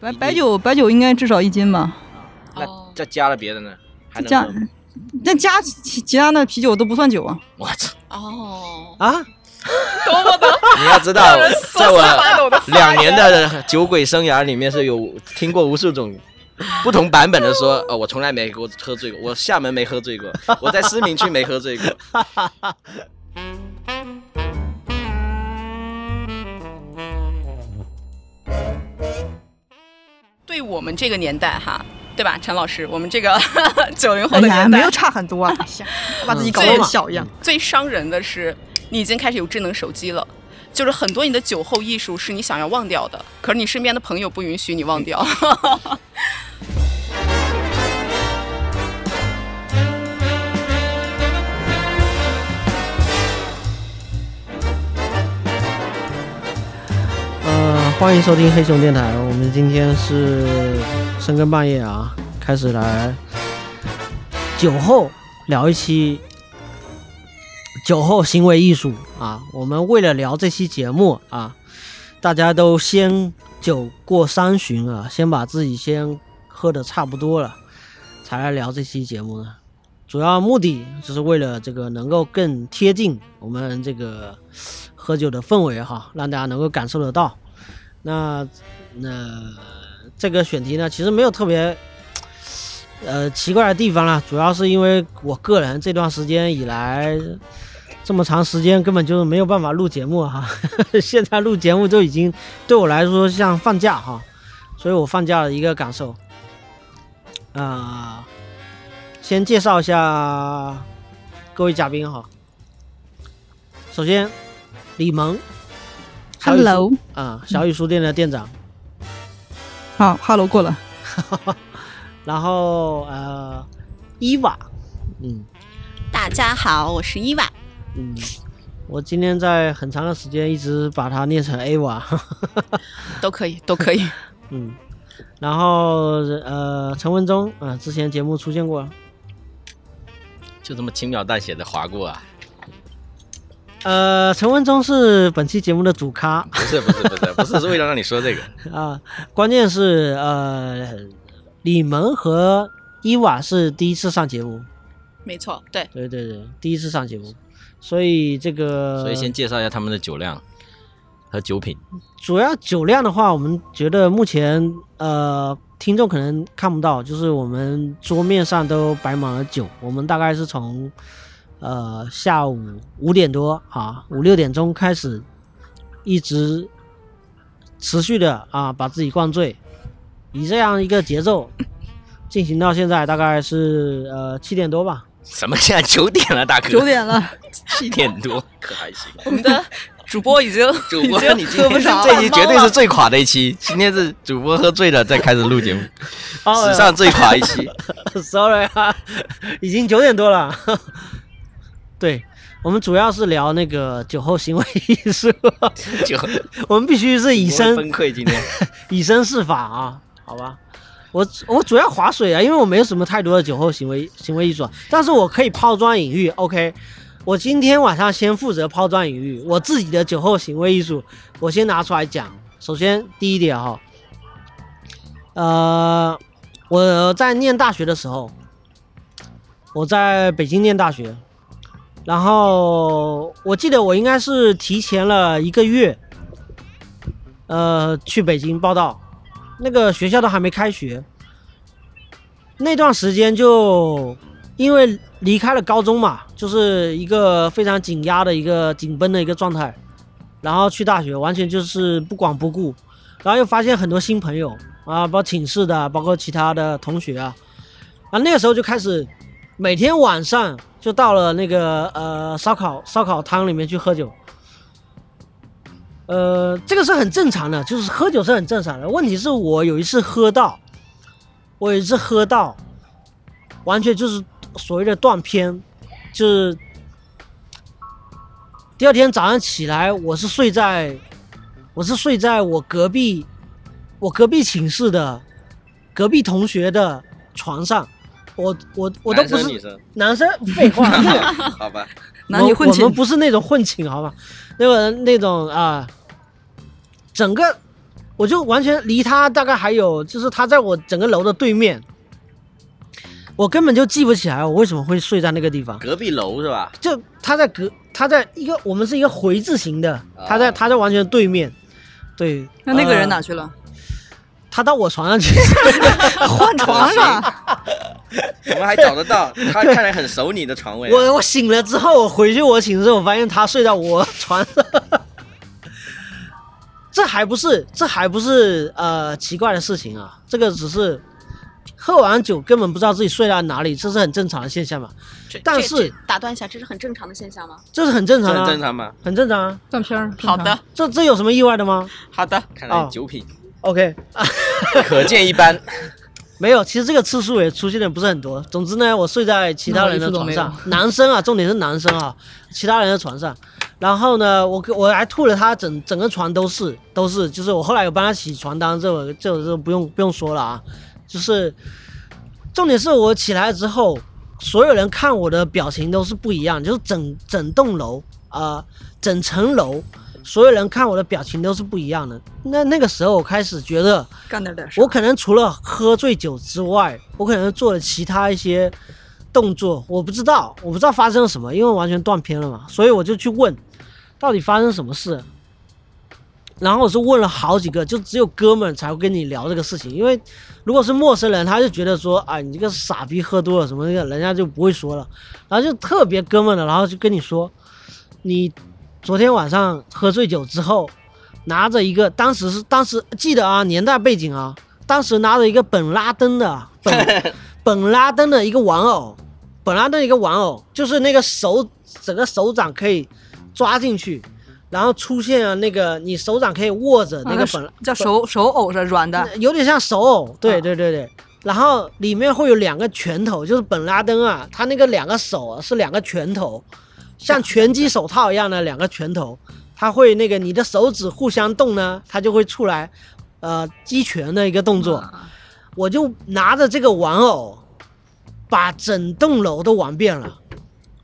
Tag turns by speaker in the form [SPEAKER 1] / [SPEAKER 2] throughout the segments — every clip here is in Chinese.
[SPEAKER 1] 白白酒白酒应该至少一斤吧？
[SPEAKER 2] 那
[SPEAKER 3] 哦
[SPEAKER 2] 再加了别的呢？还能
[SPEAKER 1] 加
[SPEAKER 2] 喝
[SPEAKER 1] 那加其其他的啤酒都不算酒啊。
[SPEAKER 2] 我操
[SPEAKER 3] 哦，
[SPEAKER 2] 啊！
[SPEAKER 3] 多么的
[SPEAKER 2] 你要知道
[SPEAKER 3] 让人，
[SPEAKER 2] 在
[SPEAKER 3] 瑟瑟发抖的
[SPEAKER 2] 我两年的酒鬼生涯里面是有听过无数 种不同版本的说，呃，我从来没给我喝醉过，我厦门没喝醉过，我在思明区没喝醉过。
[SPEAKER 3] 对我们这个年代哈，对吧，陈老师？我们这个 九零后
[SPEAKER 1] 哎
[SPEAKER 3] 的
[SPEAKER 1] 呀，
[SPEAKER 3] 年
[SPEAKER 1] 没有
[SPEAKER 3] 代，
[SPEAKER 1] 差很多啊！哎呀把自己搞得很小一样。
[SPEAKER 3] 最伤人的是，你已经开始有智能手机了。就是很多你的酒后艺术是你想要忘掉的，可是你身边的朋友不允许你忘掉。
[SPEAKER 4] 呃，欢迎收听黑熊电台。我们今天是深更半夜啊，开始来酒后聊一期酒后行为艺术啊。我们为了聊这期节目啊，大家都先酒过三巡啊，先把自己先喝的差不多了，才来聊这期节目呢。主要目的就是为了这个能够更贴近我们这个喝酒的氛围哈，让大家能够感受得到。那那这个选题呢，其实没有特别呃奇怪的地方啦，主要是因为我个人这段时间以来这么长时间根本就是没有办法录节目哈， 现在录节目就已经对我来说像放假哈，所以我放假的一个感受啊、先介绍一下各位嘉宾哈。首先，李萌小雨叔啊、小雨书店的店长。
[SPEAKER 1] 好，Hello 过了。
[SPEAKER 4] 然后呃，伊娃，嗯
[SPEAKER 3] 大家好，我是伊娃。
[SPEAKER 4] 嗯，我今天在很长的时间一直把它念成 A 娃，
[SPEAKER 3] 都可以，都可以。
[SPEAKER 4] 嗯，然后呃，陈文忠啊、之前节目出现过，
[SPEAKER 2] 就这么轻描淡写的划过啊？
[SPEAKER 4] 呃，陈文忠是本期节目的主咖，
[SPEAKER 2] 不是不是不是不是，是为了让你说这个。
[SPEAKER 4] 啊，关键是呃，李萌和伊娃是第一次上节目，
[SPEAKER 3] 没错，对，
[SPEAKER 4] 对对对，第一次上节目，所以这个
[SPEAKER 2] 所以先介绍一下他们的酒量和酒品。
[SPEAKER 4] 主要酒量的话，我们觉得目前呃，听众可能看不到，就是我们桌面上都摆满了酒。我们大概是从呃下午五点多啊，五六点钟开始，一直持续的啊把自己灌醉，以这样一个节奏进行到现在，大概是呃七点多吧。
[SPEAKER 2] 什么？现在九点了，大哥，
[SPEAKER 1] 九点了，
[SPEAKER 2] 七点多，可还 行。
[SPEAKER 3] 我们的主播已经
[SPEAKER 2] 主
[SPEAKER 3] 已
[SPEAKER 2] 播，
[SPEAKER 3] 经
[SPEAKER 2] 你今
[SPEAKER 3] 喝不
[SPEAKER 2] 天
[SPEAKER 3] 着，
[SPEAKER 2] 这一集绝对是最垮的一期。今天是主播喝醉了再开始录节目，
[SPEAKER 4] 哦哎
[SPEAKER 2] 史上最垮一期。
[SPEAKER 4] Sorry 啊，已经九点多了。 对，我们主要是聊那个酒后行为艺术，
[SPEAKER 2] 就
[SPEAKER 4] 我们必须是以
[SPEAKER 2] 我会
[SPEAKER 4] 身
[SPEAKER 2] 崩溃。今天
[SPEAKER 4] 以身试法啊，好吧？我我主要划水啊，因为我没有什么太多的酒后行为行为艺术啊，但是我可以抛砖引玉。OK，我今天晚上先负责抛砖引玉，我自己的酒后行为艺术，我先拿出来讲。首先第一点哈、呃，我在念大学的时候，我在北京念大学，然后我记得我应该是提前了一个月，呃，去北京报道，那个学校都还没开学，那段时间就因为离开了高中嘛，就是一个非常紧压的一个紧绷的一个状态，然后去大学完全就是不管不顾，然后又发现很多新朋友啊，包括寝室的，包括其他的同学啊，啊，那个时候就开始每天晚上就到了那个呃烧烤烧烤摊里面去喝酒。呃，这个是很正常的，就是喝酒是很正常的。问题是我有一次喝到，我有一次喝到，完全就是所谓的断片，就是第二天早上起来，我是睡在，我是睡在我隔壁，我隔壁寝室的隔壁同学的床上，我我我都不
[SPEAKER 2] 男生女
[SPEAKER 4] 是
[SPEAKER 2] 生，
[SPEAKER 4] 男生， 废话。
[SPEAKER 2] 好吧，
[SPEAKER 1] 男女混
[SPEAKER 4] 我
[SPEAKER 1] 寝
[SPEAKER 4] 们不是那种混寝，好吧？那个那种啊、整个我就完全离他大概还有，就是他在我整个楼的对面，我根本就记不起来我为什么会睡在那个地方。
[SPEAKER 2] 隔壁楼是吧？
[SPEAKER 4] 就他在隔，他在一个我们是一个回字形的，他在
[SPEAKER 2] 啊
[SPEAKER 4] 他在完全对面，对
[SPEAKER 1] 哦那那个人
[SPEAKER 4] 呃
[SPEAKER 1] 哪去了？
[SPEAKER 4] 他到我床上去，
[SPEAKER 1] 换床了，
[SPEAKER 2] 我们还找得到， 他看来很熟你的床位。
[SPEAKER 4] 我我醒了之后，我回去我寝室，我发现他睡到我 床上。这还不是，这还不是呃奇怪的事情啊，这个只是喝完酒根本不知道自己睡到哪里，这是很正常的现象嘛，
[SPEAKER 3] 这
[SPEAKER 4] 但
[SPEAKER 3] 这
[SPEAKER 4] 是
[SPEAKER 3] 这打断一下，这是很正常的现象吗？
[SPEAKER 4] 这是很正
[SPEAKER 2] 这
[SPEAKER 4] 常
[SPEAKER 2] 很
[SPEAKER 4] 啊，
[SPEAKER 2] 正常嘛。
[SPEAKER 4] 很正常啊，
[SPEAKER 1] 断片儿。
[SPEAKER 3] 好的，，
[SPEAKER 4] 这这有什么意外的吗
[SPEAKER 3] 好的，
[SPEAKER 2] 看来
[SPEAKER 4] 哦
[SPEAKER 2] 酒品
[SPEAKER 4] ？OK，
[SPEAKER 2] 哦可见一斑。
[SPEAKER 4] 没有，其实这个次数也出现的不是很多。总之呢，我睡在其他人的床上，男生啊，重点是男生啊，其他人的床上。然后呢，我我还吐了他整整个床都是都是，就是我后来有帮他洗床单，这我这我就不用不用说了啊。就是重点是我起来之后，所有人看我的表情都是不一样，就是整整栋楼啊、呃整层楼，所有人看我的表情都是不一样的。那那个时候我开始觉得。
[SPEAKER 1] 干点点事。
[SPEAKER 4] 我可能除了喝醉酒之外，我可能做了其他一些动作，我不知道，我不知道发生了什么，因为完全断片了嘛，所以我就去问，到底发生什么事。然后我是问了好几个，就只有哥们儿才会跟你聊这个事情，因为如果是陌生人，他就觉得说啊，你这个傻逼喝多了什么那个，人家就不会说了，然后就特别哥们儿的，然后就跟你说，你昨天晚上喝醉酒之后，拿着一个，当时是当时记得啊，年代背景啊，当时拿着一个本拉登的啊本本拉登的一个玩偶，本拉登的一个玩偶，就是那个手整个手掌可以抓进去，然后出现了那个你手掌可以握着
[SPEAKER 1] 啊
[SPEAKER 4] 那个本，
[SPEAKER 1] 叫手手偶是软
[SPEAKER 3] 啊
[SPEAKER 1] 的，
[SPEAKER 4] 有点像手偶，对
[SPEAKER 1] 啊
[SPEAKER 4] 对对对。然后里面会有两个拳头，就是本拉登啊，他那个两个手啊是两个拳头，像拳击手套一样的两个拳头，它会那个你的手指互相动呢，它就会出来，呃，击拳的一个动作。
[SPEAKER 3] 啊
[SPEAKER 4] 我就拿着这个玩偶，把整栋楼都玩遍了，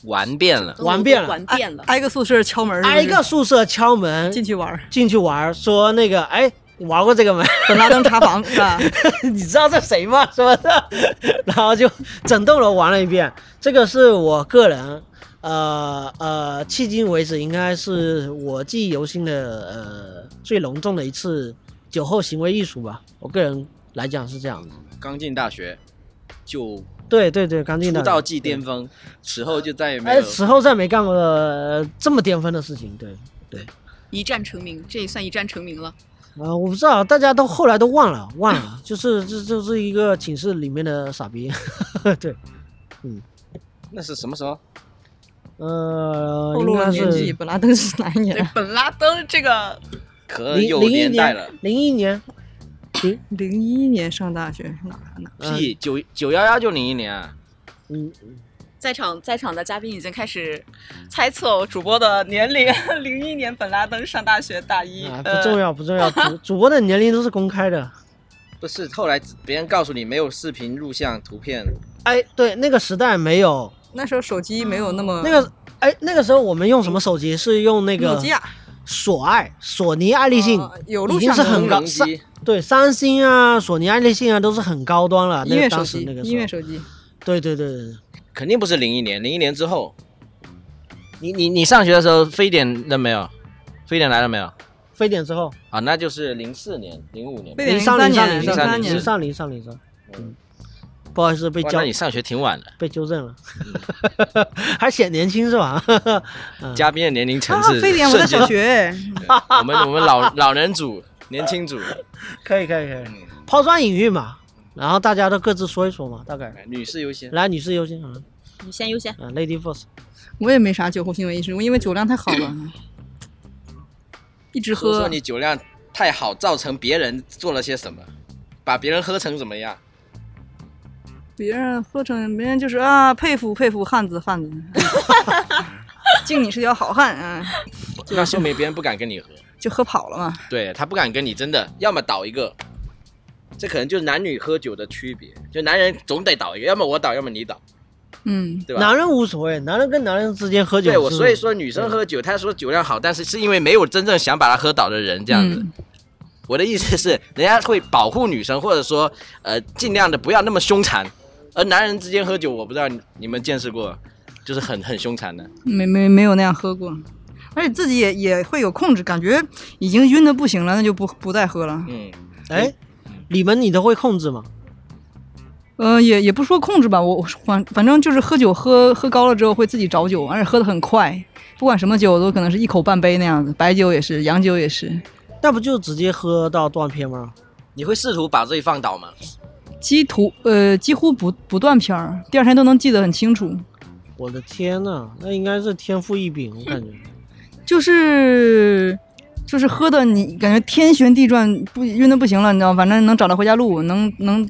[SPEAKER 2] 玩遍了，
[SPEAKER 4] 玩遍了
[SPEAKER 3] 玩遍了。
[SPEAKER 1] 挨个宿舍敲门是不是，
[SPEAKER 4] 挨个宿舍敲门
[SPEAKER 1] 进去玩儿，
[SPEAKER 4] 进去玩，说那个哎，你玩过这个没？
[SPEAKER 1] 本拉登查房是 吧？
[SPEAKER 4] 你知道这谁吗？是不是？ 然后就整栋楼玩了一遍。这个是我个人，呃呃，迄今为止应该是我记忆犹新的呃最隆重的一次酒后行为艺术吧。我个人来讲是这样的。
[SPEAKER 2] 刚进大学就
[SPEAKER 4] 对对对，刚进
[SPEAKER 2] 出
[SPEAKER 4] 的
[SPEAKER 2] 道即巅。峰，此后就再也没
[SPEAKER 4] 哎，
[SPEAKER 2] 有。
[SPEAKER 4] 此后再没干过、呃这么巅峰的事情。对，
[SPEAKER 3] 一战成名，这也算一战成名 了。
[SPEAKER 4] 啊、我不知道，大家都后来都忘了，忘了，就是这这就是一个寝室里面的傻逼。对，
[SPEAKER 2] 那是什么时候？
[SPEAKER 4] 呃，
[SPEAKER 1] 透
[SPEAKER 4] 应
[SPEAKER 1] 露了
[SPEAKER 4] 该是
[SPEAKER 1] 年纪，本拉登是哪一
[SPEAKER 3] 对
[SPEAKER 1] 年？，
[SPEAKER 3] 本拉登这个
[SPEAKER 2] 可
[SPEAKER 4] 零
[SPEAKER 2] 呃有
[SPEAKER 4] 零一
[SPEAKER 2] 年代了
[SPEAKER 4] 年。，零一年，
[SPEAKER 1] 零一年上大学，哪儿哪儿？
[SPEAKER 4] 嗯
[SPEAKER 2] 屁九九幺幺就零一年啊，
[SPEAKER 4] 嗯，
[SPEAKER 3] 在场在场的嘉宾已经开始猜测哦主播的年龄。 零一年本拉登上大学大一，
[SPEAKER 4] 啊，
[SPEAKER 3] 呃
[SPEAKER 4] 不重要，不重要，主主播的年龄都是公开的。
[SPEAKER 2] 不是后来别人告诉你没有视频录像图片，
[SPEAKER 4] 哎，对，那个时代没有
[SPEAKER 1] 那时候手机没有那么
[SPEAKER 4] 那个，哎，那个时候我们用什么手机？是用那个
[SPEAKER 1] 嗯诺基亚，
[SPEAKER 4] 索爱、索尼爱立信，
[SPEAKER 1] 啊有
[SPEAKER 4] 已
[SPEAKER 1] 录
[SPEAKER 4] 经
[SPEAKER 1] 像
[SPEAKER 4] 是
[SPEAKER 1] 的
[SPEAKER 4] 很
[SPEAKER 2] 功
[SPEAKER 4] 高
[SPEAKER 2] 能
[SPEAKER 4] 三
[SPEAKER 2] 机
[SPEAKER 4] 对三星啊、索尼爱立信啊都是很高端了。
[SPEAKER 1] 音
[SPEAKER 4] 那
[SPEAKER 1] 乐
[SPEAKER 4] 个
[SPEAKER 1] 手
[SPEAKER 4] 当时
[SPEAKER 1] 机
[SPEAKER 4] 那个，时
[SPEAKER 1] 音乐
[SPEAKER 4] 候，
[SPEAKER 1] 手机，
[SPEAKER 4] 对对对对，
[SPEAKER 2] 肯定不是零一年，零一年之后。你你你上学的时候，非典了没有？非典来了没有？
[SPEAKER 4] 非典之后，
[SPEAKER 2] 啊，那就是零四年、零五年。
[SPEAKER 1] 非典
[SPEAKER 4] 零
[SPEAKER 1] 03
[SPEAKER 4] 零
[SPEAKER 1] 年
[SPEAKER 4] 三零
[SPEAKER 2] 03
[SPEAKER 4] 三
[SPEAKER 2] 年
[SPEAKER 4] 零三零三零三，
[SPEAKER 2] 嗯
[SPEAKER 4] 不好意思被
[SPEAKER 2] 哇，
[SPEAKER 4] 纠
[SPEAKER 2] 那你上学挺晚的，
[SPEAKER 4] 被纠正了， 还显年轻是吧？
[SPEAKER 2] 嘉宾的年龄层
[SPEAKER 1] 嗯啊
[SPEAKER 2] 次，，
[SPEAKER 1] 非典我在小， 学哎，
[SPEAKER 2] 我们我们老老人组、年轻 组，
[SPEAKER 4] 可以可以可以
[SPEAKER 2] 嗯，
[SPEAKER 4] 抛砖引玉嘛，然后大家都各自说一说嘛，大概。
[SPEAKER 2] 哎女士优先。
[SPEAKER 4] 来，女士优先啊，
[SPEAKER 3] 你先优先。
[SPEAKER 4] 啊，Lady First，
[SPEAKER 1] 我也没啥酒后行为意识，因为酒量太好了，一直
[SPEAKER 2] 说
[SPEAKER 1] 喝
[SPEAKER 2] 说。你酒量太好，造成别人做了些什么，把别人喝成怎么样？
[SPEAKER 1] 别人喝成别人就是啊，佩服佩服汉子 汉子，敬你是条好汉啊，
[SPEAKER 2] 那说明别人不敢跟你喝，
[SPEAKER 1] 就喝跑了嘛。
[SPEAKER 2] 对他不敢跟你真的，要么倒一个，这可能就是男女喝酒的区别，就男人总得倒一个，要么我倒，要么你倒，
[SPEAKER 1] 嗯，
[SPEAKER 2] 对吧？
[SPEAKER 4] 男人无所谓，男人跟男人之间喝酒是，
[SPEAKER 2] 对我，所以说女生喝酒，她说酒量好，但是是因为没有真正想把她喝倒的人这样子。
[SPEAKER 1] 嗯
[SPEAKER 2] 我的意思是，人家会保护女生，或者说呃尽量的不要那么凶残。而男人之间喝酒，我不知道你你们见识过，就是很很凶残的。
[SPEAKER 1] 没没没有那样喝过，而且自己也也会有控制，感觉已经晕的不行了，那就不不再喝了。
[SPEAKER 2] 嗯，
[SPEAKER 4] 哎，你们你都会控制吗？
[SPEAKER 1] 呃，也也不说控制吧，我我反反正就是喝酒喝喝高了之后会自己找酒，而且喝得很快，不管什么酒都可能是一口半杯那样子，白酒也是，洋酒也是。
[SPEAKER 4] 那不就直接喝到断片吗？
[SPEAKER 2] 你会试图把自己放倒吗？
[SPEAKER 1] 几图呃几乎不不断片儿，第二天都能记得很清楚。
[SPEAKER 4] 我的天呐，那应该是天赋异禀，我感觉。
[SPEAKER 1] 就是就是喝的你感觉天旋地转，不晕的不行了，你知道吗，反正能找到回家路，能能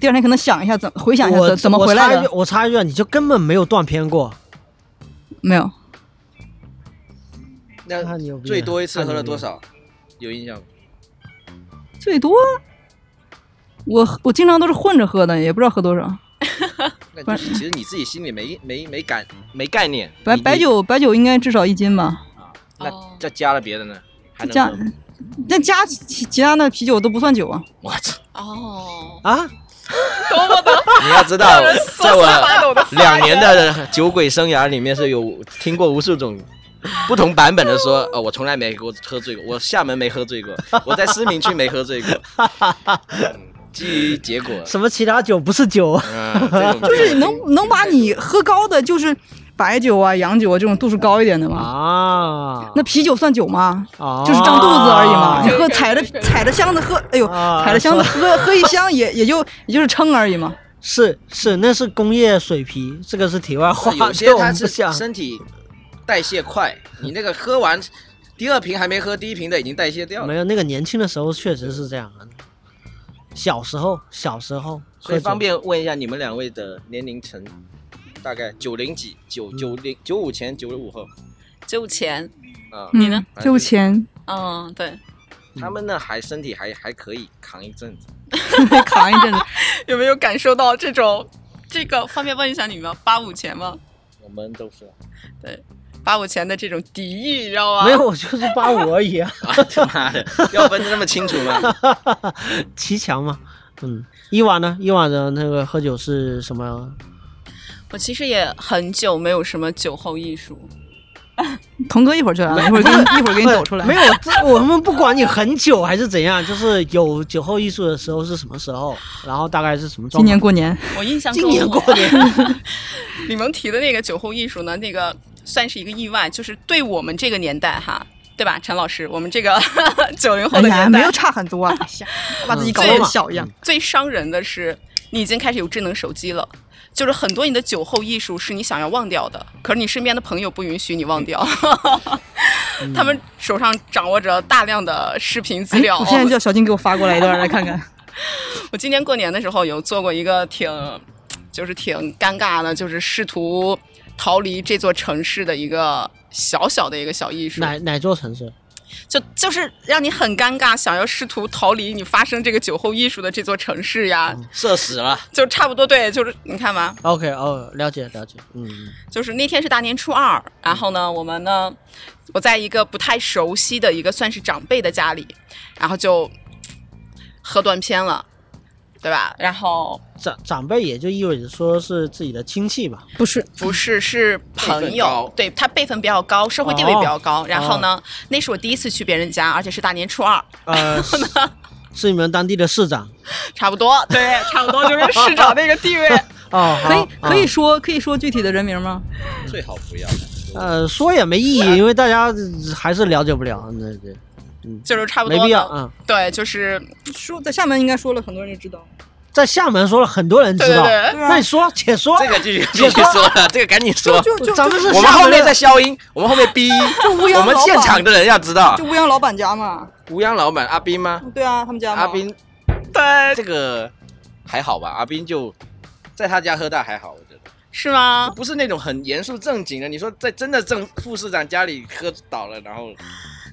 [SPEAKER 1] 第二天可能想一下怎回想一下
[SPEAKER 4] 我
[SPEAKER 1] 怎怎么回来
[SPEAKER 4] 我插一句
[SPEAKER 1] 的，
[SPEAKER 4] 我插一句啊，你就根本没有断片过。
[SPEAKER 1] 没有
[SPEAKER 4] 太牛
[SPEAKER 2] 那
[SPEAKER 4] 逼了
[SPEAKER 2] 最多一次喝了多少？有印象吗？
[SPEAKER 1] 最多。我我经常都是混着喝的，也不知道喝多少。
[SPEAKER 2] 那就是其实你自己心里没没没感没概念。
[SPEAKER 1] 白
[SPEAKER 2] 你
[SPEAKER 1] 白，酒白酒应该至少一斤吧，
[SPEAKER 2] 你那
[SPEAKER 3] 哦
[SPEAKER 2] 再加了别的呢？还能
[SPEAKER 1] 加
[SPEAKER 2] 喝吗
[SPEAKER 1] 那加其其他的啤酒都不算酒啊。
[SPEAKER 2] 我操！
[SPEAKER 3] 哦，
[SPEAKER 4] 啊，
[SPEAKER 2] 你要知道，在
[SPEAKER 3] 把我的
[SPEAKER 2] 我两年的酒鬼生涯里面是有听过无数种不同版本的 说，呃，我从来没过喝醉过，我厦门没喝醉过，我在思明区没喝醉过。 嗯基于结果，
[SPEAKER 4] 什么其他酒不 是酒啊？
[SPEAKER 2] 嗯，这种
[SPEAKER 1] 就是能能把你喝高的，就是白酒啊、洋酒啊这种度数高一点的嘛。
[SPEAKER 4] 啊，
[SPEAKER 1] 那啤酒算酒吗？
[SPEAKER 4] 那
[SPEAKER 1] 就是胀肚子而已 嘛。你
[SPEAKER 3] 啊
[SPEAKER 1] 喝踩着踩着箱子喝，哎呦，
[SPEAKER 4] 啊
[SPEAKER 1] 踩着箱子喝喝一箱也也就也就是撑而已嘛。
[SPEAKER 4] 是是，那是工业水皮，这个是题外话。
[SPEAKER 2] 有些
[SPEAKER 4] 这我
[SPEAKER 2] 他
[SPEAKER 4] 们不
[SPEAKER 2] 是
[SPEAKER 4] 想
[SPEAKER 2] 身体代谢快，你那个喝完第二瓶还没喝，第一瓶的已经代谢掉
[SPEAKER 4] 没
[SPEAKER 2] 了，
[SPEAKER 4] 有那个年轻的时候确实是这样。啊小时候，小时候
[SPEAKER 2] 所以
[SPEAKER 4] 喝酒
[SPEAKER 2] 方便问一下你们两位的年龄层，大概九零几、九
[SPEAKER 1] 嗯
[SPEAKER 2] 九零、九五前、九五后
[SPEAKER 3] 九五前，
[SPEAKER 2] 啊？
[SPEAKER 1] 嗯
[SPEAKER 3] 你呢？
[SPEAKER 1] 就钱
[SPEAKER 3] 嗯，对，
[SPEAKER 2] 他们呢还身体还还可以扛一阵子，
[SPEAKER 1] 扛一阵子，
[SPEAKER 3] 有没有感受到这种？这个方便问一下你们，八五前吗？
[SPEAKER 2] 我们都是
[SPEAKER 3] 八五前的这种敌意，你知道吗？
[SPEAKER 4] 没有，，我就是八五而已啊，
[SPEAKER 2] 啊， 他妈的，要分得那么清楚吗？
[SPEAKER 4] 骑墙嘛。嗯，伊娃呢？伊娃的那个喝酒是什么？
[SPEAKER 3] 我其实也很久没有什么酒后艺术。
[SPEAKER 1] 童哥一会儿就来了，一会儿给你一会儿给你抖出来。
[SPEAKER 4] 没有，这我们不管你很久还是怎样，就是有酒后艺术的时候是什么时候，然后大概是什么状
[SPEAKER 1] 今
[SPEAKER 4] 况
[SPEAKER 1] 年？过年，
[SPEAKER 3] 我印象中，
[SPEAKER 4] 今年过
[SPEAKER 3] 年，李萌提的那个酒后艺术呢，那个算是一个意外，就是对我们这个年代哈，对吧，陈老师，我们这个 九零后
[SPEAKER 1] 哎
[SPEAKER 3] 的
[SPEAKER 1] 呀，
[SPEAKER 3] 年
[SPEAKER 1] 没
[SPEAKER 3] 代
[SPEAKER 1] 有，差很多啊，把自己搞得很小一样。
[SPEAKER 3] 最伤人的是你已经开始有智能手机了。就是很多你的酒后艺术是你想要忘掉的，可是你身边的朋友不允许你忘掉， 他们手上掌握着大量的视频资
[SPEAKER 1] 哎
[SPEAKER 3] 料。
[SPEAKER 1] 我现在叫小金给我发过来一段来看看。
[SPEAKER 3] 我今年过年的时候有做过一个挺，就是挺尴尬的，就是试图逃离这座城市的一个小小的一个小艺术，
[SPEAKER 4] 哪哪座城市？
[SPEAKER 3] 就就是让你很尴尬，想要试图逃离你发生这个酒后艺术的这座城市呀，
[SPEAKER 1] 嗯
[SPEAKER 2] 社死了，
[SPEAKER 3] 就差不多对，就是你看吧，
[SPEAKER 4] 嗯 OK，哦，了解了解，嗯，
[SPEAKER 3] 就是那天是大年初二，然后呢，我们呢，我在一个不太熟悉的一个算是长辈的家里，然后就喝断片了，对吧？然后。
[SPEAKER 4] 长长辈也就意味着说是自己的亲戚吧，
[SPEAKER 1] 不是，
[SPEAKER 3] 不是，是朋
[SPEAKER 2] 辈分高
[SPEAKER 3] 友，对他辈分比较高，社会地位比较高。然后呢，
[SPEAKER 4] 哦
[SPEAKER 3] 那是我第一次去别人家，而且是大年初二，
[SPEAKER 4] 呃，是是你们当地的市长
[SPEAKER 3] 差不多，对，差不多就是市长那个地位。
[SPEAKER 4] 哦，好
[SPEAKER 1] 可以可以
[SPEAKER 4] 啊
[SPEAKER 1] 说可以说具体的人名吗？
[SPEAKER 2] 最好不要。
[SPEAKER 4] 呃，说也没意义，因为大家呃还是了解不了，那这
[SPEAKER 3] 就是差不多
[SPEAKER 4] 没
[SPEAKER 3] 的，
[SPEAKER 4] 必要啊。
[SPEAKER 3] 对，就是
[SPEAKER 1] 说在厦门应该说了，很多人就知道。
[SPEAKER 4] 在厦门说了很多人知道，
[SPEAKER 3] 对对
[SPEAKER 1] 对
[SPEAKER 4] 那你说且说，
[SPEAKER 2] 这个继续继续说 了，这个赶紧说。
[SPEAKER 1] 就就
[SPEAKER 4] 咱们
[SPEAKER 1] 就是
[SPEAKER 2] 我们
[SPEAKER 4] 厦
[SPEAKER 2] 后
[SPEAKER 4] 门
[SPEAKER 2] 面
[SPEAKER 4] 人
[SPEAKER 2] 再消音，我们后面逼。
[SPEAKER 1] 乌鸦
[SPEAKER 2] 我们
[SPEAKER 1] 老
[SPEAKER 2] 现
[SPEAKER 1] 板
[SPEAKER 2] 场的人要知道
[SPEAKER 1] 就，乌央老板家嘛，
[SPEAKER 2] 吴央老板阿斌吗？
[SPEAKER 1] 对啊，他们家嘛。
[SPEAKER 2] 阿斌
[SPEAKER 3] 对，
[SPEAKER 2] 这个还好吧？阿斌就在他家喝大还好，我觉得
[SPEAKER 3] 是吗？
[SPEAKER 2] 不是那种很严肃正经的。你说在真的正副市长家里喝倒了，然后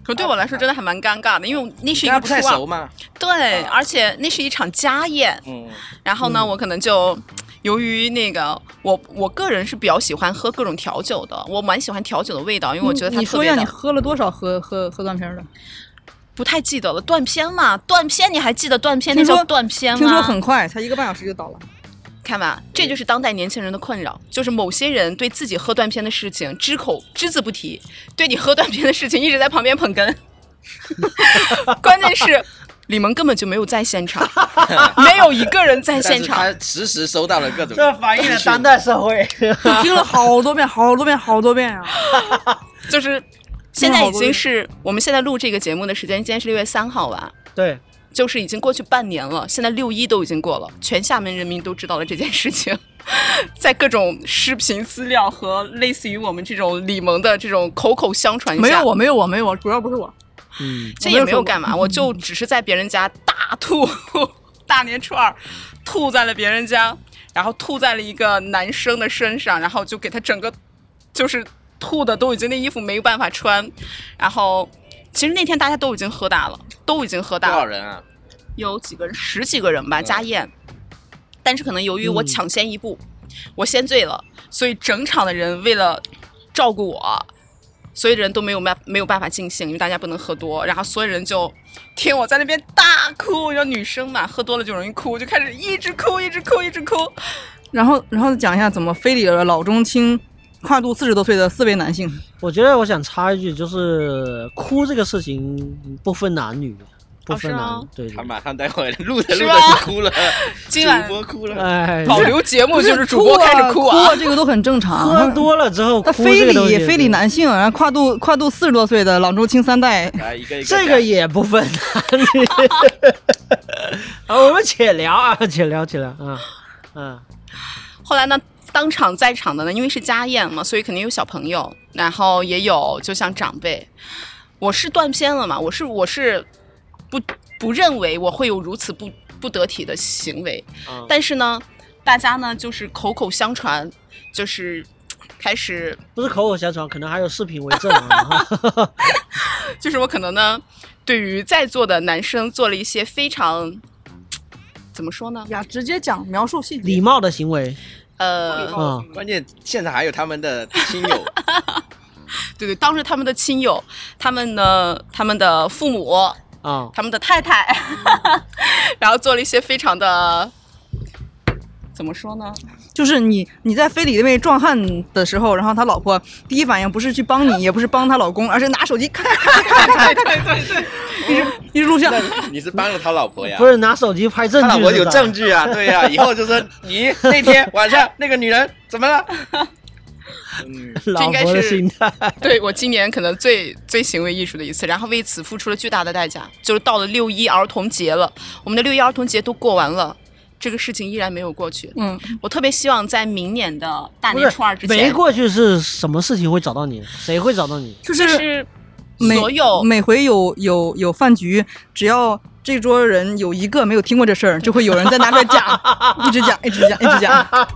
[SPEAKER 3] 可对我来说真的还蛮尴尬的，因为我那是
[SPEAKER 2] 跟他
[SPEAKER 3] 一个
[SPEAKER 2] 不
[SPEAKER 3] 初
[SPEAKER 4] 啊
[SPEAKER 2] 太熟
[SPEAKER 3] 二，
[SPEAKER 2] 嘛，
[SPEAKER 3] 对，
[SPEAKER 2] 啊
[SPEAKER 3] 而且那是一场家宴，
[SPEAKER 2] 嗯，
[SPEAKER 3] 然后呢，我可能就由于那个，我我个人是比较喜欢喝各种调酒的，我蛮喜欢调酒的味道，因为我觉得它
[SPEAKER 1] 嗯你
[SPEAKER 3] 特
[SPEAKER 1] 说一
[SPEAKER 3] 别
[SPEAKER 1] 下
[SPEAKER 3] 的。
[SPEAKER 1] 你喝了多少喝喝喝断片儿的？
[SPEAKER 3] 不太记得了，断片嘛，断片你还记得断片那
[SPEAKER 1] 听说
[SPEAKER 3] 叫断片吗？
[SPEAKER 1] 听说很快，才一个半小时就到了。
[SPEAKER 3] 看吧，这就是当代年轻人的困扰，就是某些人对自己喝断片的事情只口 只字不提，对你喝断片的事情一直在旁边捧哏。 关键是李萌根本就没有在现场， 没有一个人在
[SPEAKER 2] 但
[SPEAKER 3] 现
[SPEAKER 2] 是
[SPEAKER 3] 场。
[SPEAKER 2] 他实时收到了各种，
[SPEAKER 4] 这反映了当代社会。
[SPEAKER 1] 我听了好多遍，好多遍，好多遍啊！
[SPEAKER 3] 就是现在已经是我们现在录这个节目的时间，今天是六月三号吧，
[SPEAKER 4] 对，
[SPEAKER 3] 就是已经过去半年了，现在六一都已经过了，全厦门人民都知道了这件事情， 在各种视频资料和类似于我们这种李萌的这种口口相传下，
[SPEAKER 1] 没有我，没有我，没有我，主要不是我。
[SPEAKER 4] 嗯，
[SPEAKER 3] 这也没有干嘛，我就只是在别人家大吐 大年初二，吐在了别人家，然后吐在了一个男生的身上，然后就给他整个就是吐的都已经那衣服没有办法穿，然后其实那天大家都已经喝大了，都已经
[SPEAKER 2] 多
[SPEAKER 3] 喝大
[SPEAKER 2] 少
[SPEAKER 3] 了，
[SPEAKER 2] 人啊？
[SPEAKER 3] 有几个人，十几个人吧，家宴。但是可能由于我抢先一步，我先醉了，所以整场的人为了照顾我，所有的人都没有办没有办法尽兴，因为大家不能喝多。然后所有人就听我在那边大哭，然后女生嘛，喝多了就容易哭，就开始一直哭，一直哭，一直哭。
[SPEAKER 1] 然后，然后讲一下怎么非礼了老中青，跨度四十多岁的四位男性。
[SPEAKER 4] 我觉得我想插一句，就是哭这个事情不分男女，不分男，
[SPEAKER 3] 哦
[SPEAKER 4] 对对
[SPEAKER 2] 他马上待会儿录着录
[SPEAKER 3] 是
[SPEAKER 2] 着
[SPEAKER 3] 吧
[SPEAKER 2] 就哭 了，
[SPEAKER 3] 今晚
[SPEAKER 2] 主播哭了，
[SPEAKER 4] 哎，
[SPEAKER 3] 保留节目就是主播开始
[SPEAKER 1] 哭
[SPEAKER 3] 哭
[SPEAKER 1] 啊，
[SPEAKER 3] 啊，
[SPEAKER 1] 这个都很正常。
[SPEAKER 4] 喝多了之后
[SPEAKER 1] 他
[SPEAKER 4] 哭
[SPEAKER 1] 非
[SPEAKER 4] 这个东西，
[SPEAKER 1] 礼非礼男性，然后跨度跨度四十多岁的老中青三代，
[SPEAKER 2] 来一个一个
[SPEAKER 4] 这
[SPEAKER 2] 讲
[SPEAKER 4] 个也不分男女。 啊，我们且聊啊，且聊，且聊啊，嗯，
[SPEAKER 3] 后来呢，当场在场的呢，因为是家宴嘛，所以肯定有小朋友，然后也有就像长辈。我是断片了嘛，我是我是不不认为我会有如此不不得体的行为，
[SPEAKER 4] 嗯
[SPEAKER 3] 但是呢，大家呢就是口口相传，就是开始
[SPEAKER 4] 不是口口相传，可能还有视频为证 啊。哈
[SPEAKER 3] 就是我可能呢，对于在座的男生做了一些非常怎么说呢，
[SPEAKER 1] 呀，直接讲描述细
[SPEAKER 4] 礼貌的行为
[SPEAKER 3] 呃，
[SPEAKER 4] 啊，
[SPEAKER 2] 关键现场还有他们的亲友，
[SPEAKER 3] 对对，当着他们的亲友、他们呢、他们的父母，
[SPEAKER 4] 啊，
[SPEAKER 3] 他们的太太， 然后做了一些非常的怎么说呢？
[SPEAKER 1] 就是你你在非礼那位壮汉的时候，然后他老婆第一反应不是去帮你，也不是帮她老公，而是拿手机咔咔咔咔咔咔，一直录像。
[SPEAKER 2] 你是帮了他老婆呀？
[SPEAKER 4] 不是拿手机拍证
[SPEAKER 2] 他
[SPEAKER 4] 据，
[SPEAKER 2] 老婆有证
[SPEAKER 4] 据，
[SPEAKER 2] 据啊，对呀、以后就 说你那天晚上那个女人怎么了？嗯，
[SPEAKER 3] 这
[SPEAKER 4] 老
[SPEAKER 3] 应该
[SPEAKER 4] 婆的
[SPEAKER 3] 是
[SPEAKER 4] 心态。
[SPEAKER 3] 对我今年可能最最行为艺术的一次，然后为此付出了巨大的代价。就是到了六一儿童节了，我们的六一儿童节都过完了，这个事情依然没有过去。
[SPEAKER 1] 嗯，
[SPEAKER 3] 我特别希望在明年的大
[SPEAKER 4] 不
[SPEAKER 3] 年
[SPEAKER 4] 是
[SPEAKER 3] 初二之
[SPEAKER 4] 没
[SPEAKER 3] 前，
[SPEAKER 4] 过去是什么事情会找到你？谁会找到你？
[SPEAKER 1] 就
[SPEAKER 3] 就是
[SPEAKER 1] 每
[SPEAKER 3] 所有
[SPEAKER 1] 每回有有有饭局，只要这桌人有一个没有听过这事儿，就会有人在拿出来讲，一直讲，一直讲，一直讲。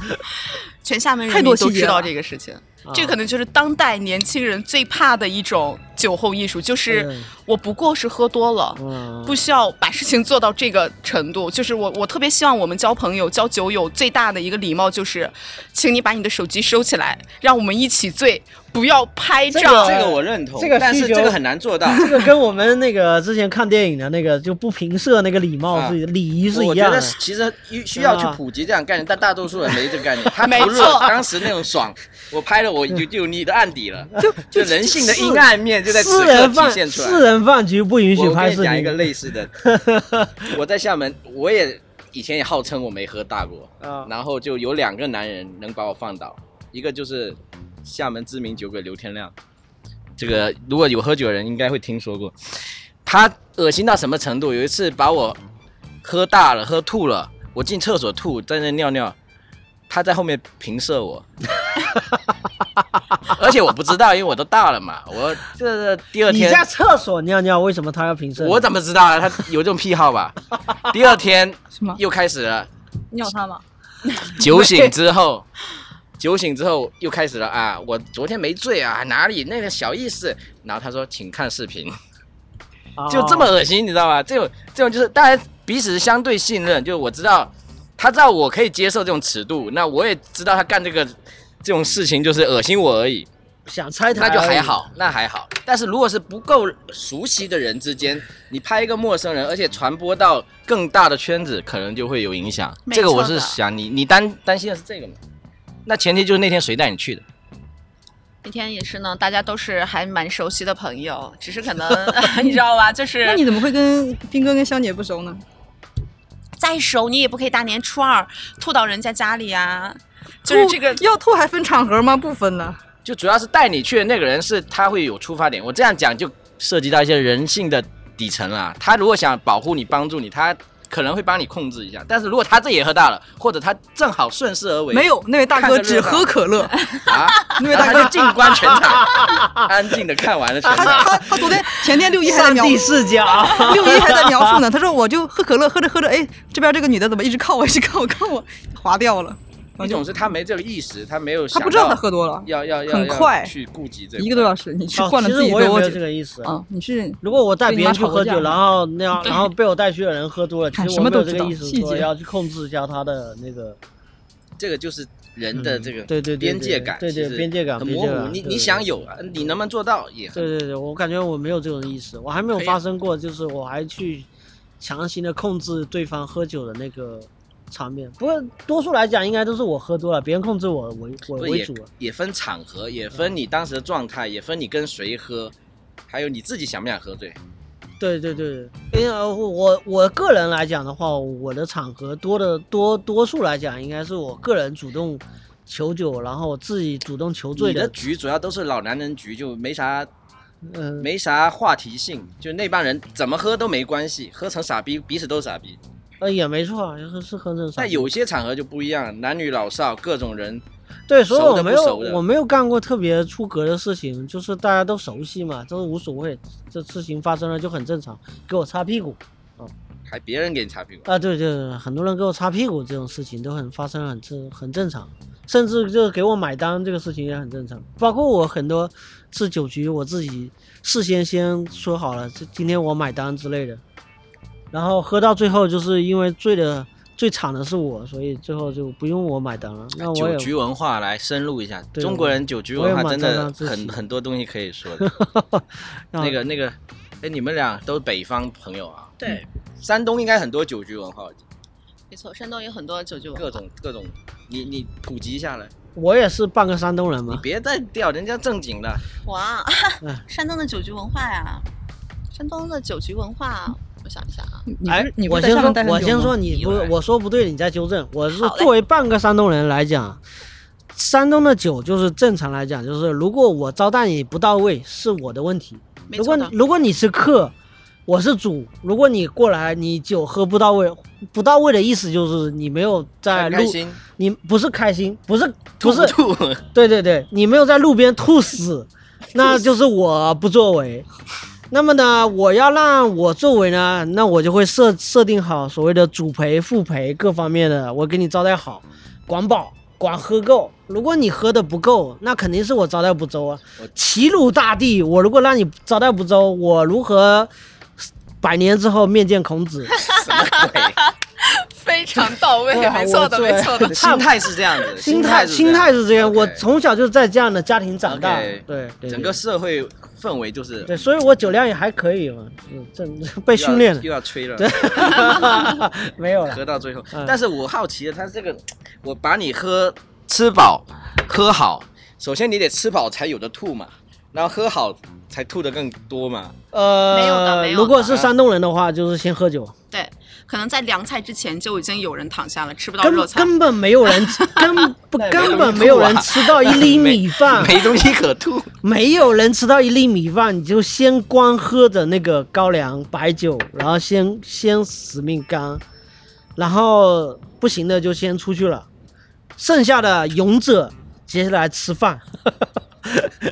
[SPEAKER 3] 全厦门人
[SPEAKER 1] 太
[SPEAKER 3] 民
[SPEAKER 1] 多
[SPEAKER 3] 都
[SPEAKER 1] 细节
[SPEAKER 3] 知道
[SPEAKER 1] 了
[SPEAKER 3] 这个事情。
[SPEAKER 4] 啊
[SPEAKER 3] 这可能就是当代年轻人最怕的一种酒后艺术，就是
[SPEAKER 4] 对
[SPEAKER 3] 我不过是喝多了，
[SPEAKER 4] 嗯
[SPEAKER 3] 不需要把事情做到这个程度。 就是我，我特别希望我们交朋友、交酒友最大的一个礼貌就是，请你把你的手机收起来，让我们一起醉，不要拍照。
[SPEAKER 2] 这个这个我认同，
[SPEAKER 4] 这个需求
[SPEAKER 2] 但是这个很难做到。
[SPEAKER 4] 这个跟我们那个之前看电影的那个就不平射那个礼貌是礼仪是一
[SPEAKER 2] 啊我
[SPEAKER 4] 样啊
[SPEAKER 2] 觉
[SPEAKER 4] 的
[SPEAKER 2] 得。其实需要去普及这样概念，但大多数人没这个概 念。他不
[SPEAKER 3] 没
[SPEAKER 2] 是
[SPEAKER 3] 错
[SPEAKER 2] 当时那种爽，我拍了我就就有你的案底了，
[SPEAKER 1] 就
[SPEAKER 2] 就人性的阴暗面就在此
[SPEAKER 4] 私
[SPEAKER 2] 刻
[SPEAKER 4] 人
[SPEAKER 2] 体
[SPEAKER 4] 饭
[SPEAKER 2] 现出来。
[SPEAKER 4] 私人饭局不允许
[SPEAKER 2] 我
[SPEAKER 4] 拍
[SPEAKER 2] 跟
[SPEAKER 4] 视
[SPEAKER 2] 你讲一个
[SPEAKER 4] 频。
[SPEAKER 2] 类似 的，我在厦门，我也以前也号称我没喝大过，
[SPEAKER 4] 啊
[SPEAKER 2] 然后就有两个男人能把我放倒，一个就是厦门知名酒鬼刘天亮，这个如果有喝酒的人应该会听说过，他恶心到什么程度？有一次把我喝大了，喝吐了，我进厕所吐，在那尿尿，他在后面平射我。 而且我不知道，因为我都大了嘛。我这第二
[SPEAKER 4] 你
[SPEAKER 2] 天
[SPEAKER 4] 在厕所尿尿，为什么他要平射？
[SPEAKER 2] 我怎么知道啊？他有这种癖好吧？第二天
[SPEAKER 1] 什么
[SPEAKER 2] 又开始了，
[SPEAKER 1] 尿他吗？
[SPEAKER 2] 酒醒之后，酒醒之后又开始了啊！我昨天没醉啊，哪里那个小意思？然后他说，请看视频，
[SPEAKER 4] 啊
[SPEAKER 2] 就这么恶心，你知道吗？这种这种就是大家彼此相对信任，就我知道他知道我可以接受这种尺度，那我也知道他干这个这种事情就是恶心我而已。
[SPEAKER 4] 想拆台
[SPEAKER 2] 那就
[SPEAKER 4] 而已
[SPEAKER 2] 还。好，那还好。但是如果是不够熟悉的人之间，你拍一个陌生人，而且传播到更大的圈子，可能就会有影响。
[SPEAKER 3] 没
[SPEAKER 2] 这个我
[SPEAKER 3] 错
[SPEAKER 2] 是
[SPEAKER 3] 的
[SPEAKER 2] 想你，你担担心的是这个嘛？那前提就是那天谁带你去的？
[SPEAKER 3] 那天也是呢，大家都是还蛮熟悉的朋友，只是可 能你知道吧，就是
[SPEAKER 1] 那你怎么会跟斌哥跟香姐不熟呢？
[SPEAKER 3] 再熟，你也不可以大年初二吐到人家家里啊。就是这个
[SPEAKER 1] 吐要吐还分场合吗？不分呢。
[SPEAKER 2] 就主要是带你去的那个人是他会有出发点。我这样讲就涉及到一些人性的底层了。他如果想保护你、帮助你，他可能会帮你控制一下。但是如果他自己也喝大了，或者他正好顺势而为，
[SPEAKER 1] 没有，那位大
[SPEAKER 2] 看
[SPEAKER 1] 哥
[SPEAKER 2] 个热
[SPEAKER 1] 只
[SPEAKER 2] 闹
[SPEAKER 1] 喝可 乐，
[SPEAKER 2] 啊，
[SPEAKER 1] 那位
[SPEAKER 2] 然
[SPEAKER 1] 大
[SPEAKER 2] 后他
[SPEAKER 1] 哥
[SPEAKER 2] 就静观全场，安静的看完了全
[SPEAKER 1] 他
[SPEAKER 2] 场。
[SPEAKER 1] 他他昨天前天六一还在
[SPEAKER 4] 上
[SPEAKER 1] 描
[SPEAKER 4] 帝视角，
[SPEAKER 1] 六一还在描 述呢，他说我就喝可乐，喝着喝着，哎，这边这个女的怎么一直靠我，一直靠我，靠我，划掉了。
[SPEAKER 2] 一种是他没这个意识，他没有
[SPEAKER 1] 他
[SPEAKER 2] 想
[SPEAKER 1] 不知道他喝多了，
[SPEAKER 2] 要要要
[SPEAKER 1] 很
[SPEAKER 2] 要
[SPEAKER 1] 快
[SPEAKER 2] 去顾及这
[SPEAKER 1] 一个多
[SPEAKER 2] 时。
[SPEAKER 1] 小时，你 去灌了
[SPEAKER 4] 哦其实
[SPEAKER 1] 自己
[SPEAKER 4] 我也
[SPEAKER 1] 多
[SPEAKER 4] 没有
[SPEAKER 1] 久
[SPEAKER 4] 这？个意思。
[SPEAKER 1] 啊，你是
[SPEAKER 4] 如果我带
[SPEAKER 1] 对你
[SPEAKER 4] 别人
[SPEAKER 1] 妈
[SPEAKER 4] 去
[SPEAKER 1] 吵过
[SPEAKER 4] 喝
[SPEAKER 1] 架
[SPEAKER 4] 酒，
[SPEAKER 1] 吗
[SPEAKER 4] 然后那样，然后被我带去的人喝多了，其
[SPEAKER 1] 看
[SPEAKER 4] 实
[SPEAKER 1] 什
[SPEAKER 4] 我
[SPEAKER 1] 么
[SPEAKER 4] 没
[SPEAKER 1] 都
[SPEAKER 4] 有
[SPEAKER 1] 不
[SPEAKER 4] 这
[SPEAKER 1] 知
[SPEAKER 4] 个
[SPEAKER 1] 道
[SPEAKER 4] 意思，
[SPEAKER 1] 细
[SPEAKER 4] 说
[SPEAKER 1] 节
[SPEAKER 4] 要去控制一下他的那个。
[SPEAKER 2] 这个就是人的这个
[SPEAKER 4] 嗯对对对对
[SPEAKER 2] 边界感，
[SPEAKER 4] 对对
[SPEAKER 2] 其实
[SPEAKER 4] 边界感
[SPEAKER 2] 很
[SPEAKER 4] 边
[SPEAKER 2] 模
[SPEAKER 4] 界
[SPEAKER 2] 糊。
[SPEAKER 4] 感
[SPEAKER 2] 你
[SPEAKER 4] 对
[SPEAKER 2] 你
[SPEAKER 4] 对
[SPEAKER 2] 想有，你能不能做到也很
[SPEAKER 4] 对对对，我感觉我没有这种意识，我还没有
[SPEAKER 3] 可以
[SPEAKER 2] 啊
[SPEAKER 4] 发生过，就是我还去强行的控制对方喝酒的那个场面。不过多数来讲，应该都是我喝多了，别人控制我为我
[SPEAKER 2] 不
[SPEAKER 4] 为
[SPEAKER 2] 也
[SPEAKER 4] 主。啊
[SPEAKER 2] 也分场合，也分你当时的状态，也分你跟谁喝，还有你自己想不想喝醉。
[SPEAKER 4] 对对对，因为呃我我个人来讲的话，我的场合多的多，多数来讲应该是我个人主动求酒，然后我自己主动求醉
[SPEAKER 2] 你的局主要都是老男人局，就没啥
[SPEAKER 4] 嗯，
[SPEAKER 2] 没啥话题性，就那帮人怎么喝都没关系，喝成傻逼，彼此都傻逼。
[SPEAKER 4] 呃也没错啊，就是是喝成啥
[SPEAKER 2] 但有些场合就不一样，男女老少各种人，
[SPEAKER 4] 对，所以
[SPEAKER 2] 熟
[SPEAKER 4] 我
[SPEAKER 2] 的不
[SPEAKER 4] 没有
[SPEAKER 2] 熟的
[SPEAKER 4] 我没有干过特别出格的事情，就是大家都熟悉嘛，都无所谓，这事情发生了就很正常。给我擦屁股
[SPEAKER 2] 还别人给你擦屁股。
[SPEAKER 4] 啊，对对对，很多人给我擦屁股这种事情都很发生很正很正常，甚至就是给我买单这个事情也很正常。包括我很多次酒局，我自己事先先说好了，这今天我买单之类的，然后喝到最后就是因为醉的。最惨的是我，所以最后就不用我买单了。那我也
[SPEAKER 2] 哎酒局文化来深入一下，
[SPEAKER 4] 对
[SPEAKER 2] 中国人酒局文化真
[SPEAKER 4] 我也
[SPEAKER 2] 的
[SPEAKER 4] 蛮赞叹自己
[SPEAKER 2] 很很多东西可以说 的。
[SPEAKER 4] 让
[SPEAKER 2] 那个那个，哎，你们俩都是北方朋友啊？
[SPEAKER 3] 对，
[SPEAKER 2] 山东应该很多酒局文化，
[SPEAKER 3] 没错，山东有很多九九
[SPEAKER 2] 各种各种，你你普及一下
[SPEAKER 4] 啊
[SPEAKER 2] 来，
[SPEAKER 4] 我也是半个山东人
[SPEAKER 2] 你
[SPEAKER 4] 嘛，
[SPEAKER 2] 别再吊人家正经的。
[SPEAKER 3] 哇
[SPEAKER 4] 嗯，
[SPEAKER 3] 山东的酒局文化呀，山东的酒局文化，我想一下啊，
[SPEAKER 1] 你你不
[SPEAKER 4] 哎
[SPEAKER 1] 是，你不
[SPEAKER 4] 我
[SPEAKER 1] 是在
[SPEAKER 4] 先
[SPEAKER 1] 上
[SPEAKER 4] 说
[SPEAKER 1] 面待，很
[SPEAKER 4] 我
[SPEAKER 1] 久
[SPEAKER 4] 先
[SPEAKER 1] 吗
[SPEAKER 4] 说，你
[SPEAKER 2] 你
[SPEAKER 4] 不
[SPEAKER 2] 又来，
[SPEAKER 4] 我说不对，你再纠正。我是
[SPEAKER 3] 好嘞
[SPEAKER 4] 作为半个山东人来讲，山东的酒就是正常来讲，就是如果我招待你不到位，是我的问题。
[SPEAKER 3] 没
[SPEAKER 4] 如
[SPEAKER 3] 错
[SPEAKER 4] 果
[SPEAKER 3] 的，
[SPEAKER 4] 如果你是客，我是主，如果你过来，你酒喝不到位，不到位的意思就是你没有在
[SPEAKER 2] 开
[SPEAKER 4] 路
[SPEAKER 2] 开，心，
[SPEAKER 4] 你不是开心，不是哎不是，
[SPEAKER 2] 吐吐
[SPEAKER 4] 对对对，你没有在路边吐死，那就是我不作为。那么呢，我要让我作为呢，那我就会设设定好所谓的主陪、副陪各方面的，我给你招待好，管饱，管喝够。如果你喝的不够，那肯定是我招待不周啊
[SPEAKER 2] 我。
[SPEAKER 4] 齐鲁大地，我如果让你招待不周，我如何百年之后面见孔子？
[SPEAKER 2] 什么 鬼？
[SPEAKER 3] 非常到位，
[SPEAKER 4] 对啊
[SPEAKER 3] 没错的，
[SPEAKER 4] 我
[SPEAKER 3] 没错的。
[SPEAKER 2] 心态是这样子，
[SPEAKER 4] 心
[SPEAKER 2] 态
[SPEAKER 4] 态心态是这样，我
[SPEAKER 2] OK
[SPEAKER 4] 从小就在这样的家庭长大
[SPEAKER 2] OK，
[SPEAKER 4] 对对，
[SPEAKER 2] 整
[SPEAKER 4] 对
[SPEAKER 2] 个社会氛围就是
[SPEAKER 4] 对，所以我酒量也还可以嘛，嗯，这 被
[SPEAKER 2] 被
[SPEAKER 4] 训练
[SPEAKER 2] 又要吹了。
[SPEAKER 4] 了，没有
[SPEAKER 2] 喝
[SPEAKER 4] 了。
[SPEAKER 2] 到最后
[SPEAKER 4] 嗯。
[SPEAKER 2] 但是我好奇的，他这个，我把你喝吃饱，喝好，首先你得吃饱才有的吐嘛，然后喝好才吐的更多嘛。
[SPEAKER 4] 呃，
[SPEAKER 3] 没有的没有的
[SPEAKER 4] 如果是山东人的话，就是先喝酒，
[SPEAKER 3] 对，可能在凉菜之前就已经有人躺下了，吃不到
[SPEAKER 4] 根
[SPEAKER 3] 热菜。
[SPEAKER 4] 根本没有人， 根不
[SPEAKER 2] 那也没
[SPEAKER 4] 根
[SPEAKER 2] 东
[SPEAKER 4] 本
[SPEAKER 2] 西
[SPEAKER 4] 没有
[SPEAKER 2] 吐啊
[SPEAKER 4] 人吃到一粒米饭，
[SPEAKER 2] 没东西可 吐，
[SPEAKER 4] 没有人吃到一粒米饭，你就先光喝着那个高粱白酒，然后先先死命干，然后不行的就先出去了，剩下的勇者接下来吃饭。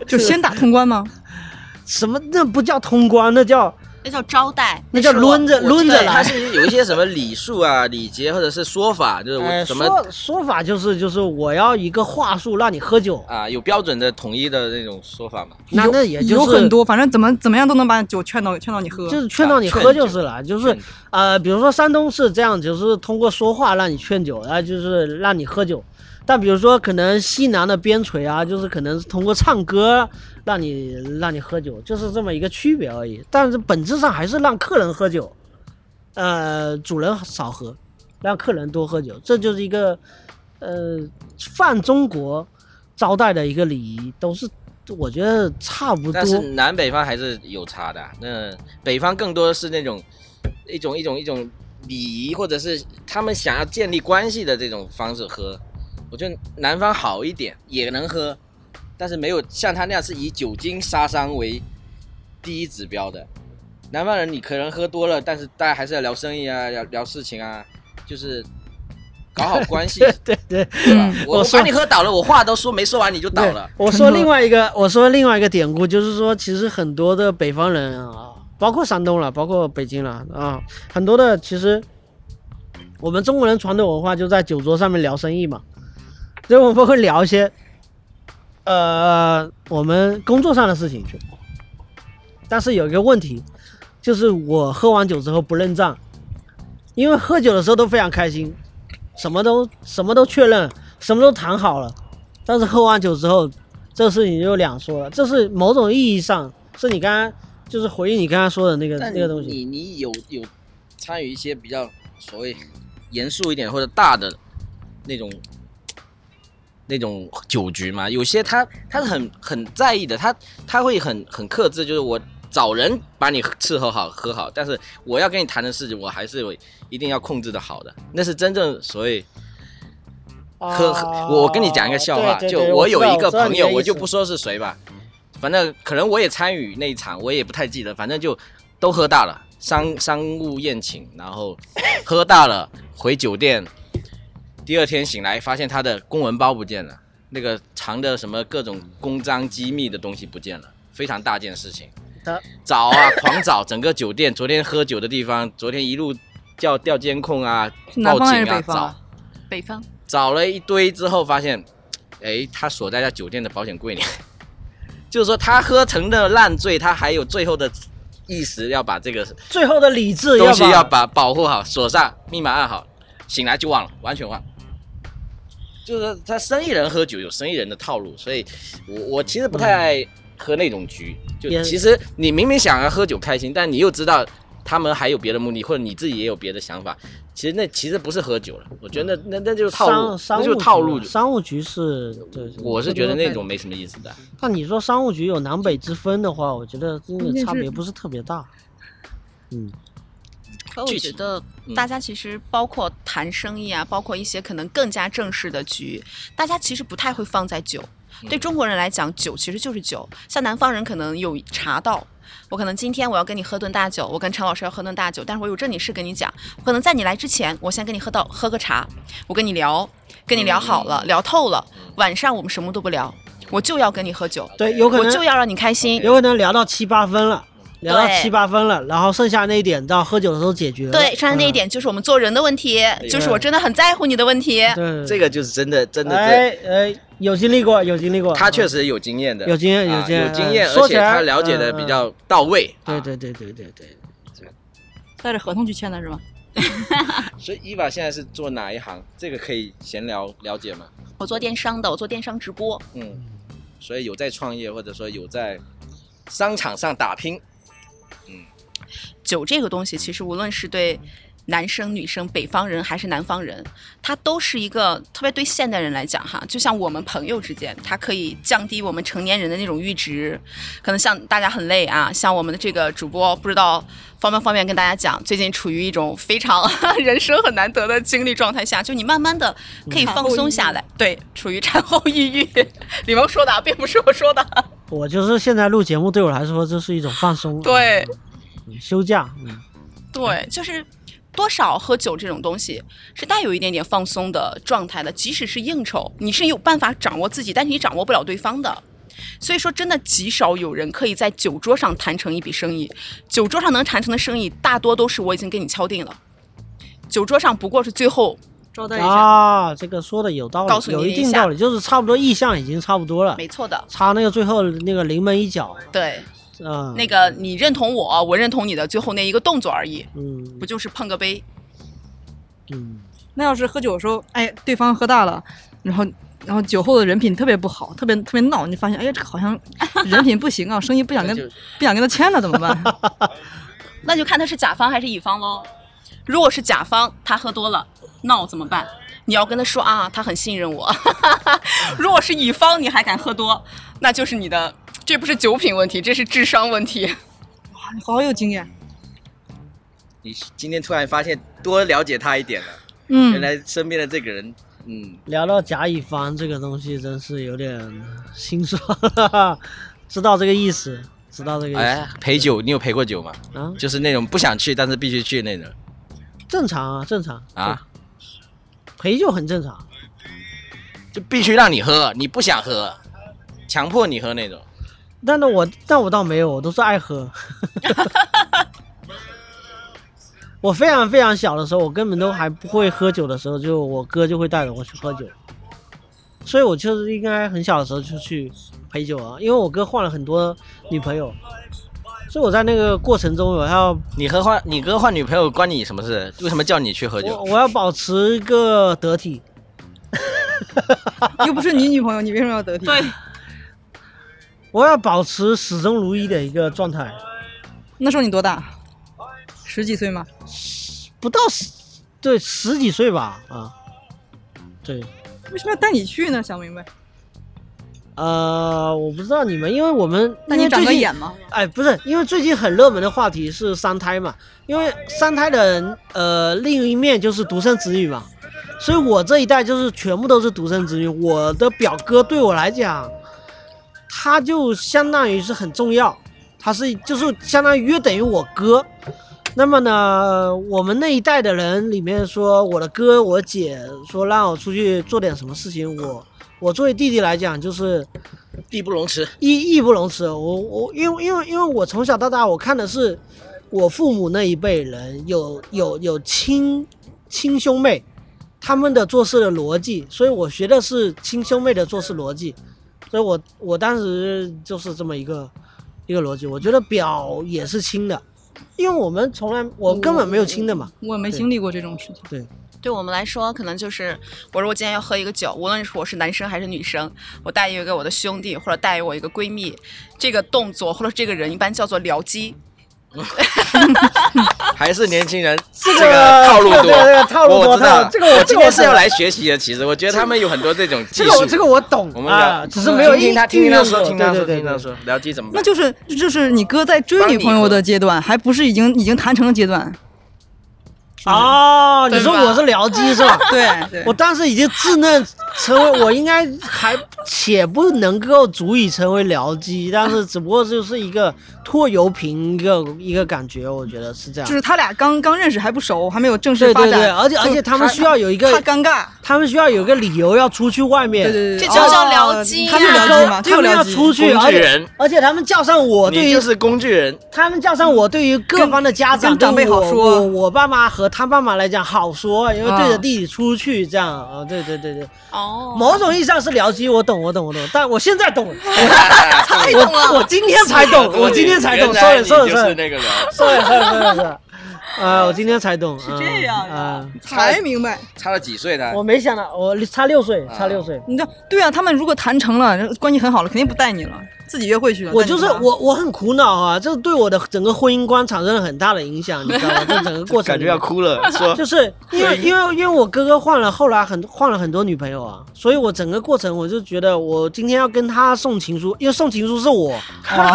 [SPEAKER 1] 就先打通关吗？
[SPEAKER 4] 什么？那不叫通关，那叫
[SPEAKER 3] 那叫招待，
[SPEAKER 4] 那叫
[SPEAKER 3] 是我
[SPEAKER 4] 抡着
[SPEAKER 2] 我
[SPEAKER 4] 抡
[SPEAKER 2] 记
[SPEAKER 4] 着
[SPEAKER 2] 得它
[SPEAKER 4] 来。
[SPEAKER 2] 是有一些什么礼数啊、礼节或者是说法，就是
[SPEAKER 4] 呃
[SPEAKER 2] 我怎么、
[SPEAKER 4] 说说法就是就是我要一个话术让你喝酒，
[SPEAKER 2] 啊有标准的统一的那种说法嘛。
[SPEAKER 4] 那
[SPEAKER 1] 有
[SPEAKER 4] 那也就是
[SPEAKER 1] 有很多，反正怎么怎么样都能把酒劝到劝到你喝。
[SPEAKER 4] 就是劝到你
[SPEAKER 2] 劝
[SPEAKER 4] 喝
[SPEAKER 2] 酒
[SPEAKER 4] 就是了，就是
[SPEAKER 2] 劝酒
[SPEAKER 4] 啊呃，比如说山东是这样，就是通过说话让你劝酒，然后就是让你喝酒。但比如说可能西南的边陲啊，就是可能是通过唱歌让你让你喝酒，就是这么一个区别而已。但是本质上还是让客人喝酒，呃，主人少喝，让客人多喝酒，这就是一个呃泛中国招待的一个礼仪，都是我觉得差不多
[SPEAKER 2] 但。是南北方还是有差的啊。那北方更多的是那种一种一种一种礼仪，或者是他们想要建立关系的这种方式喝。我觉得南方好一点，也能喝，但是没有像他那样是以酒精杀伤为第一指标的。南方人你可能喝多了，但是大家还是要聊生意啊，聊聊事情啊，就是搞好关 系，
[SPEAKER 4] 对对，
[SPEAKER 2] 对吧？我
[SPEAKER 4] 我
[SPEAKER 2] 我
[SPEAKER 4] 说
[SPEAKER 2] 把你喝倒了，我话都说没说完你就倒
[SPEAKER 4] 对，
[SPEAKER 2] 了。
[SPEAKER 4] 我说另外一个，我说另外一个典故，就是说，其实很多的北方人啊，包括山东了，包括北京了啊，很多的其实我们中国人传统文化就在酒桌上面聊生意嘛，所以我们会聊一些呃我们工作上的事情去。但是有一个问题，就是我喝完酒之后不认账，因为喝酒的时候都非常开心，什么都什么都确认，什么都谈好了。但是喝完酒之后，这事情就两说了。这是某种意义上是你刚刚就是回应你刚刚说的那个
[SPEAKER 2] 但
[SPEAKER 4] 那个东西，
[SPEAKER 2] 你你有有参与一些比较所谓严肃一点或者大的那种那种酒局嘛？有些他他是很很在意的，他他会很很克制，就是我找人把你伺候好喝好，但是我要跟你谈的事情，我还是有一定要控制的好的，那是真正所谓喝喝，我我跟你讲一个笑话，
[SPEAKER 4] 哦对对
[SPEAKER 2] 就
[SPEAKER 4] 对
[SPEAKER 2] 我
[SPEAKER 4] 我
[SPEAKER 2] 有
[SPEAKER 4] 知道
[SPEAKER 2] 一个
[SPEAKER 4] 知道
[SPEAKER 2] 朋
[SPEAKER 4] 你
[SPEAKER 2] 友，
[SPEAKER 4] 的意
[SPEAKER 2] 我就
[SPEAKER 4] 思
[SPEAKER 2] 不说是谁吧，反正可能我也参与那一场，我也不太记得，反正就都喝大了，商商务宴请，然后喝大了回酒店，第二天醒来发现他的公文包不见了，那个藏的什么各种公章机密的东西不见了，非常大件事情
[SPEAKER 4] 他。
[SPEAKER 2] 找啊， 狂找，整个酒店，昨天喝酒的地方，昨天一路叫调监控啊，
[SPEAKER 1] 是
[SPEAKER 2] 报
[SPEAKER 1] 南方还
[SPEAKER 2] 警
[SPEAKER 1] 是北，
[SPEAKER 2] 啊
[SPEAKER 1] 方
[SPEAKER 2] 找
[SPEAKER 1] 啊？
[SPEAKER 3] 北方
[SPEAKER 2] 找了一堆之后，发现，哎，他锁在他酒店的保险柜里， 就是说他喝成的烂醉，他还有最后的意识要把这个
[SPEAKER 4] 最后的理智
[SPEAKER 2] 东
[SPEAKER 4] 要
[SPEAKER 2] 西要把保护好，锁上，密码按好，醒来就忘了，完全忘了。就是他生意人喝酒有生意人的套路，所以我我其实不太爱喝那种局。就
[SPEAKER 4] 也
[SPEAKER 2] 其实你明明想要喝酒开心，但你又知道他们还有别的目的，或者你自己也有别的想法。其实那其实不是喝酒了，我觉得那那那就是套路
[SPEAKER 4] 商，商
[SPEAKER 2] 那
[SPEAKER 4] 务
[SPEAKER 2] 就是
[SPEAKER 4] 局
[SPEAKER 2] 套路
[SPEAKER 4] 嘛。商务局是，对，
[SPEAKER 2] 我是觉得那种。没什么意思的。
[SPEAKER 4] 但你说商务局有南北之分的话，我觉得真
[SPEAKER 1] 关
[SPEAKER 4] 的
[SPEAKER 1] 键
[SPEAKER 4] 差
[SPEAKER 1] 是
[SPEAKER 4] 别不是特别大。嗯，
[SPEAKER 3] 可我
[SPEAKER 2] 具
[SPEAKER 3] 觉
[SPEAKER 2] 体
[SPEAKER 3] 得
[SPEAKER 2] 嗯
[SPEAKER 3] 大家其实包括谈生意啊，包括一些可能更加正式的局，大家其实不太会放在酒。对中国人来讲，酒其实就是酒。像南方人可能有茶道，我可能今天我要跟你喝顿大酒，我跟陈老师要喝顿大酒，但是我有正经事跟你讲。我可能在你来之前，我先跟你喝到喝个茶，我跟你聊，跟你聊好了，聊透了，晚上我们什么都不聊，我就要跟你喝酒，
[SPEAKER 4] 对，有可
[SPEAKER 3] 我就
[SPEAKER 4] 能
[SPEAKER 3] 要让你开心。
[SPEAKER 4] 有可能聊到七八分了，聊到
[SPEAKER 3] 对
[SPEAKER 4] 七八分了，然后剩下那一点到喝酒的时候解决了。
[SPEAKER 3] 对，剩下那一
[SPEAKER 4] 嗯
[SPEAKER 3] 点就是我们做人的问题，就是我真的很在乎你的问题。
[SPEAKER 4] 嗯对，
[SPEAKER 2] 这个就是真的真的这。
[SPEAKER 4] 哎哎，有经历过，有经历过。嗯
[SPEAKER 2] 他确
[SPEAKER 4] 实
[SPEAKER 2] 实有经验的，
[SPEAKER 4] 有经验有
[SPEAKER 2] 啊
[SPEAKER 4] 经验
[SPEAKER 2] 有经验，
[SPEAKER 4] 嗯
[SPEAKER 2] 而
[SPEAKER 4] 说起
[SPEAKER 2] 且
[SPEAKER 4] 来
[SPEAKER 2] 他了解的
[SPEAKER 4] 嗯
[SPEAKER 2] 比较到位。
[SPEAKER 4] 对
[SPEAKER 2] 啊
[SPEAKER 4] 对对对对对，
[SPEAKER 1] 带着合同去签的是吗？
[SPEAKER 2] 所以伊娃现在是做哪一行？这个可以闲聊了解吗？
[SPEAKER 3] 我做电商的，我做电商直播，
[SPEAKER 2] 嗯，所以有在创业，或者说有在商场上打拼。
[SPEAKER 3] 酒这个东西，其实无论是对男生、女生、北方人还是南方人，它都是一个特别对现代人来讲哈，就像我们朋友之间，它可以降低我们成年人的那种阈值。可能像大家很累啊，像我们的这个主播，不知道方不方便跟大家讲，最近处于一种非常 人生很难得的经历状态下，就你慢慢的可以放松下来，对，处于产后抑郁。 李萌说的，啊，并不是我说的，
[SPEAKER 4] 我就是现在录节目，对我来说这是一种放松，
[SPEAKER 3] 对。
[SPEAKER 4] 嗯，休假，嗯，
[SPEAKER 3] 对，就是多少喝酒这种东西是带有一点点放松的状态的，即使是应酬，你是有办法掌握自己，但是你掌握不了对方的。所以说，真的极少有人可以在酒桌上谈成一笔生意。酒桌上能谈成的生意，大多都是我已经跟你敲定了。酒桌上不过是最后
[SPEAKER 1] 招待一下，
[SPEAKER 4] 啊，这个说的有道理，
[SPEAKER 3] 告诉你
[SPEAKER 4] 有
[SPEAKER 3] 一
[SPEAKER 4] 一定
[SPEAKER 3] 下
[SPEAKER 4] 道理，就是差不多意向已经差不多了，
[SPEAKER 3] 没错的，
[SPEAKER 4] 差那个最后那个临门一脚，
[SPEAKER 3] 对，
[SPEAKER 4] 嗯，
[SPEAKER 3] 那个你认同我，我认同你的最后那一个动作而已，
[SPEAKER 4] 嗯
[SPEAKER 3] 不就是碰个杯？
[SPEAKER 4] 嗯，
[SPEAKER 1] 那要是喝酒的时候，哎，对方喝大了，然后然后酒后的人品特别不好，特别特别闹，你就发现哎呀，这个好像人品不行 啊，生意不想跟
[SPEAKER 2] 就
[SPEAKER 1] 不想跟他签了，怎么办？
[SPEAKER 3] 那就看他是甲方还是乙方喽。如果是甲方，他喝多了闹怎么办？你要跟他说啊，他很信任我。 如果是乙方，你还敢喝多，那就是你的，这不是酒品问题，这是智商问题。
[SPEAKER 1] 哇你好有经验，
[SPEAKER 2] 你今天突然发现多了解他一点了，
[SPEAKER 1] 嗯
[SPEAKER 2] 原，来身边的这个人，嗯，
[SPEAKER 4] 聊到甲乙方这个东西，真是有点心酸，知道这个意思，知道这个意思、
[SPEAKER 2] 哎，陪酒，你有陪过酒吗？
[SPEAKER 4] 啊，
[SPEAKER 2] 就是那种不想去但是必须去那种
[SPEAKER 4] 正常啊，正常，
[SPEAKER 2] 啊，
[SPEAKER 4] 陪酒很正常。
[SPEAKER 2] 就必须让你喝，你不想喝，强迫你喝那种。
[SPEAKER 4] 但是我但我倒没有，我都是爱喝。 我非常非常小的时候，我根本都还不会喝酒的时候，就我哥就会带着我去喝酒，所以我就是应该很小的时候就去陪酒啊，因为我哥换了很多女朋友，所以我在那个过程中我要
[SPEAKER 2] 你和换你哥换女朋友关你什么事？为什么叫你去喝
[SPEAKER 4] 我
[SPEAKER 2] 酒？
[SPEAKER 4] 我要保持一个得体，
[SPEAKER 1] 嗯又不是你女朋友，你为什么要得体？
[SPEAKER 3] 对，
[SPEAKER 4] 我要保持始终如一的一个状态，
[SPEAKER 1] 那时候你多大？
[SPEAKER 4] 哎
[SPEAKER 1] 十几岁吗？
[SPEAKER 4] 不到十对十几岁吧啊，对，
[SPEAKER 1] 为什么要带你去呢？想不明白。
[SPEAKER 4] 呃，我不知道你们，因为我们
[SPEAKER 1] 那
[SPEAKER 4] 因
[SPEAKER 1] 你
[SPEAKER 4] 为
[SPEAKER 1] 长
[SPEAKER 4] 最
[SPEAKER 1] 个
[SPEAKER 4] 近
[SPEAKER 1] 眼吗？
[SPEAKER 4] 哎，不是，因为最近很热门的话题是三胎嘛，因为三胎的人，呃，另一面就是独生子女嘛，所以我这一代就是全部都是独生子女。我的表哥对我来讲，他就相当于是很重要，他是就是相当于约等于我哥。那么呢，我们那一代的人里面说，我的哥、我姐说让我出去做点什么事情，我我作为弟弟来讲就是。
[SPEAKER 2] 义不容辞。
[SPEAKER 4] 义义不容辞。我我因为因为因为我从小到大我看的是我父母那一辈人有有有亲亲兄妹，他们的做事的逻辑，所以我学的是亲兄妹的做事逻辑，所以我我当时就是这么一个一个逻辑。我觉得表也是亲的，因为我们从来我根本没有亲的嘛。
[SPEAKER 1] 我没经历过这种事情。
[SPEAKER 3] 对我们来说，可能就是我如果今天要喝一个酒，无论是我是男生还是女生，我带一个我的兄弟或者带我一个闺蜜，这个动作或者这个人一般叫做僚机。
[SPEAKER 2] 还是年轻人这
[SPEAKER 4] 个
[SPEAKER 2] 套路
[SPEAKER 4] 这个这个
[SPEAKER 2] 多，
[SPEAKER 4] 套路多
[SPEAKER 2] 我知
[SPEAKER 4] 套
[SPEAKER 2] 道
[SPEAKER 4] 路。这个我
[SPEAKER 2] 今
[SPEAKER 4] 这个
[SPEAKER 2] 天
[SPEAKER 4] 我
[SPEAKER 2] 是要
[SPEAKER 4] 懂
[SPEAKER 2] 来学习的，其实我觉得他们有很多这种技
[SPEAKER 4] 这
[SPEAKER 2] 术。
[SPEAKER 4] 个我这个我懂
[SPEAKER 2] 我们
[SPEAKER 4] 啊，
[SPEAKER 2] 聊
[SPEAKER 4] 只是没有
[SPEAKER 2] 听听他听听
[SPEAKER 4] 运
[SPEAKER 2] 他
[SPEAKER 4] 用
[SPEAKER 2] 说，
[SPEAKER 4] 过
[SPEAKER 2] 听他
[SPEAKER 4] 对
[SPEAKER 2] 说，
[SPEAKER 4] 对
[SPEAKER 2] 听
[SPEAKER 4] 对
[SPEAKER 2] 他
[SPEAKER 4] 对
[SPEAKER 2] 说，僚机怎么
[SPEAKER 1] 那
[SPEAKER 2] 办？
[SPEAKER 1] 就是就是你哥在追女朋友的阶段，还不是已经已经谈成的阶 段。
[SPEAKER 4] 哦，你
[SPEAKER 3] 对
[SPEAKER 4] 说
[SPEAKER 3] 吧
[SPEAKER 4] 我是僚机是吧？
[SPEAKER 1] 对对
[SPEAKER 4] 我当时已经稚嫩，成为我应该还且不能够足以成为僚机，但是只不过就是一个拖油瓶一个一个感觉，我觉得是这样。
[SPEAKER 1] 就是他俩刚刚认识还不熟，还没有正式
[SPEAKER 4] 对
[SPEAKER 1] 发
[SPEAKER 4] 对
[SPEAKER 1] 展，
[SPEAKER 4] 对，而且
[SPEAKER 1] 就
[SPEAKER 4] 而且他们需要有一
[SPEAKER 1] 怕
[SPEAKER 4] 个，
[SPEAKER 1] 尴尬。
[SPEAKER 4] 他们需要有一个理由要出去外
[SPEAKER 1] 对
[SPEAKER 4] 面，
[SPEAKER 1] 对对，
[SPEAKER 3] 这
[SPEAKER 1] 对
[SPEAKER 3] 就
[SPEAKER 1] 哦
[SPEAKER 3] 叫僚机
[SPEAKER 1] 他
[SPEAKER 3] 呀
[SPEAKER 1] 就
[SPEAKER 4] 他们
[SPEAKER 1] 僚机嘛，他
[SPEAKER 4] 要他
[SPEAKER 1] 有
[SPEAKER 4] 们要
[SPEAKER 1] 僚机
[SPEAKER 4] 出去，
[SPEAKER 2] 工
[SPEAKER 4] 而
[SPEAKER 2] 具
[SPEAKER 4] 且
[SPEAKER 2] 人
[SPEAKER 4] 而且他们叫上我，对
[SPEAKER 2] 你
[SPEAKER 4] 于
[SPEAKER 2] 就是工具人，
[SPEAKER 4] 他们叫上我，对于各方的家长
[SPEAKER 1] 跟长辈
[SPEAKER 4] 对我
[SPEAKER 1] 好说
[SPEAKER 4] 我我爸妈和他爸妈来讲好说，因为对着
[SPEAKER 1] 啊
[SPEAKER 4] 弟弟出去这样啊，对对对对。
[SPEAKER 3] 哦
[SPEAKER 4] 某种意义上是僚机，我懂，我懂，我懂，但我现在懂了，
[SPEAKER 3] 太
[SPEAKER 4] 我我我今天才 懂，我今天才
[SPEAKER 2] 原
[SPEAKER 4] 懂
[SPEAKER 2] 来
[SPEAKER 4] ，sorry
[SPEAKER 2] 你
[SPEAKER 4] sorry
[SPEAKER 2] 就是
[SPEAKER 4] sorry
[SPEAKER 2] 那个人。
[SPEAKER 4] sorry sorry sorry，呃，我今天才懂，是
[SPEAKER 1] 这样的
[SPEAKER 4] 啊，
[SPEAKER 1] 才明白。
[SPEAKER 2] 差了几岁呢？
[SPEAKER 4] 我没想到，我差六岁，
[SPEAKER 2] 啊
[SPEAKER 4] 差六岁，
[SPEAKER 1] 你知道，对啊，他们如果谈成了，关系很好了，肯定不带你了，自己约会去了。
[SPEAKER 4] 我
[SPEAKER 1] 带你
[SPEAKER 4] 就是
[SPEAKER 1] 干嘛，
[SPEAKER 4] 我，我很苦恼啊，这对我的整个婚姻观产生了很大的影响，你知道吗？这整个过程
[SPEAKER 2] 感觉要哭了，说
[SPEAKER 4] 就是因为因为因为我哥哥换了，后来很换了很多女朋友啊，所以我整个过程我就觉得我今天要跟他送情书，因为送情书是我，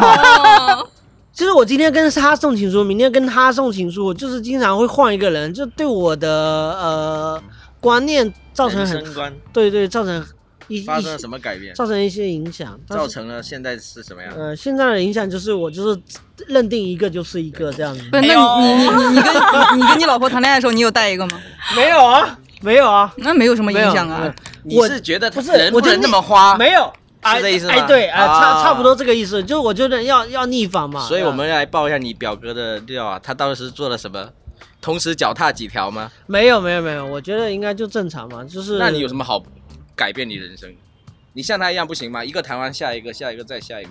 [SPEAKER 3] 哦
[SPEAKER 4] 就是我今天跟他送情书，明天跟他送情书，就是经常会换一个人，就对我的呃观念造成
[SPEAKER 2] 人
[SPEAKER 4] 很
[SPEAKER 2] 生观
[SPEAKER 4] 对对造成一
[SPEAKER 2] 发生了什
[SPEAKER 4] 一
[SPEAKER 2] 么改变，
[SPEAKER 4] 造成一些影响，但
[SPEAKER 2] 造
[SPEAKER 4] 是
[SPEAKER 2] 成了现在是什么样？
[SPEAKER 4] 呃现在的影响就是我就是认定一个就是一个这样子，
[SPEAKER 1] 不
[SPEAKER 3] 哎
[SPEAKER 1] 是？那你 你你你跟你你跟你老婆谈恋爱的时候，你有带一个吗？
[SPEAKER 4] 没有啊没有啊
[SPEAKER 1] 那没有什么
[SPEAKER 4] 没有
[SPEAKER 1] 影响
[SPEAKER 4] 没有
[SPEAKER 1] 啊。
[SPEAKER 2] 你
[SPEAKER 4] 我
[SPEAKER 2] 是觉得
[SPEAKER 4] 不是
[SPEAKER 2] 人
[SPEAKER 4] 我
[SPEAKER 2] 不
[SPEAKER 4] 就
[SPEAKER 2] 能那
[SPEAKER 4] 那
[SPEAKER 2] 么花，
[SPEAKER 4] 没有。哎
[SPEAKER 2] 这意思吗
[SPEAKER 4] 哎，对，哎，差
[SPEAKER 2] 啊
[SPEAKER 4] 差不多这个意思，就是我觉得要要逆反嘛。
[SPEAKER 2] 所以
[SPEAKER 4] 对吧
[SPEAKER 2] 我们来报一下你表哥的料啊，他当时做了什么？同时脚踏几条吗？
[SPEAKER 4] 没有没有没有，我觉得应该就正常嘛，就是
[SPEAKER 2] 那你有什么好改变你人生？你像他一样不行吗？一个谈完下一个，下一个再下一个，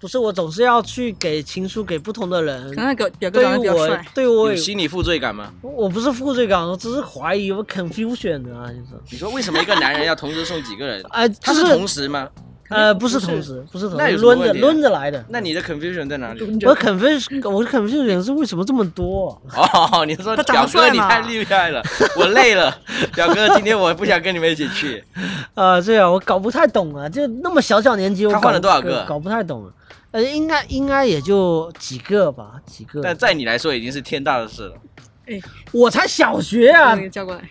[SPEAKER 4] 不是我总是要去给情书给不同的人
[SPEAKER 1] 可。能那个表哥长得比
[SPEAKER 4] 对于
[SPEAKER 1] 较
[SPEAKER 4] 我
[SPEAKER 1] 帅，，
[SPEAKER 4] 对于我
[SPEAKER 2] 有，心理负罪感吗？
[SPEAKER 4] 我不是负罪感，我只是怀疑，我 confusion 啊，就是，
[SPEAKER 2] 你说为什么一个男人要同时送几个人？
[SPEAKER 4] 哎，
[SPEAKER 2] 他
[SPEAKER 4] 就是
[SPEAKER 2] 同时吗？
[SPEAKER 4] 呃，不是
[SPEAKER 2] 不是
[SPEAKER 4] 同时，不是同
[SPEAKER 2] 那
[SPEAKER 4] 时，
[SPEAKER 2] 有什么
[SPEAKER 4] 抡着
[SPEAKER 2] 问题啊
[SPEAKER 4] 抡着来的。
[SPEAKER 2] 那你的 confusion 在哪里？
[SPEAKER 4] 我 confusion，我 confusion 是为什么这么多？
[SPEAKER 2] 哦，你说
[SPEAKER 1] 他长
[SPEAKER 2] 表
[SPEAKER 1] 得
[SPEAKER 2] 哥
[SPEAKER 1] 帅
[SPEAKER 2] 你
[SPEAKER 1] 嘛
[SPEAKER 2] 太厉害了，我累 了，表哥今天我不想跟你们一起去。
[SPEAKER 4] 啊，这样我搞不太懂啊，就那么小小年纪，我
[SPEAKER 2] 他
[SPEAKER 4] 搞
[SPEAKER 2] 换了多少个
[SPEAKER 4] 搞搞不太懂啊。呃，应该应该也就几个吧，几个。
[SPEAKER 2] 但在你来说已经是天大的事了。
[SPEAKER 4] 我才小学啊
[SPEAKER 1] 那，个叫过来，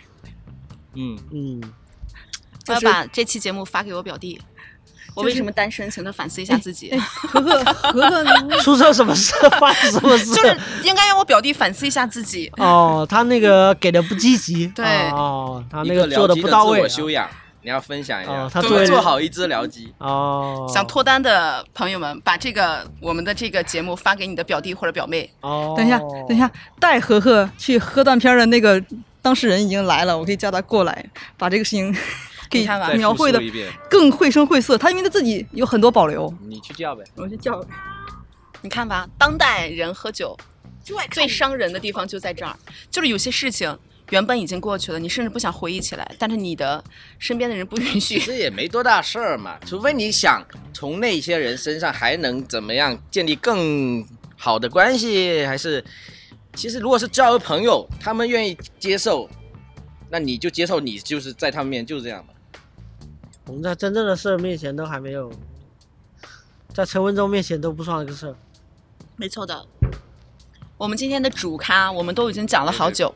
[SPEAKER 2] 嗯，
[SPEAKER 4] 嗯，
[SPEAKER 1] 就
[SPEAKER 3] 我要
[SPEAKER 1] 是
[SPEAKER 3] 把这期节目发给我表弟。我为什么单身，请他反思一 下自己。
[SPEAKER 1] 和和和 和
[SPEAKER 4] 出生什么事，发生 什么事？
[SPEAKER 3] 就是应该让我表弟反思一下自己。
[SPEAKER 4] 哦，他那个给的不积极，
[SPEAKER 3] 对
[SPEAKER 4] 哦，他
[SPEAKER 2] 一
[SPEAKER 4] 那个
[SPEAKER 2] 聊
[SPEAKER 4] 做
[SPEAKER 2] 机的
[SPEAKER 4] 得不到
[SPEAKER 2] 自
[SPEAKER 4] 位啊
[SPEAKER 2] 我，修养，你要分享一下
[SPEAKER 4] 哦。他
[SPEAKER 2] 怎
[SPEAKER 4] 作
[SPEAKER 2] 么
[SPEAKER 4] 为
[SPEAKER 2] 做好一只僚 机？
[SPEAKER 4] 哦，
[SPEAKER 3] 想脱单的朋友们，把这个我们的这个节目发给你的表弟或者表妹。
[SPEAKER 4] 哦，
[SPEAKER 1] 等一下，等一下，带和和去喝断片儿的那个当事人已经来了，我可以叫他过来，把这个事 情给
[SPEAKER 3] 你看
[SPEAKER 4] 啊
[SPEAKER 3] 吧
[SPEAKER 2] 再
[SPEAKER 1] 描
[SPEAKER 2] 复
[SPEAKER 1] 绘
[SPEAKER 2] 述
[SPEAKER 1] 的
[SPEAKER 2] 一遍，
[SPEAKER 1] 更绘声绘色。他因为他自己有很多保留，
[SPEAKER 2] 你去叫呗。
[SPEAKER 1] 我去叫
[SPEAKER 3] 你看吧，当代人喝酒最伤人的地方就在这儿，就是有些事情原本已经过去了，你甚至不想回忆起来，但是你的身边的人不允许
[SPEAKER 2] 其。实也没多大事儿嘛，除非你想从那些人身上还能怎么样建立更好的关系，还是其实如果是交个朋友，他们愿意接受，那你就接受，你就是在他们面前就是这样嘛。
[SPEAKER 4] 我们在真正的事儿面前都还没有，在陈文忠面前都不算个事儿。
[SPEAKER 3] 没错的。我们今天的主咖，我们都已经讲了好久。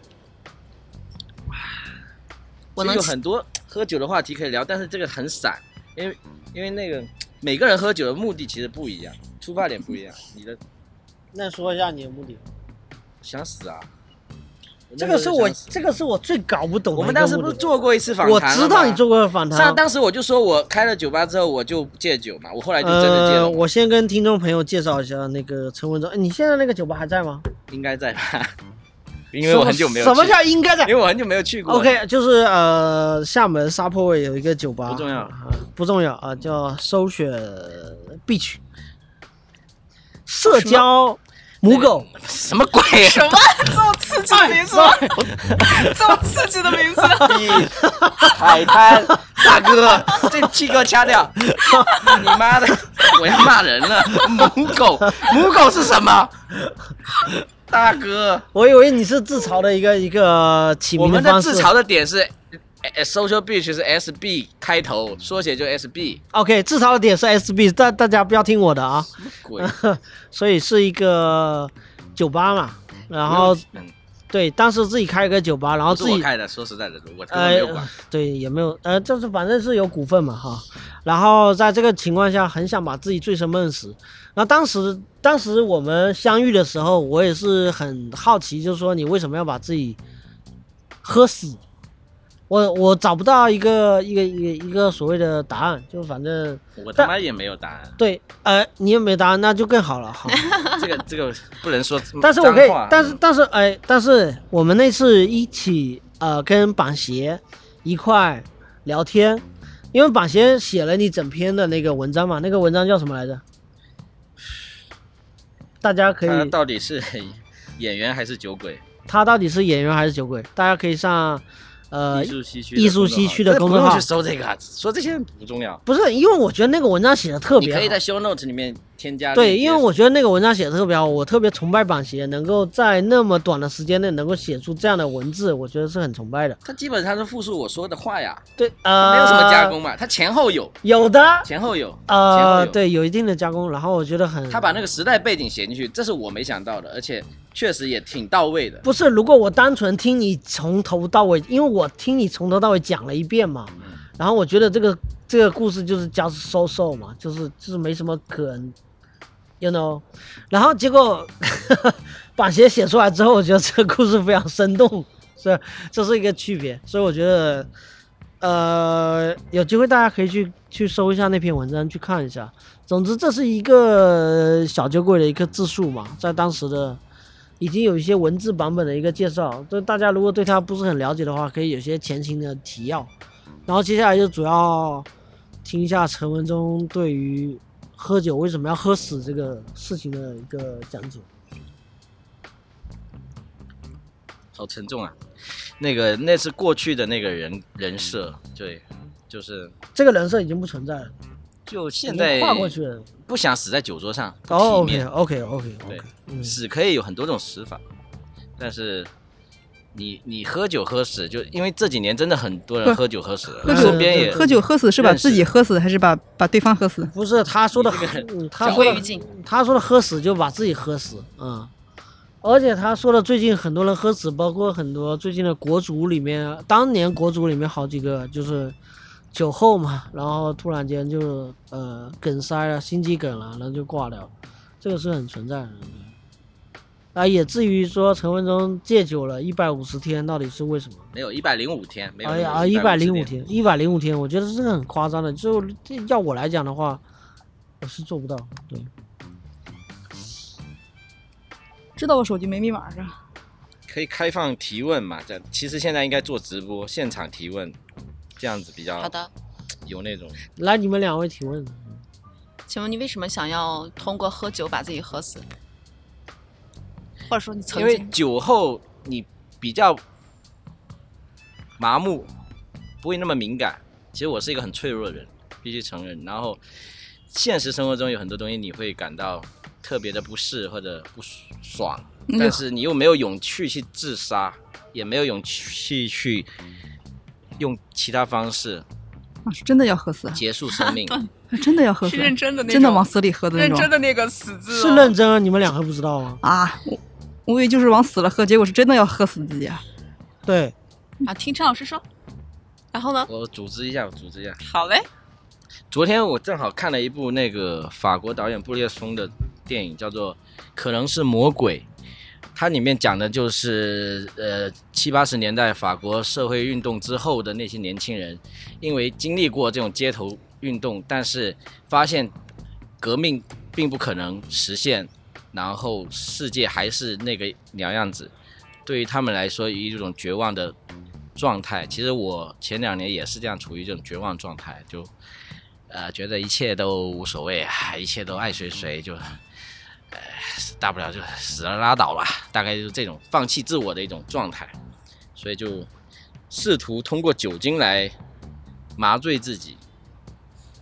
[SPEAKER 2] 其
[SPEAKER 3] 我
[SPEAKER 2] 实
[SPEAKER 3] 能
[SPEAKER 2] 有很多喝酒的话题可以聊，但是这个很散，因为因为那个每个人喝酒的目的其实不一样，出发点不一样。你的
[SPEAKER 4] 那说一下你的目的，
[SPEAKER 2] 想死啊？
[SPEAKER 4] 这个是
[SPEAKER 2] 那时候
[SPEAKER 4] 我
[SPEAKER 2] 就想死
[SPEAKER 4] 这个是我最搞不懂
[SPEAKER 2] 我
[SPEAKER 4] 的
[SPEAKER 2] 们
[SPEAKER 4] 一个
[SPEAKER 2] 当时
[SPEAKER 4] 目
[SPEAKER 2] 不
[SPEAKER 4] 的
[SPEAKER 2] 是做过一次访
[SPEAKER 4] 我
[SPEAKER 2] 谈了
[SPEAKER 4] 知道
[SPEAKER 2] 吗
[SPEAKER 4] 你做过访
[SPEAKER 2] 上
[SPEAKER 4] 谈。
[SPEAKER 2] 当时我就说我开了酒吧之后我就戒酒嘛，我后来就真的戒了嘛，
[SPEAKER 4] 呃，我先跟听众朋友介绍一下那个陈文忠，哎你现在那个酒吧还在吗？
[SPEAKER 2] 应该在吧？ 因为我很久没有
[SPEAKER 4] 什么
[SPEAKER 2] 去
[SPEAKER 4] 叫应该在
[SPEAKER 2] 因为我很久没有去过。
[SPEAKER 4] ？OK，就是呃，厦门沙坡尾有一个酒吧，
[SPEAKER 2] 不重 要
[SPEAKER 4] 啊，不重要啊，叫搜雪 Beach，社交母狗，
[SPEAKER 2] 什么鬼？
[SPEAKER 3] 什么 这么刺激的名字？ 这么刺激的名字？
[SPEAKER 2] 海滩大哥，这鸡哥掐 掉！你妈的，我要骂人了！母狗，母狗是什么？大哥，
[SPEAKER 4] 我以为你是自嘲的一个一个起
[SPEAKER 2] 我
[SPEAKER 4] 名
[SPEAKER 2] 们的
[SPEAKER 4] 方式。
[SPEAKER 2] 自嘲的点是呃，social beach 是 SB 开头，缩写就 SB。
[SPEAKER 4] OK，自嘲的点是 SB，大大家不要听我的啊，
[SPEAKER 2] 鬼，
[SPEAKER 4] 所以是一个酒吧嘛，然后
[SPEAKER 2] 嗯
[SPEAKER 4] 对，当时自己开了个酒吧，然后
[SPEAKER 2] 不是
[SPEAKER 4] 自
[SPEAKER 2] 我
[SPEAKER 4] 己
[SPEAKER 2] 开的，说实在的，我根本没有管
[SPEAKER 4] 呃。，对，也没有，呃，就是反正是有股份嘛哈。然后在这个情况下，很想把自己醉生梦死。然后当时，当时我们相遇的时候，我也是很好奇，就是说你为什么要把自己喝死？我我找不到一个一个一个一个所谓的答案，就反正
[SPEAKER 2] 我他妈也没有答案，
[SPEAKER 4] 对，呃，你也没答案，那就更好了哈。
[SPEAKER 2] 这个这个不能说
[SPEAKER 4] 但是我可
[SPEAKER 2] 嗯
[SPEAKER 4] 以
[SPEAKER 2] 脏话，
[SPEAKER 4] 但是但是哎，但是我们那次一起呃跟板鞋一块聊天，因为板鞋写了你整篇的那个文章嘛，那个文章叫什么来着？大家可以，
[SPEAKER 2] 他到底是演员还是酒鬼？
[SPEAKER 4] 他到底是演员还是酒鬼？大家可以上呃
[SPEAKER 2] 艺术西区的
[SPEAKER 4] 艺术西区的
[SPEAKER 2] 公
[SPEAKER 4] 公
[SPEAKER 2] 众号这不
[SPEAKER 4] 众号
[SPEAKER 2] 用去，搜这个啊，说这些不重要。
[SPEAKER 4] 不是因为我觉得那个文章写的特
[SPEAKER 2] 你
[SPEAKER 4] 别
[SPEAKER 2] 可以
[SPEAKER 4] 好
[SPEAKER 2] 在。show notes 里面添加链接。
[SPEAKER 4] 对，因为我觉得那个文章写的特别好，我特别崇拜板鞋能够在那么短的时间内能够写出这样的文字，我觉得是很崇拜的。
[SPEAKER 2] 他基本上是复述我说的话呀，
[SPEAKER 4] 对，
[SPEAKER 2] 他
[SPEAKER 4] 呃，
[SPEAKER 2] 没有什么加工嘛，他前后有，
[SPEAKER 4] 有的，
[SPEAKER 2] 前后有，前后
[SPEAKER 4] 呃，
[SPEAKER 2] 有。
[SPEAKER 4] 对，有一定的加工，然后我觉得很，
[SPEAKER 2] 他把那个时代背景写进去，这是我没想到的，而且确实也挺到位的。
[SPEAKER 4] 不是，如果我单纯听你从头到尾，因为我听你从头到尾讲了一遍嘛，然后我觉得这个这个故事就是加收收嘛，就是就是没什么可，you know，然后结果 板鞋写出来之后，我觉得这个故事非常生动， 是这是一个区别，所以我觉得。呃，有机会大家可以去去搜一下那篇文章，去看一下。总之，这是一个小酒鬼的一个自述嘛，在当时的已经有一些文字版本的一个介绍，所以大家如果对他不是很了解的话，可以有些前情的提要。然后接下来就主要听一下陈文忠对于喝酒为什么要喝死这个事情的一个讲解。
[SPEAKER 2] 好沉重啊。那个那是过去的那个人人设，对，就是
[SPEAKER 4] 这个人设已经不存在了，
[SPEAKER 2] 就现
[SPEAKER 4] 已经
[SPEAKER 2] 在
[SPEAKER 4] 跨过去了。
[SPEAKER 2] 不想死在酒桌上，不
[SPEAKER 4] 哦
[SPEAKER 2] 体面
[SPEAKER 4] ，OK OK OK
[SPEAKER 2] 对
[SPEAKER 4] OK，嗯，
[SPEAKER 2] 死可以有很多种死法，但是你你喝酒喝死，就因为这几年真的很多 人
[SPEAKER 1] 不
[SPEAKER 2] 喝酒喝死了，
[SPEAKER 1] 喝
[SPEAKER 2] 身
[SPEAKER 4] 哎
[SPEAKER 2] 边
[SPEAKER 1] 酒
[SPEAKER 2] 也
[SPEAKER 1] 喝酒喝死是把
[SPEAKER 2] 认识
[SPEAKER 1] 自己喝死，还是把把对方喝死？
[SPEAKER 4] 不是他说的
[SPEAKER 2] 你这个，
[SPEAKER 4] 嗯他
[SPEAKER 2] 讲
[SPEAKER 4] 说
[SPEAKER 3] 归
[SPEAKER 4] 的
[SPEAKER 3] 于尽。
[SPEAKER 4] 他说的喝死就把自己喝死啊、嗯而且他说的最近很多人喝死，包括很多最近的国足里面，当年国足里面好几个就是酒后嘛，然后突然间就呃梗塞了，心肌梗了，然后就挂掉，这个是很存在的。啊，也至于说陈文忠戒酒了一百五十天，到底是为什么？
[SPEAKER 2] 没有一百零五天，没有
[SPEAKER 4] 哎
[SPEAKER 2] 那
[SPEAKER 4] 呀，
[SPEAKER 2] 个
[SPEAKER 4] 啊，一百零
[SPEAKER 2] 150
[SPEAKER 4] 五天，一百零五天，我觉得是很夸张的。就这要我来讲的话，我是做不到。对，
[SPEAKER 1] 知道我手机没密码是吧？
[SPEAKER 2] 可以开放提问嘛？这样其实现在应该做直播，现场提问，这样子比较
[SPEAKER 3] 好的，
[SPEAKER 2] 有那种
[SPEAKER 4] 来，你们两位提问。
[SPEAKER 3] 请问你为什么想要通过喝酒把自己喝死？或者说你曾
[SPEAKER 2] 因为
[SPEAKER 3] 经
[SPEAKER 2] 酒后你比较麻木，不会那么敏感。其实我是一个很脆弱的人，必须承认。然后现实生活中有很多东西你会感到特别的不适或者不爽，
[SPEAKER 1] 嗯
[SPEAKER 2] 但是你又没有勇气去自杀，也没有勇气去用其他方式
[SPEAKER 1] 啊，是真的要喝死，
[SPEAKER 2] 结束生命。
[SPEAKER 1] 真的要喝死，啊
[SPEAKER 3] 是认真的那种，
[SPEAKER 1] 真的往死里喝的那
[SPEAKER 3] 认
[SPEAKER 1] 种
[SPEAKER 3] 真的那个死字、哦
[SPEAKER 4] 是认真啊，你们两个不知道吗？
[SPEAKER 1] 啊！我我以为就是往死了喝，结果是真的要喝死自己啊！
[SPEAKER 4] 对，
[SPEAKER 3] 啊！听陈老师说，然后呢？
[SPEAKER 2] 我组织一下，我组织一下。
[SPEAKER 3] 好嘞，
[SPEAKER 2] 昨天我正好看了一部那个法国导演布列松的电影，叫做《可能是魔鬼》，它里面讲的就是呃七八十年代法国社会运动之后的那些年轻人，因为经历过这种街头运动，但是发现革命并不可能实现，然后世界还是那个鸟样子，对于他们来说，一种绝望的状态。其实我前两年也是这样，处于这种绝望状态，就呃觉得一切都无所谓啊，一切都爱谁谁，就呃大不了就死了拉倒吧，大概就是这种放弃自我的一种状态。所以就试图通过酒精来麻醉自己，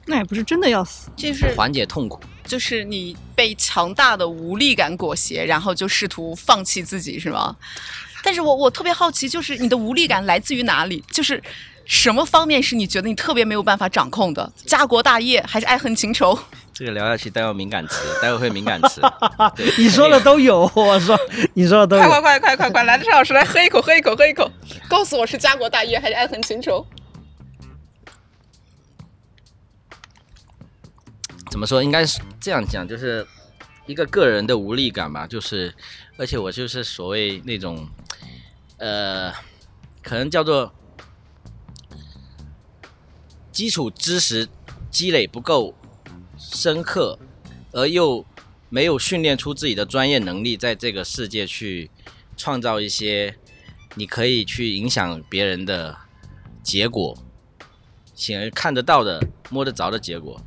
[SPEAKER 1] 那也不是真的要死，
[SPEAKER 3] 就是
[SPEAKER 2] 缓解痛苦。
[SPEAKER 3] 就是你被强大的无力感裹挟，然后就试图放弃自己，是吗？但是我我特别好奇，就是你的无力感来自于哪里？就是什么方面是你觉得你特别没有办法掌控的？家国大业还是爱恨情仇？
[SPEAKER 2] 这个聊下去，待会敏感词，待会会敏感 词。对
[SPEAKER 4] 你说的都有，我 说你说的 都
[SPEAKER 3] 快快快
[SPEAKER 4] 有。
[SPEAKER 3] 快快快！来，陈老师来喝一口，喝一口，喝一口，告诉我是家国大业还是爱恨情仇？
[SPEAKER 2] 怎么说？应该是这样讲，就是一个个人的无力感吧。就是，而且我就是所谓那种，呃，可能叫做基础知识积累不够深刻，而又没有训练出自己的专业能力，在这个世界去创造一些你可以去影响别人的结果，显而看得到的、摸得着的结果。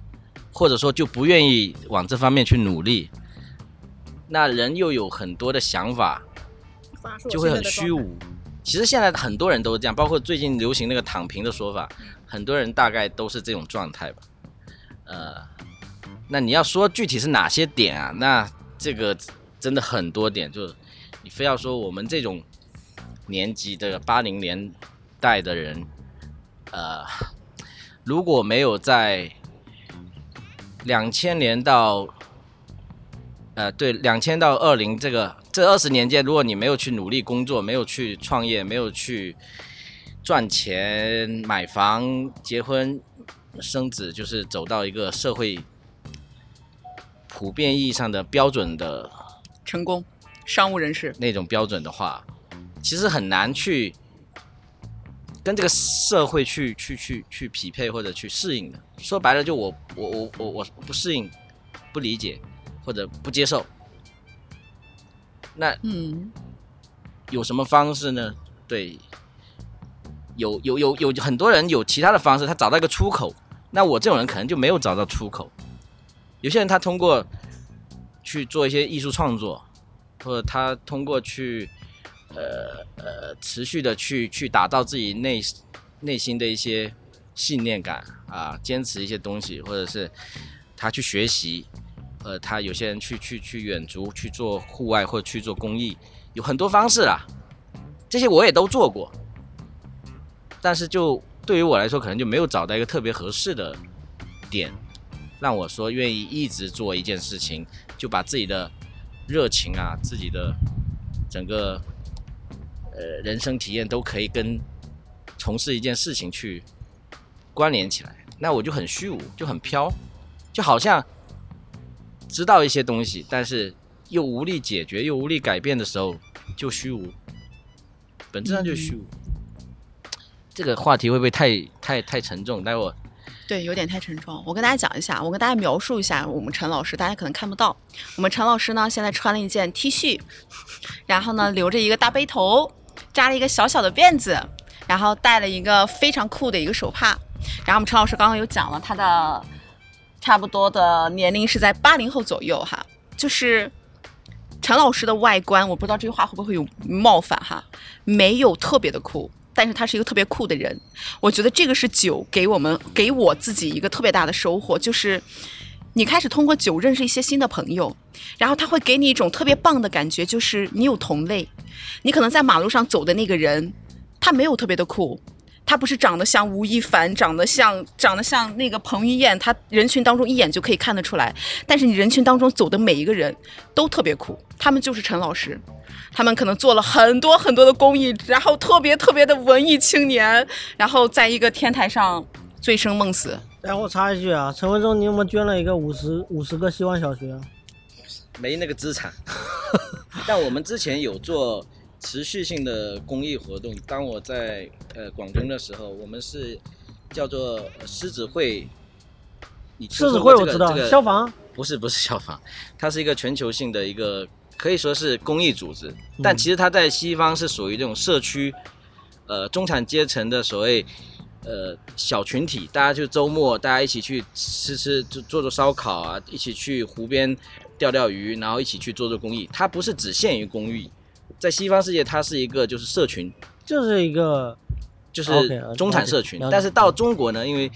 [SPEAKER 2] 或者说就不愿意往这方面去努力，那人又有很多的想法，就会很虚无。其实现在很多人都是这样，包括最近流行那个“躺平”的说法，很多人大概都是这种状态吧。呃，那你要说具体是哪些点啊？那这个真的很多点，就是你非要说我们这种年级的八零年代的人，呃，如果没有在两千年到，呃，对，两千到二零这个这二十年间，如果你没有去努力工作，没有去创业，没有去赚钱、买房、结婚、生子，就是走到一个社会普遍意义上的标准的
[SPEAKER 3] 成功，商务人士。
[SPEAKER 2] 那种标准的话，其实很难去跟这个社会去去去去匹配或者去适应的。说白了，就我我我我我不适应、不理解或者不接受。那
[SPEAKER 3] 嗯，
[SPEAKER 2] 有什么方式呢？对，有有有有很多人有其他的方式，他找到一个出口。那我这种人可能就没有找到出口，有些人他通过去做一些艺术创作，或者他通过去呃呃持续的去去打造自己内内心的一些信念感啊，坚持一些东西，或者是他去学习，呃，他有些人去去去远足去做户外或者去做公益，有很多方式啦，这些我也都做过，但是就对于我来说，可能就没有找到一个特别合适的点，让我说愿意一直做一件事情，就把自己的热情啊，自己的整个呃人生体验都可以跟从事一件事情去关联起来。那我就很虚无，就很飘，就好像知道一些东西，但是又无力解决，又无力改变的时候，就虚无，本质上就是虚无。这个话题会不会太太太沉重？待会儿
[SPEAKER 3] 对，有点太沉重。我跟大家讲一下，我跟大家描述一下我们陈老师，大家可能看不到。我们陈老师呢，现在穿了一件 T 恤，然后呢留着一个大背头，扎了一个小小的辫子，然后戴了一个非常酷的一个手帕。然后我们陈老师刚刚有讲了，他的差不多的年龄是在八零后左右哈，就是陈老师的外观，我不知道这句话会不会有冒犯哈，没有特别的酷，但是他是一个特别酷的人。我觉得这个是酒给我们给我自己一个特别大的收获，就是你开始通过酒认识一些新的朋友，然后他会给你一种特别棒的感觉，就是你有同类。你可能在马路上走的那个人，他没有特别的酷，他不是长得像吴亦凡，长得像长得像那个彭于晏，他人群当中一眼就可以看得出来。但是你人群当中走的每一个人都特别酷，他们就是陈老师。他们可能做了很多很多的公益，然后特别特别的文艺青年，然后在一个天台上醉生梦死。
[SPEAKER 4] 哎，我插一句啊，陈文忠，你有没有捐了一个五十五十个希望小学啊？
[SPEAKER 2] 没那个资 产。但我们之前有做持续性的公益活动。当我在呃广东的时候，我们是叫做呃狮子会。你听
[SPEAKER 4] 狮子
[SPEAKER 2] 说
[SPEAKER 4] 会
[SPEAKER 2] 过这
[SPEAKER 4] 我
[SPEAKER 2] 个
[SPEAKER 4] 知道啊
[SPEAKER 2] 这，个
[SPEAKER 4] 消防
[SPEAKER 2] 不是不是消防，它是一个全球性的一个可以说是公益组织，
[SPEAKER 4] 嗯
[SPEAKER 2] 但其实它在西方是属于这种社区，呃，中产阶层的所谓呃小群体，大家就周末大家一起去吃吃做做做烧烤啊，一起去湖边钓钓鱼，然后一起去做做公益。它不是只限于公益，在西方世界它是一个就是社群，
[SPEAKER 4] 就是一个
[SPEAKER 2] 就
[SPEAKER 4] OK，
[SPEAKER 2] 是
[SPEAKER 4] 了解
[SPEAKER 2] 中产社群
[SPEAKER 4] 了解，嗯
[SPEAKER 2] 但是到中国呢，因为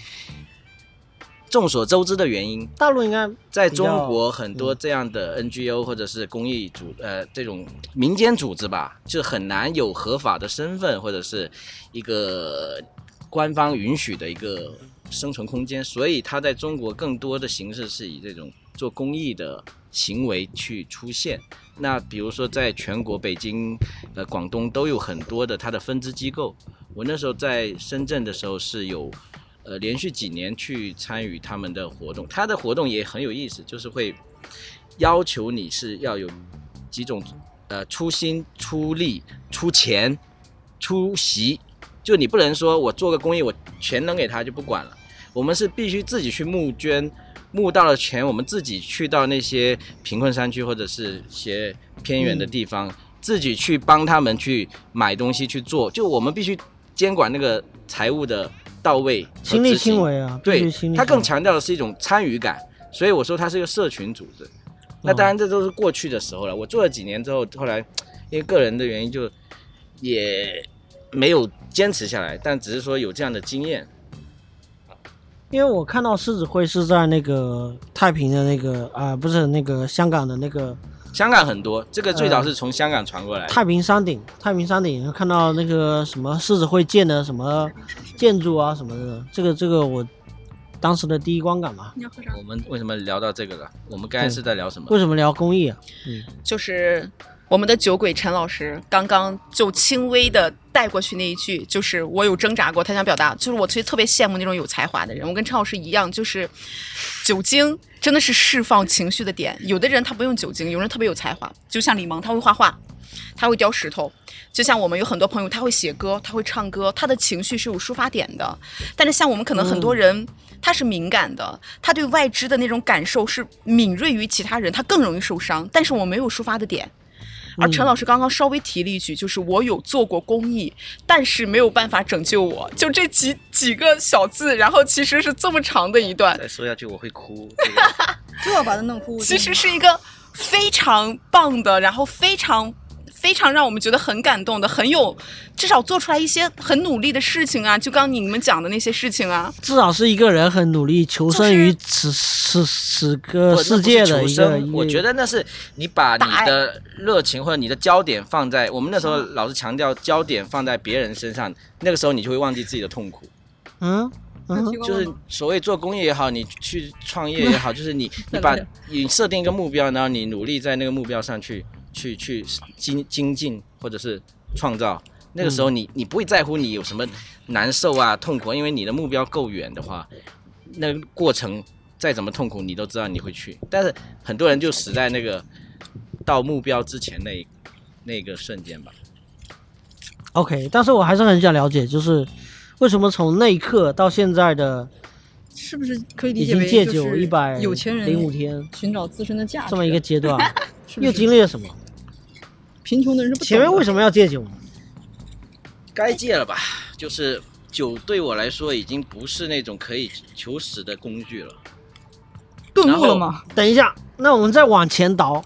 [SPEAKER 2] 众所周知的原因，
[SPEAKER 4] 大陆应该
[SPEAKER 2] 在中国很多这样的 NGO 或者是公益组呃这种民间组织吧，就很难有合法的身份或者是一个官方允许的一个生存空间，所以它在中国更多的形式是以这种做公益的行为去出现。那比如说，在全国北京、呃广东都有很多的它的分支机构。我那时候在深圳的时候是有，呃，连续几年去参与他们的活动。他的活动也很有意思，就是会要求你是要有几种，呃，出心、出力、出钱、出席，就你不能说我做个公益，我全扔给他就不管了。我们是必须自己去募捐，募到了钱，我们自己去到那些贫困山区或者是一些偏远的地方，自己去帮他们去买东西去做。就我们必须监管那个财务的到位，
[SPEAKER 4] 亲力亲。为啊，必
[SPEAKER 2] 对
[SPEAKER 4] 须亲，力
[SPEAKER 2] 它
[SPEAKER 4] 亲为
[SPEAKER 2] 更强调的是一种参与感，所以我说它是一个社群组织。那当然，这都是过去的时候了。我做了几年之后，后来因为个人的原因，就也没有坚持下来，但只是说有这样的经验。
[SPEAKER 4] 因为我看到狮子会是在那个太平的那个啊、不是那个香港的那个
[SPEAKER 2] 香港很多，这个最早是从香港传过来的。
[SPEAKER 4] 太平山顶，太平山顶看到那个什么狮子会建的什么建筑啊什么的，这个这个我当时的第一观感吧。
[SPEAKER 3] 你要喝啥
[SPEAKER 2] 我们为什么聊到这个了？我们刚才是在聊什么？
[SPEAKER 4] 为什么聊公益啊？
[SPEAKER 3] 就是我们的酒鬼陈老师刚刚就轻微的带过去那一句，就是我有挣扎过，他想表达，就是我其实特别羡慕那种有才华的人。我跟陈老师一样，就是酒精真的是释放情绪的点。有的人他不用酒精，有人特别有才华，就像李萌，他会画画。他会雕石头，就像我们有很多朋友，他会写歌，他会唱歌，他的情绪是有抒发点的。但是像我们可能很多人，他是敏感的，他对外知的那种感受是敏锐于其他人，他更容易受伤。但是我没有抒发的点。而陈老师刚刚稍微提了一句，就是我有做过公益，但是没有办法拯救我，就这几几个小字，然后其实是这么长的一段。
[SPEAKER 2] 再说下去我会哭。这个
[SPEAKER 1] 这把它弄哭。
[SPEAKER 3] 其实是一个非常棒的，然后非常非常让我们觉得很感动的，很有至少做出来一些很努力的事情啊，就刚你们讲的那些事情啊，
[SPEAKER 4] 至少是一个人很努力求生于此此此
[SPEAKER 2] 不
[SPEAKER 4] 个
[SPEAKER 2] 那
[SPEAKER 4] 世
[SPEAKER 2] 不是
[SPEAKER 4] 界
[SPEAKER 2] 求
[SPEAKER 4] 的一个
[SPEAKER 2] 生，
[SPEAKER 4] 一
[SPEAKER 2] 我
[SPEAKER 4] 个
[SPEAKER 2] 觉得那是你把
[SPEAKER 3] 大爱
[SPEAKER 2] 你的热情或者你的焦点放在我们那时候老是强调焦点放在别人身上，那个时候你就会忘记自己的痛苦。
[SPEAKER 4] 嗯嗯
[SPEAKER 2] 就是所谓做公益也好，你去创业也好，就是你你把你设定一个目标，然后你努力在那个目标上去去去精精进或者是创造。那个时候你你不会在乎你有什么难受啊痛苦啊，因为你的目标够远的话，那个过程再怎么痛苦你都知道你会去。但是很多人就死在那个到目标之前那一那个瞬间吧。
[SPEAKER 4] ，OK，但是我还是很想了解，就是为什么从那一刻到现在的
[SPEAKER 1] 是不是可以理
[SPEAKER 4] 已
[SPEAKER 1] 解
[SPEAKER 4] 经
[SPEAKER 1] 为
[SPEAKER 4] 戒
[SPEAKER 1] 就
[SPEAKER 4] 酒
[SPEAKER 1] 是
[SPEAKER 4] 一百
[SPEAKER 1] 有钱人
[SPEAKER 4] 零五天
[SPEAKER 1] 寻找自身的价值
[SPEAKER 4] 这么一个阶段，
[SPEAKER 1] 是不
[SPEAKER 4] 又
[SPEAKER 1] 是
[SPEAKER 4] 经历了 什么？
[SPEAKER 1] 贫穷的人是不
[SPEAKER 4] 前面为
[SPEAKER 1] 么
[SPEAKER 4] 什么要戒酒呢？
[SPEAKER 2] 该戒了吧，就是酒对我来说已经不是那种可以求死的工具了。
[SPEAKER 1] 顿
[SPEAKER 2] 然
[SPEAKER 1] 悟了
[SPEAKER 2] 后
[SPEAKER 1] 吗？
[SPEAKER 4] 等一下，那我们再往前倒，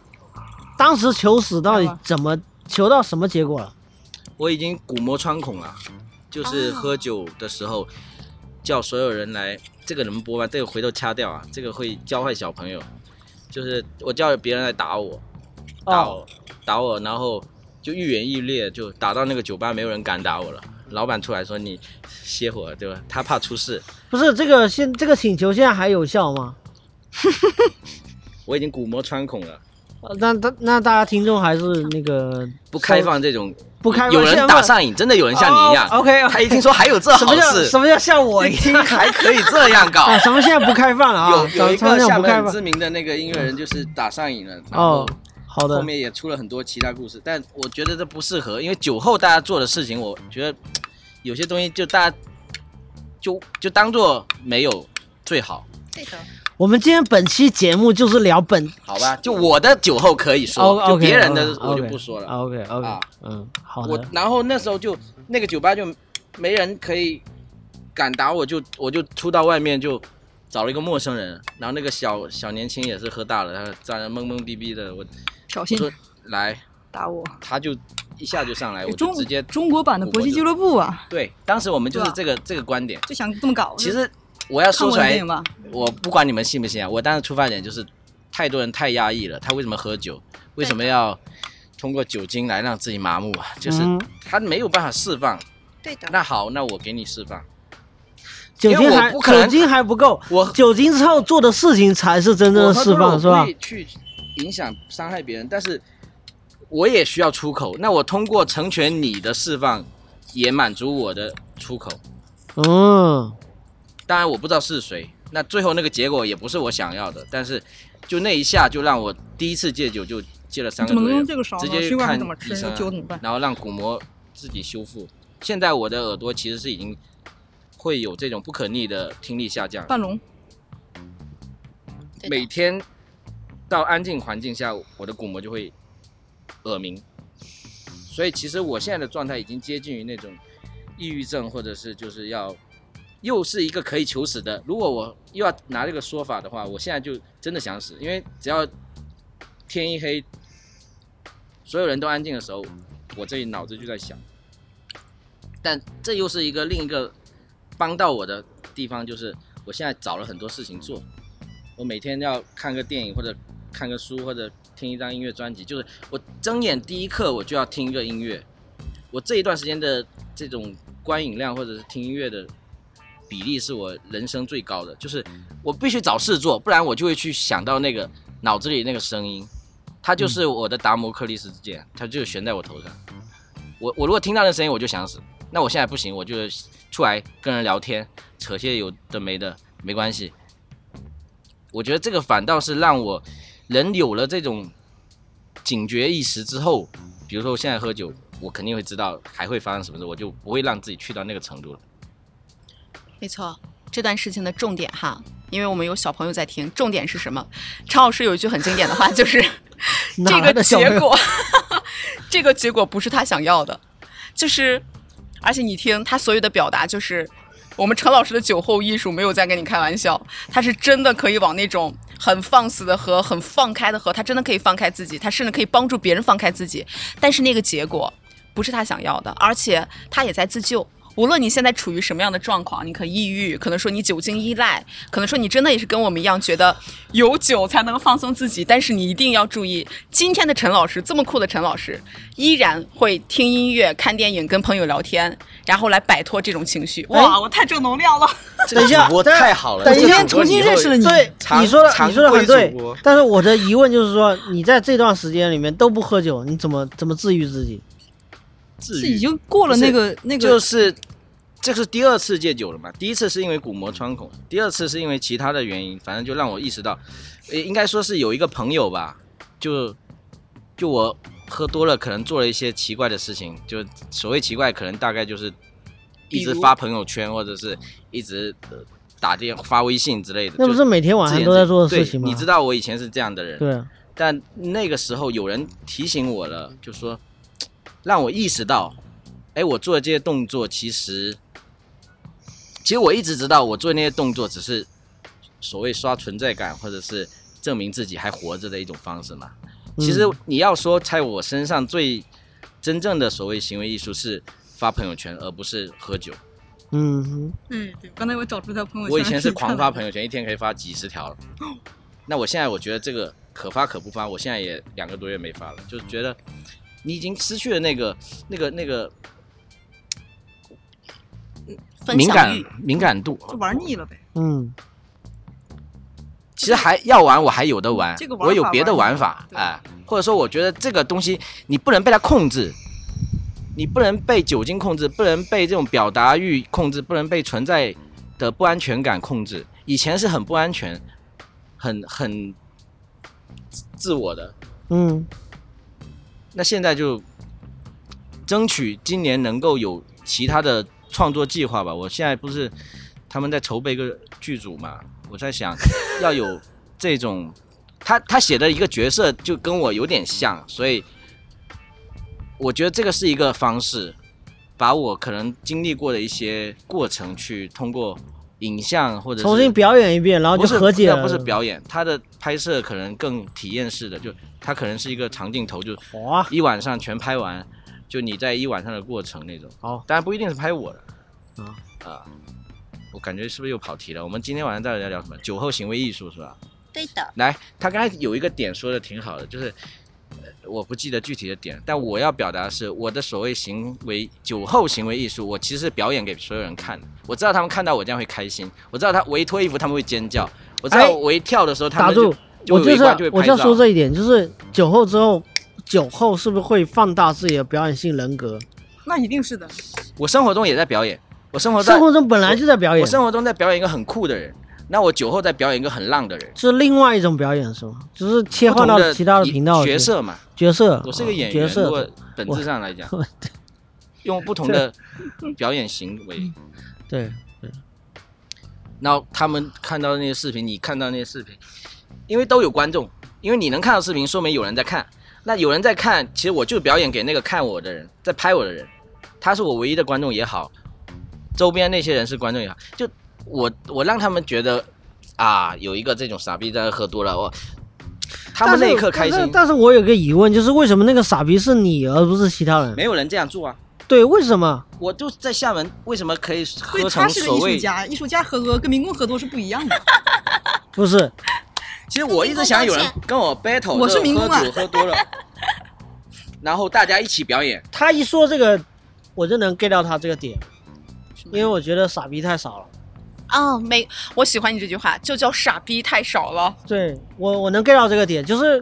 [SPEAKER 4] 当时求死到底
[SPEAKER 1] 好吧
[SPEAKER 4] 怎么求到什么结果了？
[SPEAKER 2] 我已经鼓膜穿孔了，就是喝酒的时候叫所有人来，这个能播吗？这个回头掐掉啊，这个会教坏小朋友。就是我叫别人来打我，打
[SPEAKER 1] 哦
[SPEAKER 2] 我，打我，然后就愈演愈烈，就打到那个酒吧没有人敢打我了。老板出来说你歇会儿，对吧？他怕出事。
[SPEAKER 4] 不是这个现这个请求现在还有效吗？
[SPEAKER 2] 我已经鼓膜穿孔了，
[SPEAKER 4] 呃那那那大家听众还是那个
[SPEAKER 2] 不开放这种，
[SPEAKER 4] 不开放，
[SPEAKER 2] 有
[SPEAKER 4] 现在
[SPEAKER 2] 人
[SPEAKER 4] 问
[SPEAKER 2] 打上瘾，真的有人像你一样。
[SPEAKER 4] 哦，OK，OK
[SPEAKER 2] 他一听说还有这
[SPEAKER 4] 什
[SPEAKER 2] 好
[SPEAKER 4] 么叫
[SPEAKER 2] 事
[SPEAKER 4] 什，么叫像我一
[SPEAKER 2] 一
[SPEAKER 4] 样
[SPEAKER 2] 听还可以这样搞。
[SPEAKER 4] 啊？什么现在不开放了 啊
[SPEAKER 2] 有？有一
[SPEAKER 4] 咱咱
[SPEAKER 2] 个
[SPEAKER 4] 现在
[SPEAKER 2] 厦
[SPEAKER 4] 不开
[SPEAKER 2] 门很
[SPEAKER 4] 放
[SPEAKER 2] 知名的那个音乐人就是打上瘾了，然后
[SPEAKER 4] 哦，好
[SPEAKER 2] 后
[SPEAKER 4] 的，
[SPEAKER 2] 面也出了很多其他故事，但我觉得这不适合，因为酒后大家做的事情，我觉得嘖嗯有些东西就大家就就当做没有最好，
[SPEAKER 4] 我们今天本期节目就是聊本
[SPEAKER 2] 好吧？就我的酒后可以说，
[SPEAKER 4] 哦
[SPEAKER 2] 就
[SPEAKER 4] ，OK，
[SPEAKER 2] 别人的我就不说了。
[SPEAKER 4] OK OK，
[SPEAKER 2] 啊
[SPEAKER 4] 嗯，好
[SPEAKER 2] 我
[SPEAKER 4] 的，
[SPEAKER 2] 然后那时候就那个酒吧就没人可以敢打我就，我就出到外面就找了一个陌生人，然后那个小小年轻也是喝大了，他站着懵懵逼逼的，我
[SPEAKER 1] 挑
[SPEAKER 2] 我
[SPEAKER 1] 衅
[SPEAKER 2] 说来，
[SPEAKER 1] 打我，
[SPEAKER 2] 他哎就一下就上来，我就
[SPEAKER 1] 哎中
[SPEAKER 2] 直接
[SPEAKER 1] 中国版的搏击俱乐部啊，
[SPEAKER 2] 对，当时我们就是
[SPEAKER 1] 对吧
[SPEAKER 2] 这个这个观点。
[SPEAKER 1] 就想这么搞。
[SPEAKER 2] 其实我要
[SPEAKER 1] 看
[SPEAKER 2] 说
[SPEAKER 1] 过
[SPEAKER 2] 出
[SPEAKER 1] 的
[SPEAKER 2] 来
[SPEAKER 1] 电影，吧，
[SPEAKER 2] 我不管你们信不信啊，我当时出发点就是太多人太压抑了，他为什么喝酒？为什么要通过酒精来让自己麻木啊？就是
[SPEAKER 4] 嗯
[SPEAKER 2] 他没有办法释放。
[SPEAKER 3] 对的
[SPEAKER 2] 那好，那我给你释放。
[SPEAKER 4] 酒
[SPEAKER 2] 因
[SPEAKER 4] 精
[SPEAKER 2] 为我
[SPEAKER 4] 还
[SPEAKER 2] 不可能
[SPEAKER 4] 酒精还不够，
[SPEAKER 2] 我
[SPEAKER 4] 酒精之后做的事情才是真正
[SPEAKER 2] 我
[SPEAKER 4] 的
[SPEAKER 2] 喝
[SPEAKER 4] 释
[SPEAKER 2] 多了
[SPEAKER 4] 放，是
[SPEAKER 2] 我
[SPEAKER 4] 吧
[SPEAKER 2] 不？会去影响伤害别人，但是我也需要出口。那我通过成全你的释放，也满足我的出口。
[SPEAKER 4] 嗯，
[SPEAKER 2] 当然我不知道是谁，那最后那个结果也不是我想要的，但是就那一下就让我第一次戒酒就戒了三个
[SPEAKER 1] 怎么
[SPEAKER 2] 多
[SPEAKER 1] 能
[SPEAKER 2] 月
[SPEAKER 1] 用，这个勺
[SPEAKER 2] 直
[SPEAKER 1] 呢？
[SPEAKER 2] 接
[SPEAKER 1] 血管
[SPEAKER 2] 看
[SPEAKER 1] 是怎么吃
[SPEAKER 2] 医？生啊
[SPEAKER 1] 酒怎么办？
[SPEAKER 2] 然后让鼓膜自己修复。现在我的耳朵其实是已经会有这种不可逆的听力下降，
[SPEAKER 1] 半聋，
[SPEAKER 3] 对的
[SPEAKER 2] 每天到安静环境下，我的鼓膜就会耳鸣，所以其实我现在的状态已经接近于那种抑郁症，或者是就是要又是一个可以求死的。如果我又要拿这个说法的话，我现在就真的想死，因为只要天一黑，所有人都安静的时候，我这里脑子就在想。但这又是一个另一个帮到我的地方，就是我现在找了很多事情做，我每天要看个电影或者看个书或者听一张音乐专辑，就是我睁眼第一刻我就要听一个音乐。我这一段时间的这种观影量或者是听音乐的比例是我人生最高的，就是我必须找事做，不然我就会去想到那个脑子里那个声音，它就是我的达摩克利斯之剑，它就悬在我头上。我我如果听到那声音我就想死，那我现在不行，我就出来跟人聊天，扯些有的没的，没关系。我觉得这个反倒是让我人有了这种警觉意识之后，比如说我现在喝酒，我肯定会知道还会发生什么事，我就不会让自己去到那个程度了。
[SPEAKER 3] 没错，这段事情的重点哈，因为我们有小朋友在听，重点是什么？常老师有一句很经典的话，就是
[SPEAKER 4] 哪
[SPEAKER 3] 这
[SPEAKER 4] 来的
[SPEAKER 3] 个
[SPEAKER 4] 小朋
[SPEAKER 3] 结
[SPEAKER 4] 友
[SPEAKER 3] 果，这个结果不是他想要的，就是，而且你听他所有的表达就是。我们陈老师的酒后艺术没有在跟你开玩笑，他是真的可以往那种很放肆的喝、很放开的喝，他真的可以放开自己，他甚至可以帮助别人放开自己。但是那个结果不是他想要的，而且他也在自救。无论你现在处于什么样的状况，你可抑郁，可能说你酒精依赖，可能说你真的也是跟我们一样觉得有酒才能放松自己，但是你一定要注意，今天的陈老师这么酷的陈老师，依然会听音乐、看电影、跟朋友聊天，然后来摆脱这种情绪。哇，我太正能量了！
[SPEAKER 2] 这个主播太好了，
[SPEAKER 4] 等一下
[SPEAKER 2] 这个主
[SPEAKER 1] 重
[SPEAKER 2] 播以后
[SPEAKER 1] 新认识了你
[SPEAKER 4] 对
[SPEAKER 2] 常，
[SPEAKER 4] 你说的
[SPEAKER 2] 常
[SPEAKER 4] 你说的很
[SPEAKER 2] 规
[SPEAKER 4] 对
[SPEAKER 2] 主播，
[SPEAKER 4] 但是我的疑问就是说，你在这段时间里面都不喝酒，你怎么怎么治愈自己？
[SPEAKER 2] 自
[SPEAKER 1] 自己就过了那个那个，
[SPEAKER 2] 就是这是第二次戒酒了嘛？第一次是因为鼓膜穿孔，第二次是因为其他的原因，反正就让我意识到，呃，应该说是有一个朋友吧，就就我喝多了，可能做了一些奇怪的事情，就所谓奇怪，可能大概就是一直
[SPEAKER 3] 比如
[SPEAKER 2] 发朋友圈或者是一直、呃打电发微信之类的，
[SPEAKER 4] 那不
[SPEAKER 2] 就是
[SPEAKER 4] 每天晚
[SPEAKER 2] 自
[SPEAKER 4] 上
[SPEAKER 2] 言自
[SPEAKER 4] 都在
[SPEAKER 2] 语
[SPEAKER 4] 做的
[SPEAKER 2] 对
[SPEAKER 4] 事情吗？
[SPEAKER 2] 你知道我以前是这样的人，
[SPEAKER 4] 对，
[SPEAKER 2] 但那个时候有人提醒我了，就说让我意识到，哎，我做的这些动作其实，其实我一直知道我做那些动作只是所谓刷存在感或者是证明自己还活着的一种方式嘛。其实
[SPEAKER 4] 嗯
[SPEAKER 2] 你要说在我身上最真正的所谓行为艺术是发朋友圈，而不是喝酒。
[SPEAKER 4] 嗯哼，
[SPEAKER 1] 嗯，对，刚才我找出他朋友圈，
[SPEAKER 2] 我以前是狂发朋友圈，一天可以发几十条。 那我现在我觉得这个可发可不发，我现在也两个多月没发了，就是觉得你已经失去了那个那个那个
[SPEAKER 3] 分
[SPEAKER 2] 敏
[SPEAKER 3] 享
[SPEAKER 2] 感
[SPEAKER 3] 欲，
[SPEAKER 2] 敏感度。
[SPEAKER 1] 就玩腻了呗。
[SPEAKER 4] 嗯，
[SPEAKER 2] 其实还要玩，我还有的玩，
[SPEAKER 1] 这个玩法
[SPEAKER 2] 我有别的玩法
[SPEAKER 1] 玩法
[SPEAKER 2] 哎、或者说我觉得这个东西你不能被它控制，你不能被酒精控制，不能被这种表达欲控制，不能被存在的不安全感控制。以前是很不安全，很很自自我的，
[SPEAKER 4] 嗯，
[SPEAKER 2] 那现在就争取今年能够有其他的创作计划吧。我现在不是他们在筹备一个剧组嘛，我在 想要有这种他他写的一个角色就跟我有点像，所以我觉得这个是一个方式，把我可能经历过的一些过程去通过影像或者是
[SPEAKER 4] 重新表演一遍，然后
[SPEAKER 2] 不
[SPEAKER 4] 就是和解
[SPEAKER 2] 不
[SPEAKER 4] 了。
[SPEAKER 2] 是不是表演，他的拍摄可能更体验式的，就他可能是一个长镜头，就
[SPEAKER 4] 哇，
[SPEAKER 2] 一晚上全拍完，就你在一晚上的过程那种。
[SPEAKER 4] 好
[SPEAKER 2] 当然不一定是拍我的
[SPEAKER 4] 啊
[SPEAKER 2] 啊。我感觉是不是又跑题了？我们今天晚上到底要聊什么？酒后行为艺术是吧？
[SPEAKER 3] 对的，
[SPEAKER 2] 来，他刚才有一个点说的挺好的，就是、呃我不记得具体的点，但我要表达的是我的所谓行为酒后行为艺术，我其实是表演给所有人看的。我知道他们看到我这样会开心，我知道他我一脱衣服他们会尖叫，我知道
[SPEAKER 4] 哎
[SPEAKER 2] 我一跳的时候他
[SPEAKER 4] 打
[SPEAKER 2] 们就
[SPEAKER 4] 住！我
[SPEAKER 2] 就
[SPEAKER 4] 就
[SPEAKER 2] 围
[SPEAKER 4] 是
[SPEAKER 2] 观就会
[SPEAKER 4] 我
[SPEAKER 2] 拍
[SPEAKER 4] 就
[SPEAKER 2] 照。
[SPEAKER 4] 要说这一点，就是酒后之后，酒后是不是会放大自己的表演性人格？
[SPEAKER 1] 那一定是的，
[SPEAKER 2] 我生活中也在表演，我生活在
[SPEAKER 4] 生活中本来就在表演
[SPEAKER 2] 哦我，生活中在表演一个很酷的人，那我酒后在表演一个很浪的人，
[SPEAKER 4] 是另外一种表演是吗？只是切
[SPEAKER 2] 不同
[SPEAKER 4] 换到其他
[SPEAKER 2] 的
[SPEAKER 4] 的频道
[SPEAKER 2] 角
[SPEAKER 4] 去
[SPEAKER 2] 色嘛。
[SPEAKER 4] 角色，
[SPEAKER 2] 我是个演
[SPEAKER 4] 啊角
[SPEAKER 2] 员，如
[SPEAKER 4] 色
[SPEAKER 2] 果本质上来 讲，用不同的表演行 为，
[SPEAKER 4] 对，
[SPEAKER 2] 然后他们看到那些视频，你看到那些视频，因为都有观众，因为你能看到视频，说明有人在看。那有人在看，其实我就表演给那个看我的人，在拍我的人，他是我唯一的观众也好，周边那些人是观众也好，就我我让他们觉得啊，有一个这种傻逼在那喝多了，我他们那一刻开
[SPEAKER 4] 但是
[SPEAKER 2] 心，
[SPEAKER 4] 但是我有个疑问，就是为什么那个傻逼是你而不是其他人？
[SPEAKER 2] 没有人这样做啊。
[SPEAKER 4] 对，为什么？
[SPEAKER 2] 我就在厦门，为什么可以
[SPEAKER 1] 所以
[SPEAKER 2] 喝
[SPEAKER 1] 他
[SPEAKER 2] 成
[SPEAKER 1] 是个
[SPEAKER 2] 所
[SPEAKER 1] 艺术
[SPEAKER 2] 谓？
[SPEAKER 1] 家，艺术家喝多跟民工喝多是不一样的。
[SPEAKER 4] 不是，
[SPEAKER 2] 其实我一直想有人跟我 battle，
[SPEAKER 1] 我是民工啊
[SPEAKER 2] 喝酒喝多了， 然后大家一起表演。
[SPEAKER 4] 他一说这个，我就能 get 到他这个点，因为我觉得傻逼太少了。
[SPEAKER 3] 啊，没，我喜欢你这句话，就叫傻逼太少了。
[SPEAKER 4] 对我，我能 get 到这个点，就是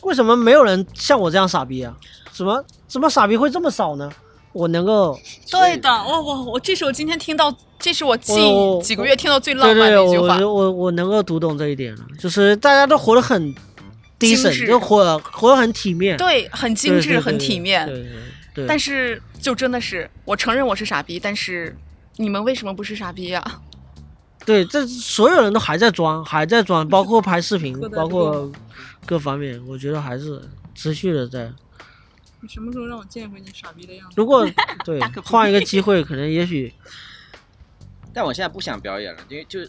[SPEAKER 4] 为什么没有人像我这样傻逼啊？怎么怎么傻逼会这么少呢？我能够，
[SPEAKER 3] 对的，我我我这是我今天听到，这是我近
[SPEAKER 4] 我
[SPEAKER 3] 几个月听到最浪
[SPEAKER 4] 对
[SPEAKER 3] 漫的
[SPEAKER 4] 哦对，
[SPEAKER 3] 一句
[SPEAKER 4] 我
[SPEAKER 3] 话。
[SPEAKER 4] 我我能够读懂这一点了，就是大家都活得很低
[SPEAKER 3] 精
[SPEAKER 4] 沉，
[SPEAKER 3] 致
[SPEAKER 4] 就活活得很体面，
[SPEAKER 3] 对，很精
[SPEAKER 4] 对
[SPEAKER 3] 致，很体面。
[SPEAKER 4] 对对对对，
[SPEAKER 3] 但
[SPEAKER 4] 是
[SPEAKER 3] 是就真的是，我承认我是傻逼，但是你们为什么不是傻逼啊呀、
[SPEAKER 4] 对这所有人都还在装，还 在装，包括拍视频
[SPEAKER 1] 喝，得
[SPEAKER 4] 包括
[SPEAKER 1] 多
[SPEAKER 4] 各方面，我觉得还是持续的在。
[SPEAKER 1] 你什么时候 让我见回你傻逼的样子？
[SPEAKER 4] 如果对
[SPEAKER 3] 大可不必
[SPEAKER 4] 换一个机会，可能也许
[SPEAKER 2] 但我现在不想表演了，因为就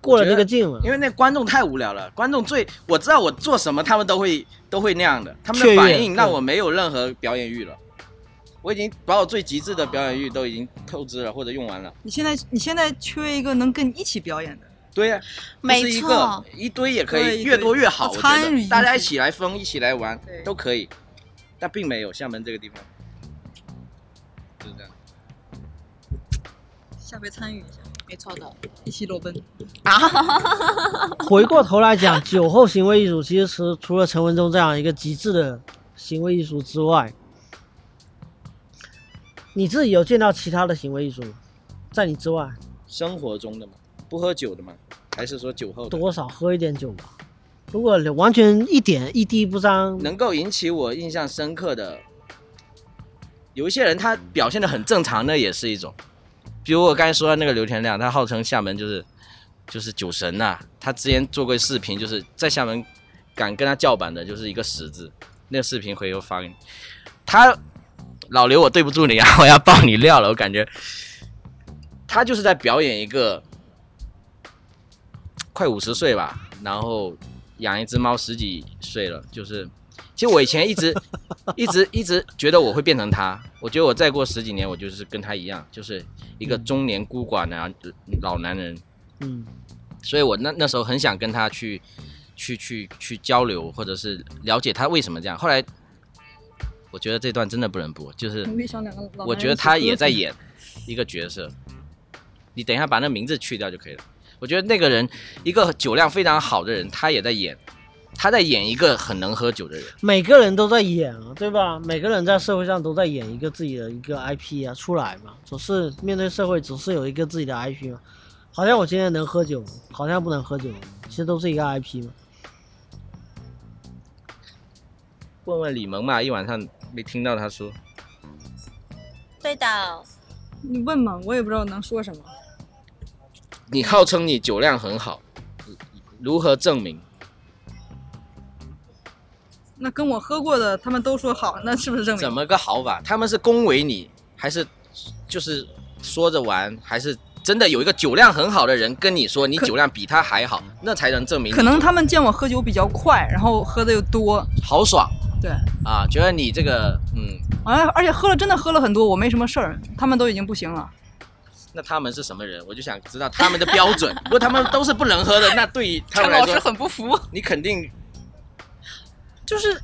[SPEAKER 4] 过了那个劲了，
[SPEAKER 2] 因为那观众太无聊了，观众最我知道我做什么他们都会都会那样的，他们
[SPEAKER 4] 雀
[SPEAKER 2] 的
[SPEAKER 4] 跃
[SPEAKER 2] 反应让
[SPEAKER 4] 对
[SPEAKER 2] 我没有任何表演欲了。我已经把我最极致的表演欲都已经透支了或者用完了。
[SPEAKER 1] 你现在你现在缺一个能跟你一起表演的，
[SPEAKER 2] 对呀、
[SPEAKER 5] 没
[SPEAKER 2] 这是一
[SPEAKER 5] 错
[SPEAKER 2] 个一堆也可
[SPEAKER 1] 对
[SPEAKER 2] 以，
[SPEAKER 1] 一堆
[SPEAKER 2] 越多越好。
[SPEAKER 1] 啊
[SPEAKER 2] 我觉
[SPEAKER 1] 参与
[SPEAKER 2] 得
[SPEAKER 1] 进去
[SPEAKER 2] 大家一起来疯，一起来玩
[SPEAKER 1] 对
[SPEAKER 2] 都可以，但并没有厦门这个地方，就是这样。
[SPEAKER 1] 下回参与一下，
[SPEAKER 5] 没错的。
[SPEAKER 1] 一起裸奔。
[SPEAKER 4] 回过头来讲，酒后行为艺术其实除除了陈文忠这样一个极致的行为艺术之外，你自己有见到其他的行为艺术吗？在你之外，
[SPEAKER 2] 生活中的嘛，不喝酒的嘛，还是说酒后的？
[SPEAKER 4] 多少喝一点酒吧。如果完全一点一滴不沾，
[SPEAKER 2] 能够引起我印象深刻的，有一些人他表现的很正常，那也是一种。比如我刚才说的那个刘天亮，他号称厦门就是就是酒神呐、他之前做过视频，就是在厦门敢跟他叫板的，就是一个死字。那个视频回头发给你。他老刘，我对不住你啊，我要爆你料了。我感觉他就是在表演一个快五十岁吧，然后养一只猫十几岁了，就是。其实我以前一直 一直一直觉得我会变成他，我觉得我再过十几年，我就是跟他一样，就是一个中年孤寡男老男人。
[SPEAKER 4] 嗯，
[SPEAKER 2] 所以我那那时候很想跟他去去去去交流，或者是了解他为什么这样。后来我觉得这段真的不能播，就是
[SPEAKER 1] 你可以想两个老
[SPEAKER 2] 我觉得他也在演一个角色。你等一下把那名字去掉就可以了。我觉得那个人，一个酒量非常好的人，他也在演，他在演一个很能喝酒的人。
[SPEAKER 4] 每个人都在演啊，对吧？每个人在社会上都在演一个自己的一个 IP 啊，出来嘛，总是面对社会，总是有一个自己的 IP 嘛。好像我今天能喝酒，好像不能喝酒，其实都是一个 IP 嘛。
[SPEAKER 2] 问问李萌嘛，一晚上没听到他说。
[SPEAKER 5] 对的，
[SPEAKER 1] 你问嘛，我也不知道能说什么。
[SPEAKER 2] 你号称你酒量很好，如何证明？
[SPEAKER 1] 那跟我喝过的，他们都说好，那是不是证明？
[SPEAKER 2] 怎么个好法？他们是恭维你，还是就是说着玩，还是真的有一个酒量很好的人跟你说你
[SPEAKER 1] 可嗯
[SPEAKER 2] 酒量比他还好，那才能证明你
[SPEAKER 1] 可能他们见我喝酒比较快，然后喝的又多，
[SPEAKER 2] 豪爽
[SPEAKER 1] 对，
[SPEAKER 2] 啊，觉得你这个嗯，
[SPEAKER 1] 好像而且喝了真的喝了很多，我没什么事儿，他们都已经不行了。
[SPEAKER 2] 那他们是什么人？我就想知道他们的标 准。如果他们都是不能喝的，那对于他
[SPEAKER 3] 陈
[SPEAKER 2] 们来
[SPEAKER 3] 老师
[SPEAKER 2] 说，
[SPEAKER 3] 很不服。
[SPEAKER 2] 你肯定
[SPEAKER 1] 就是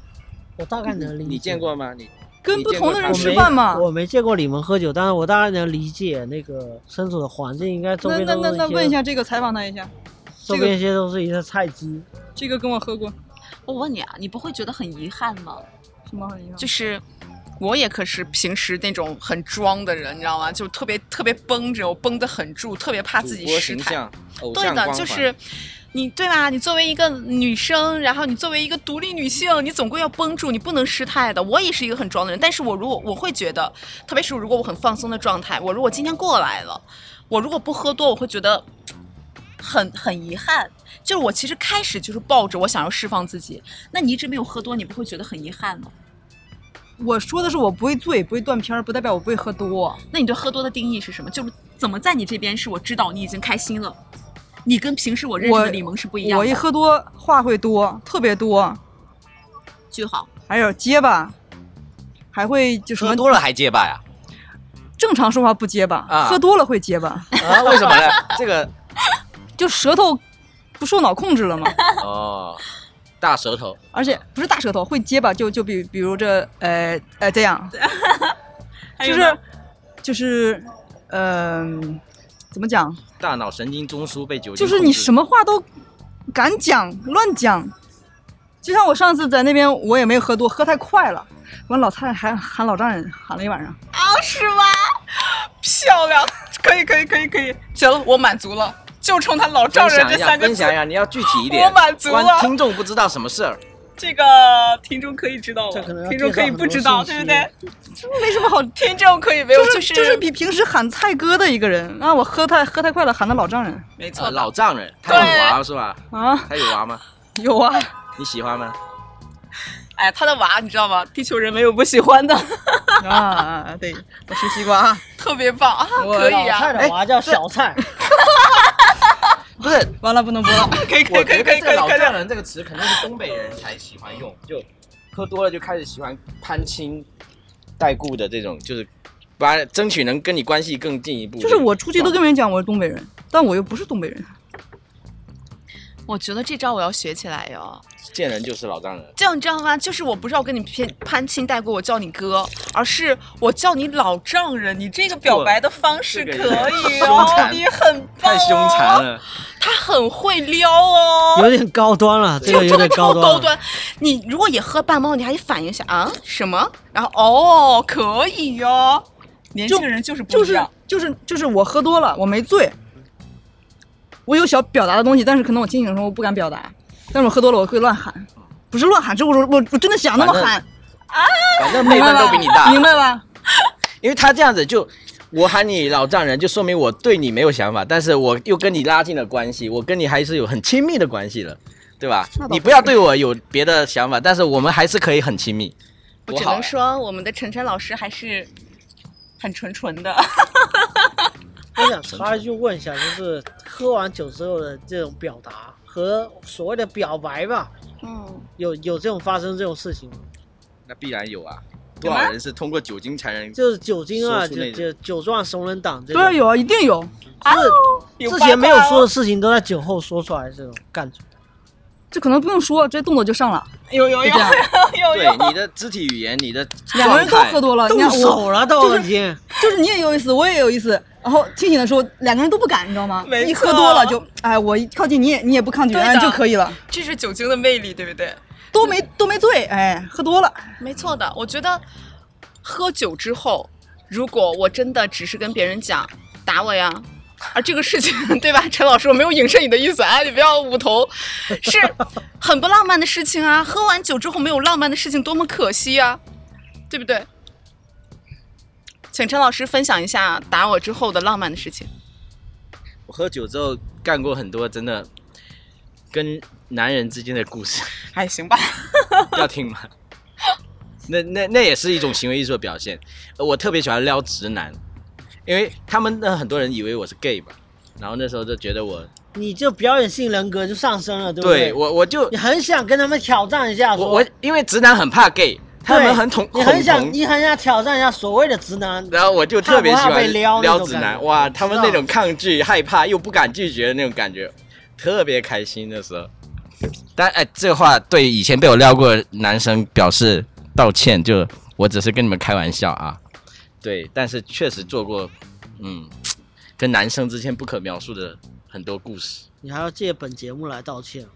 [SPEAKER 4] 我大概能理解。
[SPEAKER 2] 你见过吗？你
[SPEAKER 1] 跟
[SPEAKER 2] 你
[SPEAKER 1] 不
[SPEAKER 2] 见
[SPEAKER 1] 同
[SPEAKER 2] 过
[SPEAKER 1] 的
[SPEAKER 2] 他
[SPEAKER 1] 人
[SPEAKER 2] 们
[SPEAKER 1] 吃饭嘛。
[SPEAKER 4] 我没见过你们喝酒，但是我大概能理解那个身处的环境，应该周
[SPEAKER 1] 那
[SPEAKER 4] 边
[SPEAKER 1] 那
[SPEAKER 4] 都
[SPEAKER 1] 那
[SPEAKER 4] 是
[SPEAKER 1] 那
[SPEAKER 4] 些
[SPEAKER 1] 问一下这个采访他一下，
[SPEAKER 4] 周边一些都是一些菜鸡。
[SPEAKER 1] 这个跟我喝过，
[SPEAKER 5] 我问你啊，你不会觉得很遗憾吗？
[SPEAKER 1] 什么很遗憾
[SPEAKER 3] 就是我也可是平时那种很装的人，你知道吗？就特别特别绷着，我绷得很住，特别怕自己
[SPEAKER 2] 主播
[SPEAKER 3] 失
[SPEAKER 2] 形
[SPEAKER 3] 态。
[SPEAKER 2] 象、偶
[SPEAKER 3] 对
[SPEAKER 2] 像光
[SPEAKER 3] 的，
[SPEAKER 2] 环，
[SPEAKER 3] 就是你对吧？你作为一个女生，然后你作为一个独立女性，你总归要绷住，你不能失态的。我也是一个很装的人，但是我如果我会觉得，特别是如果我很放松的状态，我如果今天过来了，我如果不喝多，我会觉得。很 很遗憾，就是我其实开始就是抱着我想要释放自己，那你一直没有喝多，你不会觉得很遗憾吗？
[SPEAKER 1] 我说的是我不会醉，不会断片儿，不代表我不会喝多。
[SPEAKER 3] 那你对喝多的定义是什么？就是怎么在你这边是我知道你已经开心了，你跟平时我认识
[SPEAKER 1] 我
[SPEAKER 3] 的李萌是不一样
[SPEAKER 1] 我一
[SPEAKER 3] 的。
[SPEAKER 1] 喝多话会多，特别多，
[SPEAKER 5] 句号，
[SPEAKER 1] 还有结巴，还会就什
[SPEAKER 2] 喝
[SPEAKER 1] 么
[SPEAKER 2] 多了还结巴啊呀？
[SPEAKER 1] 正常说话不结巴，
[SPEAKER 2] 啊
[SPEAKER 1] 喝多了会结巴，
[SPEAKER 2] 啊，为什么呢？ 这 个
[SPEAKER 1] 就舌头不受脑控制了嘛。
[SPEAKER 2] 哦，大舌头。
[SPEAKER 1] 而且不是大舌头，会结巴，就就比比如这呃呃这样，就
[SPEAKER 5] 有
[SPEAKER 1] 是就是嗯、怎么讲，
[SPEAKER 2] 大脑神经中枢被酒精
[SPEAKER 1] 就是你
[SPEAKER 2] 控制
[SPEAKER 1] 什么话都敢讲，乱讲。就像我上次在那边，我也没有喝多，喝太快了，完老太太喊喊老丈人喊了一晚上。
[SPEAKER 5] 是吗？
[SPEAKER 3] 漂亮，可以可以可以可以，行了，我满足了，就冲他老丈
[SPEAKER 2] 分享一
[SPEAKER 3] 人这
[SPEAKER 2] 下，
[SPEAKER 3] 三个
[SPEAKER 2] 分
[SPEAKER 3] 字
[SPEAKER 2] 享一，下，你要具体一点。
[SPEAKER 3] 我满足了
[SPEAKER 2] 观听众不知道什么事儿，
[SPEAKER 3] 这个听众可以知道
[SPEAKER 4] 这可能
[SPEAKER 3] 了，
[SPEAKER 4] 要
[SPEAKER 3] 听众可以不知道，对
[SPEAKER 4] 介
[SPEAKER 3] 不
[SPEAKER 4] 绍很多信息
[SPEAKER 3] 对？
[SPEAKER 1] 没什么好，
[SPEAKER 3] 听众可以没有，、
[SPEAKER 1] 就是是就是比平时喊菜哥的一个人啊，我喝太喝太快了，喊的老丈人
[SPEAKER 3] 没错
[SPEAKER 2] 呃，
[SPEAKER 3] 的
[SPEAKER 2] 老丈人，他有娃是吧？
[SPEAKER 1] 啊，
[SPEAKER 2] 他有娃吗？
[SPEAKER 1] 有啊，
[SPEAKER 2] 你喜欢吗？
[SPEAKER 3] 哎，他的娃你知道吗？地球人没有不喜欢的，
[SPEAKER 1] 啊啊，对，我吃西瓜，
[SPEAKER 3] 特别棒啊，
[SPEAKER 1] 我
[SPEAKER 3] 可以
[SPEAKER 4] 老
[SPEAKER 3] 啊
[SPEAKER 4] 菜，
[SPEAKER 1] 哎
[SPEAKER 4] 的娃叫小菜，
[SPEAKER 2] 不是，
[SPEAKER 1] 完了不能播了，
[SPEAKER 2] 可以
[SPEAKER 3] 可以可以可以可以
[SPEAKER 2] 老
[SPEAKER 3] 可以
[SPEAKER 2] 丈人”这个词肯定是东北人才喜欢用，就喝多了就开始喜欢攀亲带故的这种，就是把争取能跟你关系更进一步。
[SPEAKER 1] 就是我出去都跟别人讲我是东北人，但我又不是东北人，
[SPEAKER 3] 我觉得这招我要学起来哟。
[SPEAKER 2] 见人就是老丈人，
[SPEAKER 3] 这样你知道吗？就是我不是要跟你偏攀亲带故，我叫你哥，而是我叫你老丈人。你这个表白的方式
[SPEAKER 2] 这个
[SPEAKER 3] 可
[SPEAKER 2] 有点
[SPEAKER 3] 以
[SPEAKER 2] 凶
[SPEAKER 3] 哦，
[SPEAKER 2] 残
[SPEAKER 3] 你很
[SPEAKER 2] 太
[SPEAKER 3] 棒、哦，
[SPEAKER 2] 凶残，了。
[SPEAKER 3] 他很会撩哦。
[SPEAKER 4] 有点高端了，这
[SPEAKER 3] 就
[SPEAKER 4] 个有
[SPEAKER 3] 真的
[SPEAKER 4] 点
[SPEAKER 3] 超
[SPEAKER 4] 高
[SPEAKER 3] 高
[SPEAKER 4] 端了。
[SPEAKER 3] 端。你如果也喝半猫，你还得反应一下啊什么？然后哦，可以哟、年轻人就是不
[SPEAKER 1] 就
[SPEAKER 3] 一
[SPEAKER 1] 是
[SPEAKER 3] 样。
[SPEAKER 1] 就是就是我喝多了，我没醉，我有想表达的东西，但是可能我清醒的时候我不敢表达，但是我喝多了我会乱喊，不是乱喊，是我说我我真的想那么喊，
[SPEAKER 2] 反正
[SPEAKER 1] 明
[SPEAKER 2] 辈
[SPEAKER 1] 白
[SPEAKER 2] 分
[SPEAKER 1] 吧？
[SPEAKER 2] 都比你大，
[SPEAKER 1] 明白吧？
[SPEAKER 2] 因为他这样子就。我喊你老丈人，就说明我对你没有想法，但是我又跟你拉近了关系，我跟你还是有很亲密的关系了，对吧
[SPEAKER 1] 那？倒不是
[SPEAKER 2] 你不要对我有别的想法，但是我们还是可以很亲密。
[SPEAKER 3] 我
[SPEAKER 2] 多
[SPEAKER 3] 只
[SPEAKER 2] 好
[SPEAKER 3] 能
[SPEAKER 2] 呀
[SPEAKER 3] 说，我们的晨晨老师还是很纯纯的。
[SPEAKER 4] 我想插一句问一下，就是喝完酒之后的这种表达和所谓的表白吧，
[SPEAKER 3] 嗯，
[SPEAKER 4] 有有这种发生这种事情吗？
[SPEAKER 2] 那必然有啊，多少人是通过酒精才能
[SPEAKER 4] 就是酒精啊，
[SPEAKER 2] 说出
[SPEAKER 4] 就
[SPEAKER 2] 那
[SPEAKER 4] 就
[SPEAKER 2] 种
[SPEAKER 4] 酒壮怂人胆这
[SPEAKER 1] 对啊，
[SPEAKER 4] 种，
[SPEAKER 1] 有啊，一定有，
[SPEAKER 4] 就是之前没
[SPEAKER 1] 啊
[SPEAKER 3] 哦
[SPEAKER 4] 有说的事情都在酒后说出来，这种感觉。
[SPEAKER 1] 这可能不用说，直接动作就上了，
[SPEAKER 3] 有有
[SPEAKER 1] 就
[SPEAKER 3] 有
[SPEAKER 1] 这样，
[SPEAKER 3] 有有
[SPEAKER 2] 对你的肢体语言，你的
[SPEAKER 1] 两个人都喝多了，你
[SPEAKER 4] 动
[SPEAKER 1] 看我
[SPEAKER 4] 手了都已经，
[SPEAKER 1] 就是你也有意思，我也有意思。然后清醒的时候，两个人都不敢，你知道吗？
[SPEAKER 3] 没错
[SPEAKER 1] 一喝多了就，哎，我一靠近你也你也不抗拒，
[SPEAKER 3] 对的
[SPEAKER 1] 哎就可以了，
[SPEAKER 3] 这是酒精的魅力，对不对？
[SPEAKER 1] 都没都没醉，哎，喝多 了，
[SPEAKER 3] 没错的，我觉得喝酒之后，如果我真的只是跟别人讲打我呀，而这个事情 对吧，陈老师，我没有影射你的意思啊，你不要捂头，是很不浪漫的事情啊。喝完酒之后没有浪漫的事情，多么可惜啊，对不对？请陈老师分享一下打我之后的浪漫的事情。
[SPEAKER 2] 我喝酒之后干过很多真的跟男人之间的故事，
[SPEAKER 3] 哎，行吧，
[SPEAKER 2] 要听吗？那那那也是一种行为艺术的表现。呃我特别喜欢撩直男，因为他们的很多人以为我是 gay 嘛，然后那时候就觉得我
[SPEAKER 4] 你就表演性人格就上升了，对不
[SPEAKER 2] 对
[SPEAKER 4] 对？
[SPEAKER 2] 我我就
[SPEAKER 4] 你很想跟他们挑战一下，
[SPEAKER 2] 我
[SPEAKER 4] 说
[SPEAKER 2] 我因为直男很怕 gay，他
[SPEAKER 4] 对
[SPEAKER 2] 们很恐
[SPEAKER 4] 你
[SPEAKER 2] 恐
[SPEAKER 4] 很
[SPEAKER 2] 同
[SPEAKER 4] 想，你很想挑战一下所谓的直男，
[SPEAKER 2] 然后我就特别喜
[SPEAKER 4] 怕不怕被
[SPEAKER 2] 欢
[SPEAKER 4] 撩那
[SPEAKER 2] 撩
[SPEAKER 4] 种
[SPEAKER 2] 直
[SPEAKER 4] 感
[SPEAKER 2] 男，
[SPEAKER 4] 觉
[SPEAKER 2] 哇，他们
[SPEAKER 4] 知道
[SPEAKER 2] 那种抗拒、害怕又不敢拒绝的那种感觉，特别开心的时候。但哎，这话对以前被我撩过的男生表示道歉，就我只是跟你们开玩笑啊。对，但是确实做过，嗯，跟男生之间不可描述的很多故事，
[SPEAKER 4] 你还要借本节目来 道歉，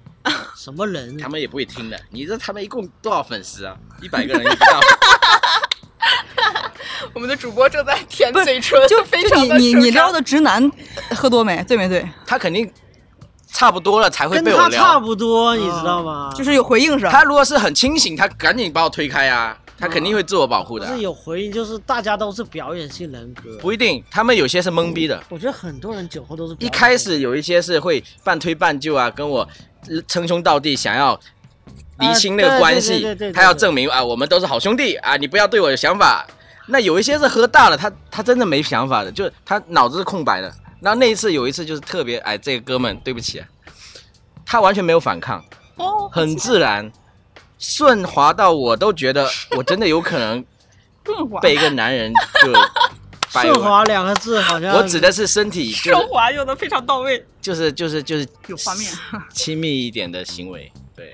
[SPEAKER 4] 什么人
[SPEAKER 2] 他
[SPEAKER 4] 啊？
[SPEAKER 2] 们也不会听的。你这他们一共多少粉丝啊？一百个人也不 到。
[SPEAKER 3] 我们的主播正在舔嘴唇，
[SPEAKER 1] 就
[SPEAKER 3] 非
[SPEAKER 1] 就
[SPEAKER 3] 常
[SPEAKER 1] 你
[SPEAKER 3] 的
[SPEAKER 1] 你
[SPEAKER 3] 舒
[SPEAKER 1] 你
[SPEAKER 3] 畅
[SPEAKER 1] 撩的直男呃喝多没醉没醉，
[SPEAKER 2] 他肯定差不多了才会
[SPEAKER 4] 跟
[SPEAKER 2] 被我嗯
[SPEAKER 4] 他
[SPEAKER 2] 撩。
[SPEAKER 4] 差不多，你知道吗？
[SPEAKER 2] 啊
[SPEAKER 1] 就是有回应是吧？
[SPEAKER 2] 他如果是很清醒，他赶紧把我推开啊，他肯定会自我保护
[SPEAKER 4] 不
[SPEAKER 2] 的啊、
[SPEAKER 4] 是有回应，就是大家都是表演性人格。
[SPEAKER 2] 不一定，他们有些是懵逼的，
[SPEAKER 4] 我觉得很多人酒后都是表
[SPEAKER 2] 一
[SPEAKER 4] 演
[SPEAKER 2] 开始有一些是会半推半就啊，跟我呃称兄道弟，想要厘清那个关
[SPEAKER 4] 啊对
[SPEAKER 2] 系
[SPEAKER 4] 对对对对，
[SPEAKER 2] 他要证明啊，我们都是好兄弟啊，你不要对我有想法。那有一些是喝大了，他他真的没想法的，就是他脑子是空白的。然后那一次有一次就是特别，哎，这个哥们对不起啊、他完全没有反抗，
[SPEAKER 3] 哦，
[SPEAKER 2] 很自然，顺滑到我都 觉得我真的有可能
[SPEAKER 1] 顺滑
[SPEAKER 2] 被一个男人 就掰
[SPEAKER 4] 顺
[SPEAKER 2] 弯。
[SPEAKER 4] 滑两个字，好像
[SPEAKER 2] 我指的是身体，就
[SPEAKER 3] 升
[SPEAKER 2] 是
[SPEAKER 3] 华用的非常到位，
[SPEAKER 2] 就是就是就是
[SPEAKER 1] 有画面，
[SPEAKER 2] 亲密一点的行为。对，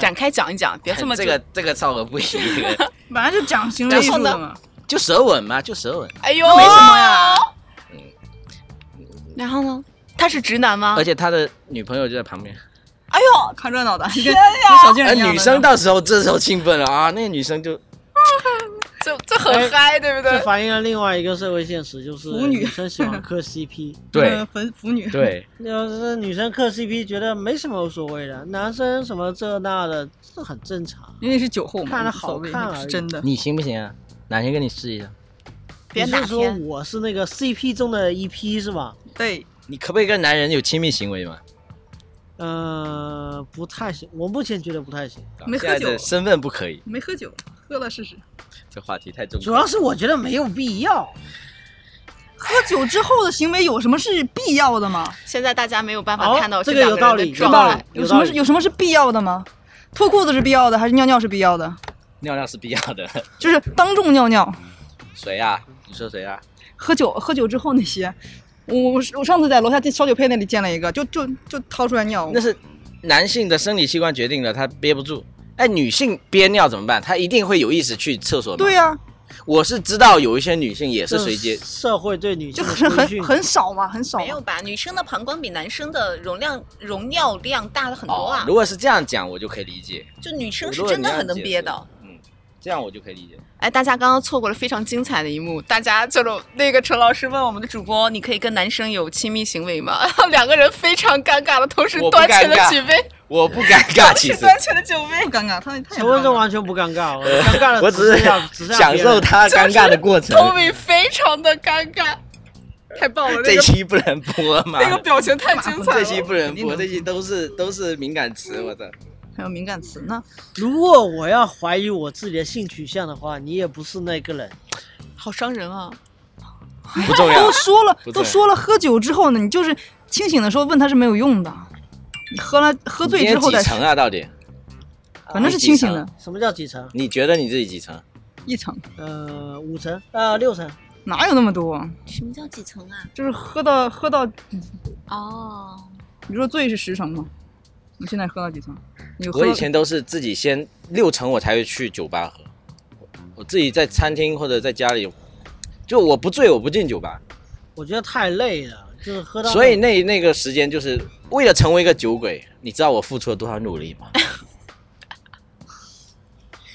[SPEAKER 3] 展开讲一讲，
[SPEAKER 1] 哎
[SPEAKER 3] 别这么
[SPEAKER 2] 这
[SPEAKER 3] 久
[SPEAKER 2] 个这个少儿不宜，这个
[SPEAKER 1] 本来就讲行为艺术的嘛，
[SPEAKER 2] 就舌吻嘛，就舌吻。
[SPEAKER 3] 哎呦，没
[SPEAKER 1] 什么呀。
[SPEAKER 3] 然后呢？他是直
[SPEAKER 1] 啊
[SPEAKER 3] 男吗？
[SPEAKER 2] 而且他的女朋友就在旁边，
[SPEAKER 3] 哎呦，
[SPEAKER 1] 看热闹的，你跟跟
[SPEAKER 4] 哎
[SPEAKER 1] 小贱
[SPEAKER 2] 而
[SPEAKER 1] 人一样的嗯
[SPEAKER 2] 女生到时候这时候兴奋了啊，那个女生就
[SPEAKER 3] 这这很
[SPEAKER 4] 哎
[SPEAKER 3] 嗨，对不
[SPEAKER 4] 这
[SPEAKER 3] 对？
[SPEAKER 4] 反映了另外一个社会现实，就是
[SPEAKER 1] 腐女
[SPEAKER 4] 生喜欢磕 CP。
[SPEAKER 1] 呃
[SPEAKER 2] 对
[SPEAKER 1] 腐腐女，
[SPEAKER 2] 对，
[SPEAKER 4] 要是女生磕 CP 觉得没什么无所谓的，男生什么这那的，这很正常。
[SPEAKER 1] 因为是酒后嘛，
[SPEAKER 4] 看着
[SPEAKER 1] 无所谓
[SPEAKER 4] 好看
[SPEAKER 1] 那不
[SPEAKER 4] 而
[SPEAKER 1] 是
[SPEAKER 4] 已
[SPEAKER 1] 真的。
[SPEAKER 2] 你行不行啊？哪天跟你试一下？
[SPEAKER 3] 别
[SPEAKER 4] 你
[SPEAKER 3] 哪
[SPEAKER 4] 是说
[SPEAKER 3] 天
[SPEAKER 4] 我是那个 CP 中的一批是吧？
[SPEAKER 1] 对，
[SPEAKER 2] 你可不可以跟男人有亲密行为嘛？
[SPEAKER 4] 呃，不太行，我目前觉得不太行。
[SPEAKER 1] 没喝
[SPEAKER 2] 啊现在的
[SPEAKER 1] 酒
[SPEAKER 2] 身份不可以。
[SPEAKER 1] 没喝酒，喝了试试。
[SPEAKER 2] 这话题太重，
[SPEAKER 4] 主要是我觉得没有必要。
[SPEAKER 1] 喝酒之后的行为有什么是必要的吗？
[SPEAKER 3] 现在大家没有办法
[SPEAKER 4] 好
[SPEAKER 3] 看到
[SPEAKER 4] 这个
[SPEAKER 3] 两
[SPEAKER 4] 有
[SPEAKER 3] 个
[SPEAKER 4] 道
[SPEAKER 3] 人
[SPEAKER 4] 理
[SPEAKER 3] 的
[SPEAKER 4] 有
[SPEAKER 3] 状
[SPEAKER 4] 道理
[SPEAKER 3] 态。
[SPEAKER 1] 有什么是有什么是必要的吗？脱裤子是必要的，还是尿尿是必要的？
[SPEAKER 2] 尿尿是必要 的。
[SPEAKER 1] 就是当众尿尿。
[SPEAKER 2] 谁啊？你说谁啊？
[SPEAKER 1] 喝酒喝酒之后那些，我我我上次在楼下烧酒配那里见了一个，就就就掏出来尿
[SPEAKER 2] 那。是男性的生理器官决定了他憋不住。哎，女性憋尿怎么办？她一定会有意识去厕所吗？
[SPEAKER 1] 对、呀、
[SPEAKER 2] 我是知道有一些女性也是随
[SPEAKER 4] 这
[SPEAKER 2] 街
[SPEAKER 4] 是，社会对女
[SPEAKER 1] 就
[SPEAKER 4] 性的
[SPEAKER 1] 很
[SPEAKER 4] 规训
[SPEAKER 1] 很很少嘛，很少嘛。
[SPEAKER 5] 没有吧？女生的膀胱比男生的容量容尿量大的很多
[SPEAKER 2] 哦
[SPEAKER 5] 啊，
[SPEAKER 2] 如果是这样讲，我就可以理解。
[SPEAKER 5] 就女生是
[SPEAKER 2] 如果
[SPEAKER 5] 真
[SPEAKER 2] 你
[SPEAKER 5] 的
[SPEAKER 2] 要
[SPEAKER 5] 很能
[SPEAKER 2] 解
[SPEAKER 5] 憋
[SPEAKER 2] 释
[SPEAKER 5] 的。。
[SPEAKER 2] 嗯，这样我就可以理解。
[SPEAKER 3] 哎，大家刚刚错过了非常精彩的一幕。大家就是那个陈老师问我们的主播：“你可以跟男生有亲密行为吗？” 两个人非常尴尬的同时
[SPEAKER 2] 我不
[SPEAKER 3] 端起
[SPEAKER 2] 尴
[SPEAKER 3] 了
[SPEAKER 2] 尬
[SPEAKER 3] 酒杯，
[SPEAKER 2] 我不尴 尬，其
[SPEAKER 3] 是
[SPEAKER 2] 实，
[SPEAKER 3] 端起了酒杯。
[SPEAKER 1] 不尴尬，他他也不尴
[SPEAKER 4] 陈文啊
[SPEAKER 1] 尬
[SPEAKER 4] 正完全不尴 尬，我尴尬的
[SPEAKER 2] 我只
[SPEAKER 4] 是要
[SPEAKER 2] 是享受
[SPEAKER 4] 他。
[SPEAKER 2] 他尴尬的过程。
[SPEAKER 3] 头尾非常的尴尬，太棒了！那
[SPEAKER 2] 这
[SPEAKER 3] 个
[SPEAKER 2] 期不啊能播嘛？
[SPEAKER 3] 那个表情太精彩
[SPEAKER 2] 这
[SPEAKER 3] 了。
[SPEAKER 2] 期不能
[SPEAKER 1] 肯定
[SPEAKER 2] 播，
[SPEAKER 1] 能
[SPEAKER 2] 这期都是都是敏感词，我的。
[SPEAKER 1] 还有敏感词呢。
[SPEAKER 4] 如果我要怀疑我自己的性取向的话，你也不是那个人。
[SPEAKER 3] 好伤人啊！
[SPEAKER 2] 不重要
[SPEAKER 1] 都说了
[SPEAKER 2] 不，对
[SPEAKER 1] 都说了，喝酒之后呢，你就是清醒的时候问他是没有用的。你喝了喝醉之后
[SPEAKER 2] 你今天
[SPEAKER 1] 再
[SPEAKER 2] 几，层啊？到底啊
[SPEAKER 1] 反正是清醒的，
[SPEAKER 4] 什么叫几层？
[SPEAKER 2] 你觉得你自己几层？
[SPEAKER 1] 一层
[SPEAKER 4] 呃，五层？呃，六层？
[SPEAKER 1] 哪有那么多？啊
[SPEAKER 5] 什么叫几层啊？
[SPEAKER 1] 就是喝到喝到，
[SPEAKER 5] 哦，
[SPEAKER 1] 你说醉是十层吗？你现在喝到几层？你喝
[SPEAKER 2] 我以前都是自己先六层，我才会去酒吧喝。我自己在餐厅或者在家里，就我不醉我不进酒吧，
[SPEAKER 4] 我觉得太累了，就是喝到。
[SPEAKER 2] 所以那那个时间就是为了成为一个酒鬼，你知道我付出了多少努力 吗？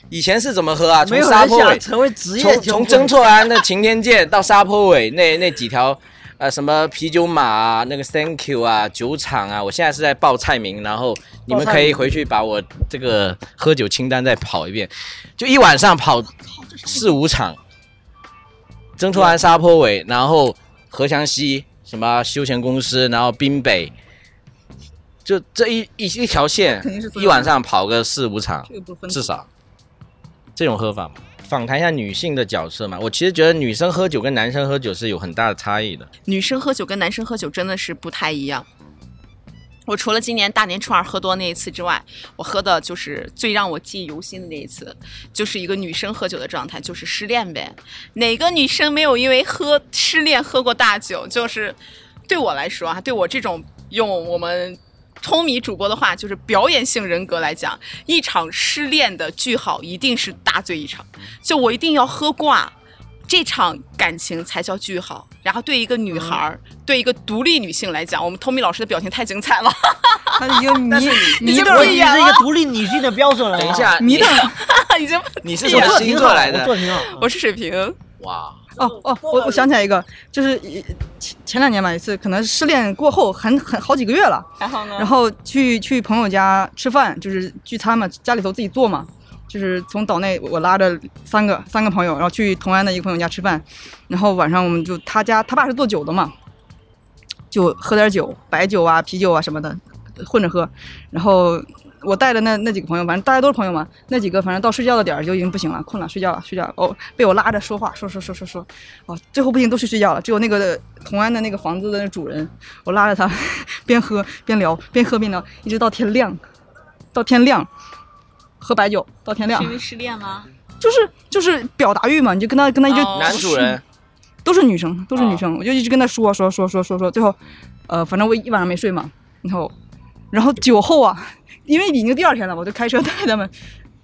[SPEAKER 2] 以前是怎么喝啊？从
[SPEAKER 4] 没有
[SPEAKER 2] 沙
[SPEAKER 4] 人
[SPEAKER 2] 坡尾
[SPEAKER 4] 想，成为职业
[SPEAKER 2] 从
[SPEAKER 4] 酒
[SPEAKER 2] 从
[SPEAKER 4] 鬼
[SPEAKER 2] 曾厝垵的擎天涧到沙坡尾那那几条，呃，什么啤酒马啊，那个 Thank you 啊，酒厂啊，我现在是在报菜名，然后你们可以回去把我这个喝酒清单再跑一遍，就一晚上跑四五场，曾厝垵沙坡尾，然后荷翔西什么休闲公司，然后滨北。就这一一一条线
[SPEAKER 1] 肯定是，
[SPEAKER 2] 一晚上跑个四五场，
[SPEAKER 1] 这个不分
[SPEAKER 2] 至少这种喝法嘛。访谈一下女性的角色嘛，我其实觉得女生喝酒跟男生喝酒是有很大的差异的。
[SPEAKER 3] 女生喝酒跟男生喝酒真的是不太一样。我除了今年大年初二喝多那一次之外，我喝的就是最让我记忆犹新的那一次，就是一个女生喝酒的状态，就是失恋呗。哪个女生没有因为喝失恋喝过大酒？就是对我来说啊，对我这种用我们通米主播的话，就是表演性人格来讲，一场失恋的句号一定是大醉一场，就我一定要喝挂。这场感情才叫句号。然后对一个女孩儿、对一个独立女性来讲，我们 Tommy 老师的表情太精彩了。
[SPEAKER 1] 他已 经迷迷
[SPEAKER 3] 你
[SPEAKER 1] 瞪
[SPEAKER 3] 就
[SPEAKER 4] 我
[SPEAKER 3] 不
[SPEAKER 1] 了
[SPEAKER 4] 已
[SPEAKER 3] 一
[SPEAKER 4] 经
[SPEAKER 3] 样
[SPEAKER 4] 是一个独立女性的标准了。 啊
[SPEAKER 2] 等一，下，
[SPEAKER 1] 啊迷瞪了
[SPEAKER 3] 已经，
[SPEAKER 2] 你是
[SPEAKER 4] 我
[SPEAKER 2] 什么
[SPEAKER 4] 做得
[SPEAKER 2] 星
[SPEAKER 4] 挺
[SPEAKER 2] 座
[SPEAKER 4] 好，
[SPEAKER 2] 来
[SPEAKER 4] 我做
[SPEAKER 2] 的？
[SPEAKER 4] 得挺好。啊
[SPEAKER 3] 我是水瓶，
[SPEAKER 2] 哇，
[SPEAKER 1] 哦哦，我我想起来一个，就是一前前两年吧，一次可能失恋过后很很好几个月了，
[SPEAKER 3] 然后呢
[SPEAKER 1] 然后去去朋友家吃饭，就是聚餐嘛，家里头自己做嘛，就是从岛内我我拉着三个三个朋友，然后去同安的一个朋友家吃饭，然后晚上我们就他家他爸是做酒的嘛，就喝点酒，白酒啊、啤酒啊什么的混着喝，然后。我带的那那几个朋友，反正大家都是朋友嘛，那几个反正到睡觉的点儿就已经不行了，困了，睡觉了，睡觉了。哦，被我拉着说话，说说说说说，哦，最后不行都去睡觉了，只有那个同安的那个房子的那主人，我拉着他 边喝边聊，边喝边聊，一直到天亮，到天亮，喝白酒到天亮
[SPEAKER 5] 是因，为失恋吗？
[SPEAKER 1] 就是就是表达欲嘛，你就跟他跟他一直、
[SPEAKER 3] 哦
[SPEAKER 2] 男主人
[SPEAKER 1] 都是女生，都是女
[SPEAKER 2] 啊
[SPEAKER 1] 生，我就一直跟他说说说说说说，最后，呃，反正我一晚上没睡嘛，然后，然后酒后啊， 因为已经第二天了，我就开车带他们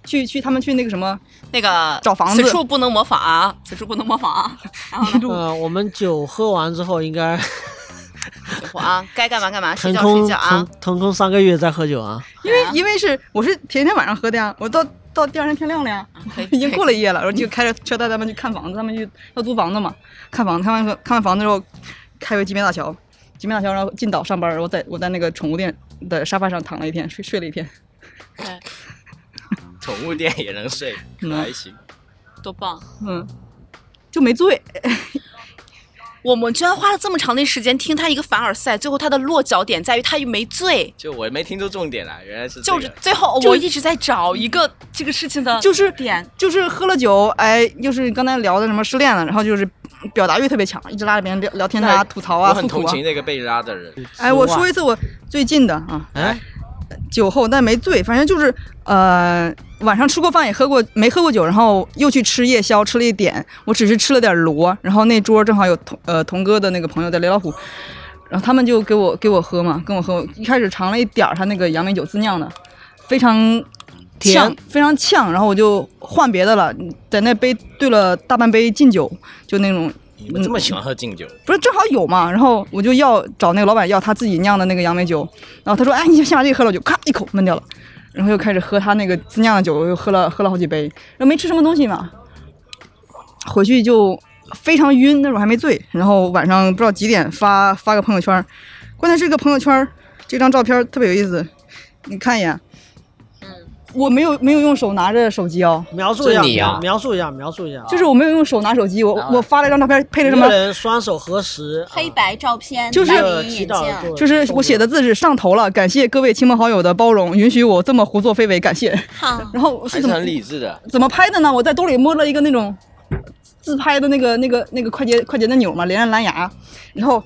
[SPEAKER 1] 去 去他们去那个什么
[SPEAKER 3] 那个
[SPEAKER 1] 找房子
[SPEAKER 3] 此处不能模仿啊，此处不能模仿啊。然后
[SPEAKER 1] 一
[SPEAKER 3] 呢，
[SPEAKER 1] 路
[SPEAKER 4] 呃，我们酒喝完之后 应该
[SPEAKER 3] 等会儿啊， 该干嘛干嘛，睡
[SPEAKER 4] 腾
[SPEAKER 3] 觉
[SPEAKER 4] 空
[SPEAKER 3] 睡觉啊
[SPEAKER 4] 腾。腾空三个月再喝酒啊。
[SPEAKER 1] 因为因为是我是前天晚上喝的呀，我到到第二天天亮了呀，
[SPEAKER 3] 啊 可以
[SPEAKER 1] 已经过了
[SPEAKER 3] 可以
[SPEAKER 1] 一夜了，然后就开着车带他们去看房子，他们去要租房子嘛，看房子，看完看完房子之后，开回金边大桥，金边大桥然后进岛上班，然后在我在那个宠物店的沙发上躺了一天，睡睡了一天，
[SPEAKER 2] 宠物店也能睡，
[SPEAKER 1] 嗯
[SPEAKER 2] 还行。
[SPEAKER 5] 多棒！
[SPEAKER 1] 嗯，就没醉，
[SPEAKER 6] 我们居然花了这么长的时间听他一个凡尔赛，最后他的落脚点在于他又没醉，
[SPEAKER 2] 就我没听出重点来，原来是这
[SPEAKER 6] 就
[SPEAKER 2] 个
[SPEAKER 6] 是最后
[SPEAKER 1] 就
[SPEAKER 6] 我一直在找一个这个事情的
[SPEAKER 1] 就是
[SPEAKER 6] 点，
[SPEAKER 1] 就是喝了酒，哎，又是刚才聊的什么失恋了，然后就是表达欲特别强，一直拉着别人聊聊天啊、吐槽啊、
[SPEAKER 2] 我很
[SPEAKER 1] 诉苦
[SPEAKER 2] 同
[SPEAKER 1] 啊
[SPEAKER 2] 情。那个被拉的人，
[SPEAKER 1] 哎，我说一次我最近的啊，
[SPEAKER 4] 哎，
[SPEAKER 1] 酒后但没醉，反正就是呃，晚上吃过饭也喝过，没喝过酒，然后又去吃夜宵，吃了一点，我只是吃了点螺，然后那桌正好有童呃童哥的那个朋友在雷老虎，然后他们就给我给我喝嘛，跟我喝，一开始尝了一点儿他那个杨梅酒自酿的，非常。
[SPEAKER 4] 甜
[SPEAKER 1] 呛，非常呛，然后我就换别的了，在那杯兑了大半杯劲酒，就那种
[SPEAKER 2] 你们这么喜欢喝敬酒，
[SPEAKER 1] 不是正好有嘛，然后我就要找那个老板要他自己酿的那个杨梅酒，然后他说，哎，你先把这个喝了，我就咔一口闷掉了，然后又开始喝他那个自酿的酒，我又喝了喝了好几杯，然后没吃什么东西嘛，回去就非常晕，那会儿还没醉，然后晚上不知道几点发发个朋友圈儿，关键是这个朋友圈儿这张照片儿特别有意思，你看一眼，我没有没有用手拿着手机哦，
[SPEAKER 4] 描述一下，
[SPEAKER 7] 这你呀
[SPEAKER 4] 描描述一下，描述一下啊，
[SPEAKER 1] 就是我没有用手拿手机，我我发了一张照片，配了什
[SPEAKER 4] 一个
[SPEAKER 1] 么？
[SPEAKER 4] 人双手合十，啊
[SPEAKER 3] 黑白照片，
[SPEAKER 1] 就是
[SPEAKER 3] 戴着隐
[SPEAKER 4] 祈
[SPEAKER 3] 形
[SPEAKER 4] 祷
[SPEAKER 3] 眼镜
[SPEAKER 4] 做
[SPEAKER 1] 就是我写的字是上头了，感谢各位亲朋好友的包容，允许我这么胡作非为，感谢。
[SPEAKER 5] 嗯
[SPEAKER 3] 哈，
[SPEAKER 1] 然后
[SPEAKER 2] 还
[SPEAKER 1] 是
[SPEAKER 2] 是
[SPEAKER 1] 怎么
[SPEAKER 2] 很理智的。
[SPEAKER 1] 怎么拍的呢？我在兜里摸了一个那种自拍的那个那个那个快捷快捷的钮嘛，连上蓝牙，然后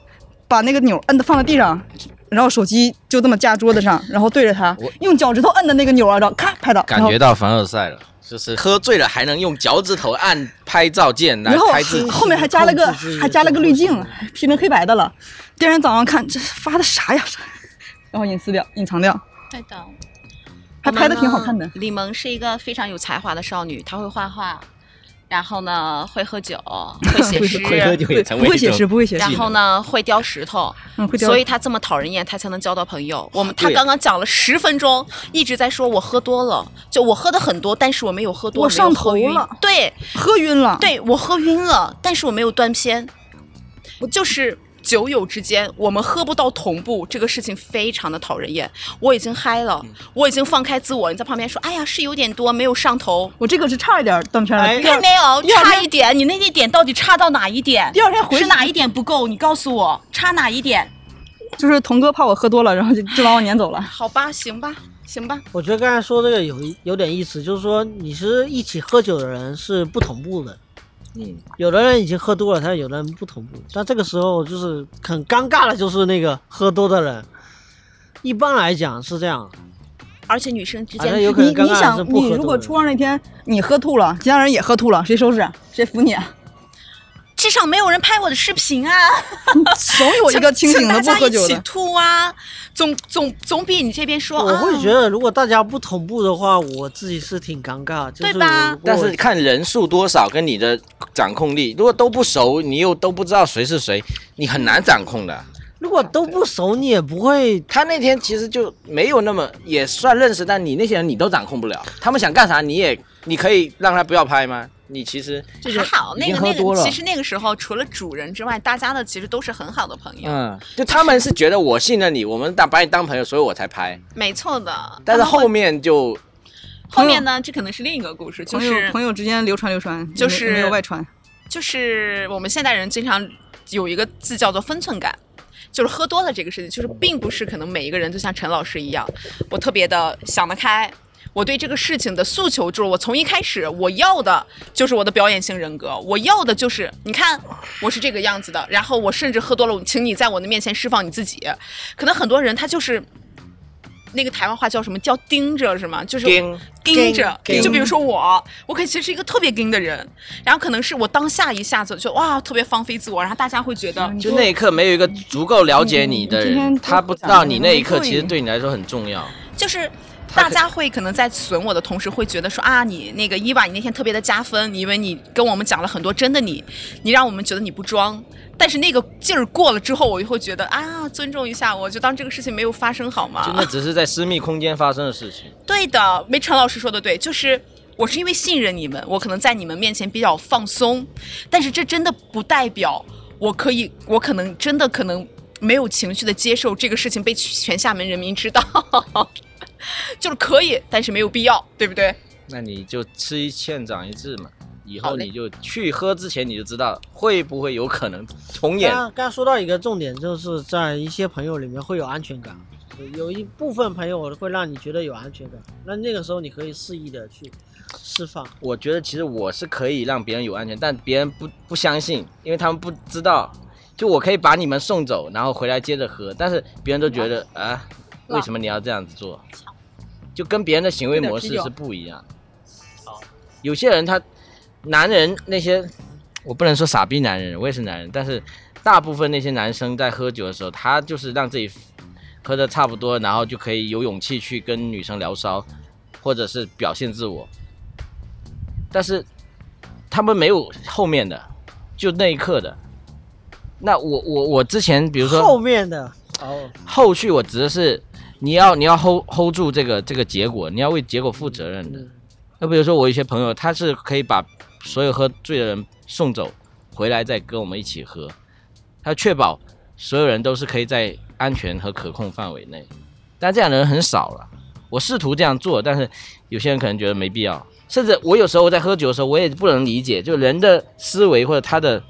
[SPEAKER 1] 把那个钮摁的放在地上，然后手机就这么架桌子上，然后对着它
[SPEAKER 7] 我
[SPEAKER 1] 用脚趾头摁的那个钮啊，然后咔拍到，
[SPEAKER 7] 感
[SPEAKER 1] 然后
[SPEAKER 7] 觉到凡尔赛了。
[SPEAKER 2] 就是喝醉了还能用脚趾头按拍照键来
[SPEAKER 1] 然后
[SPEAKER 2] 拍自己，
[SPEAKER 1] 后面还加了个
[SPEAKER 4] 控制自己
[SPEAKER 1] 还加了个滤镜
[SPEAKER 4] 控制，
[SPEAKER 1] 拼成黑白的了。第二天早上看这发的啥呀？ 啥然后隐私掉，隐藏掉，
[SPEAKER 3] 对的，
[SPEAKER 1] 还拍的挺好看的
[SPEAKER 3] 我。们呢。李萌是一个非常有才华的少女，她会画画，然后呢会喝酒， 会写
[SPEAKER 7] 会喝
[SPEAKER 3] 诗，
[SPEAKER 7] 酒
[SPEAKER 1] 对，
[SPEAKER 7] 也成
[SPEAKER 1] 不
[SPEAKER 7] 为
[SPEAKER 1] 会
[SPEAKER 7] 一
[SPEAKER 1] 写
[SPEAKER 7] 种
[SPEAKER 1] 诗，不会写诗
[SPEAKER 3] 然，后呢会雕石头，
[SPEAKER 1] 嗯，会掉
[SPEAKER 3] 所以她这么讨人厌，她才能交到朋友。我们她
[SPEAKER 2] 对
[SPEAKER 3] 刚刚讲了十分钟，一直在说我喝多了，就我喝的很多，但是我没有喝多，
[SPEAKER 1] 我
[SPEAKER 3] 没有
[SPEAKER 1] 上
[SPEAKER 3] 喝
[SPEAKER 1] 头
[SPEAKER 3] 晕
[SPEAKER 1] 了
[SPEAKER 3] 对，
[SPEAKER 1] 喝晕了。，
[SPEAKER 3] 对我喝晕了，但是我没有断片，就是酒友之间我们喝不到同步这个事情非常的讨人厌。我已经嗨了，
[SPEAKER 1] 嗯
[SPEAKER 3] 我已经放开自我，你在旁边说，哎呀是有点多，没有上头，
[SPEAKER 1] 我这个是差一点断片了。
[SPEAKER 4] 哎
[SPEAKER 1] 第二
[SPEAKER 3] 并没有
[SPEAKER 1] 第二
[SPEAKER 3] 差
[SPEAKER 1] 天
[SPEAKER 3] 一点，你那一点到底差到哪一点？
[SPEAKER 1] 第二天回
[SPEAKER 3] 是
[SPEAKER 1] 去
[SPEAKER 3] 哪一点不够？你告诉我差哪一点？
[SPEAKER 1] 就是童哥怕我喝多了，然后就就把我撵走 了。
[SPEAKER 3] 好吧，行吧，行吧，
[SPEAKER 4] 我觉得刚才说这个有一有点意思，就是说你是一起喝酒的人是不同步的，
[SPEAKER 2] 嗯，
[SPEAKER 4] 有的人已经喝多了，但有的人不同步。但这个时候就是很尴尬的，就是那个喝多的人，一般来讲是这样，
[SPEAKER 3] 而且女生之
[SPEAKER 4] 啊那
[SPEAKER 3] 间
[SPEAKER 4] 有
[SPEAKER 3] 是
[SPEAKER 4] 可能
[SPEAKER 1] 你
[SPEAKER 4] 尴
[SPEAKER 1] 你
[SPEAKER 4] 尬的
[SPEAKER 1] 想
[SPEAKER 4] 是，不
[SPEAKER 1] 你
[SPEAKER 4] 喝
[SPEAKER 1] 如
[SPEAKER 4] 多
[SPEAKER 1] 果
[SPEAKER 4] 的
[SPEAKER 1] 出让那天你喝吐了，其他人也喝吐了，谁收拾啊？谁扶你 啊？
[SPEAKER 3] 至少没有人拍我的视频啊。
[SPEAKER 1] 总有一个清醒的
[SPEAKER 3] 请
[SPEAKER 1] 不
[SPEAKER 3] 大家
[SPEAKER 1] 喝
[SPEAKER 3] 一
[SPEAKER 1] 酒
[SPEAKER 3] 起
[SPEAKER 1] 的。
[SPEAKER 3] 吐啊，总总总比你这边说
[SPEAKER 4] 我
[SPEAKER 3] 啊。
[SPEAKER 4] 会觉得如果大家不同步的话，我自己是挺尴尬，就是
[SPEAKER 3] 对吧
[SPEAKER 4] 我
[SPEAKER 2] 但是看人数多少跟你的掌控力，如果都不熟，你又都不知道谁是谁，你很难掌控的。
[SPEAKER 4] 如果都不熟，你也不会
[SPEAKER 2] 他那天其实就没有那么也算认识，但你那些人你都掌控不了，他们想干啥你也你可以让他不要拍吗？你其实就是
[SPEAKER 3] 还好，那
[SPEAKER 2] 已
[SPEAKER 3] 个
[SPEAKER 2] 经喝
[SPEAKER 3] 那
[SPEAKER 2] 多
[SPEAKER 3] 个，
[SPEAKER 2] 了
[SPEAKER 3] 其实那个时候除了主人之外，大家的其实都是很好的朋友，
[SPEAKER 2] 嗯，就他们是觉得我信任你，我们当把你当朋友，所以我才拍。
[SPEAKER 3] 没错的。
[SPEAKER 2] 但是
[SPEAKER 3] 他们会
[SPEAKER 2] 后面就
[SPEAKER 3] 后面呢，这可能是另一个故事，就
[SPEAKER 1] 朋友
[SPEAKER 3] 是
[SPEAKER 1] 朋友之间流传流传，
[SPEAKER 3] 就
[SPEAKER 1] 没
[SPEAKER 3] 是
[SPEAKER 1] 没有外传。
[SPEAKER 3] 就是我们现代人经常有一个字叫做分寸感。就是喝多了这个事情，就是并不是可能每一个人就像陈老师一样，我特别的想得开，我对这个事情的诉求就是我从一开始我要的就是我的表演型人格，我要的就是你看我是这个样子的，然后我甚至喝多了，请你在我的面前释放你自己。可能很多人他就是那个台湾话叫什么叫盯着是吗？就是
[SPEAKER 2] 盯
[SPEAKER 3] 盯着，
[SPEAKER 2] 盯
[SPEAKER 3] 就比如说我，我可能其实是一个特别盯的人，然后可能是我当下一下子就哇特别放飞自我，然后大家会觉得
[SPEAKER 2] 就那一刻没有一个足够了解你
[SPEAKER 1] 你
[SPEAKER 2] 的
[SPEAKER 1] 今
[SPEAKER 2] 人，
[SPEAKER 1] 天
[SPEAKER 2] 他不知道你那一刻其实对你来说很重要。
[SPEAKER 3] 就是大家会可能在损我的同时，会觉得说啊，你那个伊娃，你那天特别的加分，你因为你跟我们讲了很多真的你，你让我们觉得你不装。但是那个劲儿过了之后，我就会觉得啊，尊重一下，我就当这个事情没有发生好
[SPEAKER 2] 就那
[SPEAKER 3] 吗？
[SPEAKER 2] 只是在私密空间发生的事情。
[SPEAKER 3] 对的，没陈老师说的对，就是。我是因为信任你们，我可能在你们面前比较放松，但是这真的不代表我可以，我可能真的可能没有情绪的接受这个事情被全厦门人民知道， 就是可以，但是没有必要，对不对？
[SPEAKER 2] 那你就吃一堑长一智嘛。以
[SPEAKER 8] 好
[SPEAKER 2] 后
[SPEAKER 8] 嘞
[SPEAKER 2] 你就去喝之前你就知道会不会有可能重演
[SPEAKER 4] 刚。刚刚说到一个重点，就是在一些朋友里面会有安全感，
[SPEAKER 2] 嗯
[SPEAKER 4] 有一部分朋友会让你觉得有安全感，那那个时候你可以肆意的去释放。
[SPEAKER 2] 我觉得其实我是可以让别人有安全，但别人不不相信，因为他们不知道。就我可以把你们送走，然后回来接着喝，但是别人都觉得啊，为什么你要这样子做？就跟别人的行为模式是不一样。有些人他，男人那些，我不能说傻逼男人，我也是男人，但是大部分那些男生在喝酒的时候，他就是让自己喝的差不多，然后就可以有勇气去跟女生聊骚，或者是表现自我。但是他们没有后面的，就那一刻的。那我我我之前比如说
[SPEAKER 4] 后面的哦，
[SPEAKER 2] 后续我指的是你要你要 hold hold 住这个这个结果，你要为结果负责任的。那比如说我有一些朋友，他是可以把所有喝醉的人送走，回来再跟我们一起喝，他确保所有人都是可以在安全和可控范围内。但这样的人很少了。我试图这样做，但是有些人可能觉得没必要。甚至我有时候在喝酒的时候，我也不能理解，就人的思维或者他的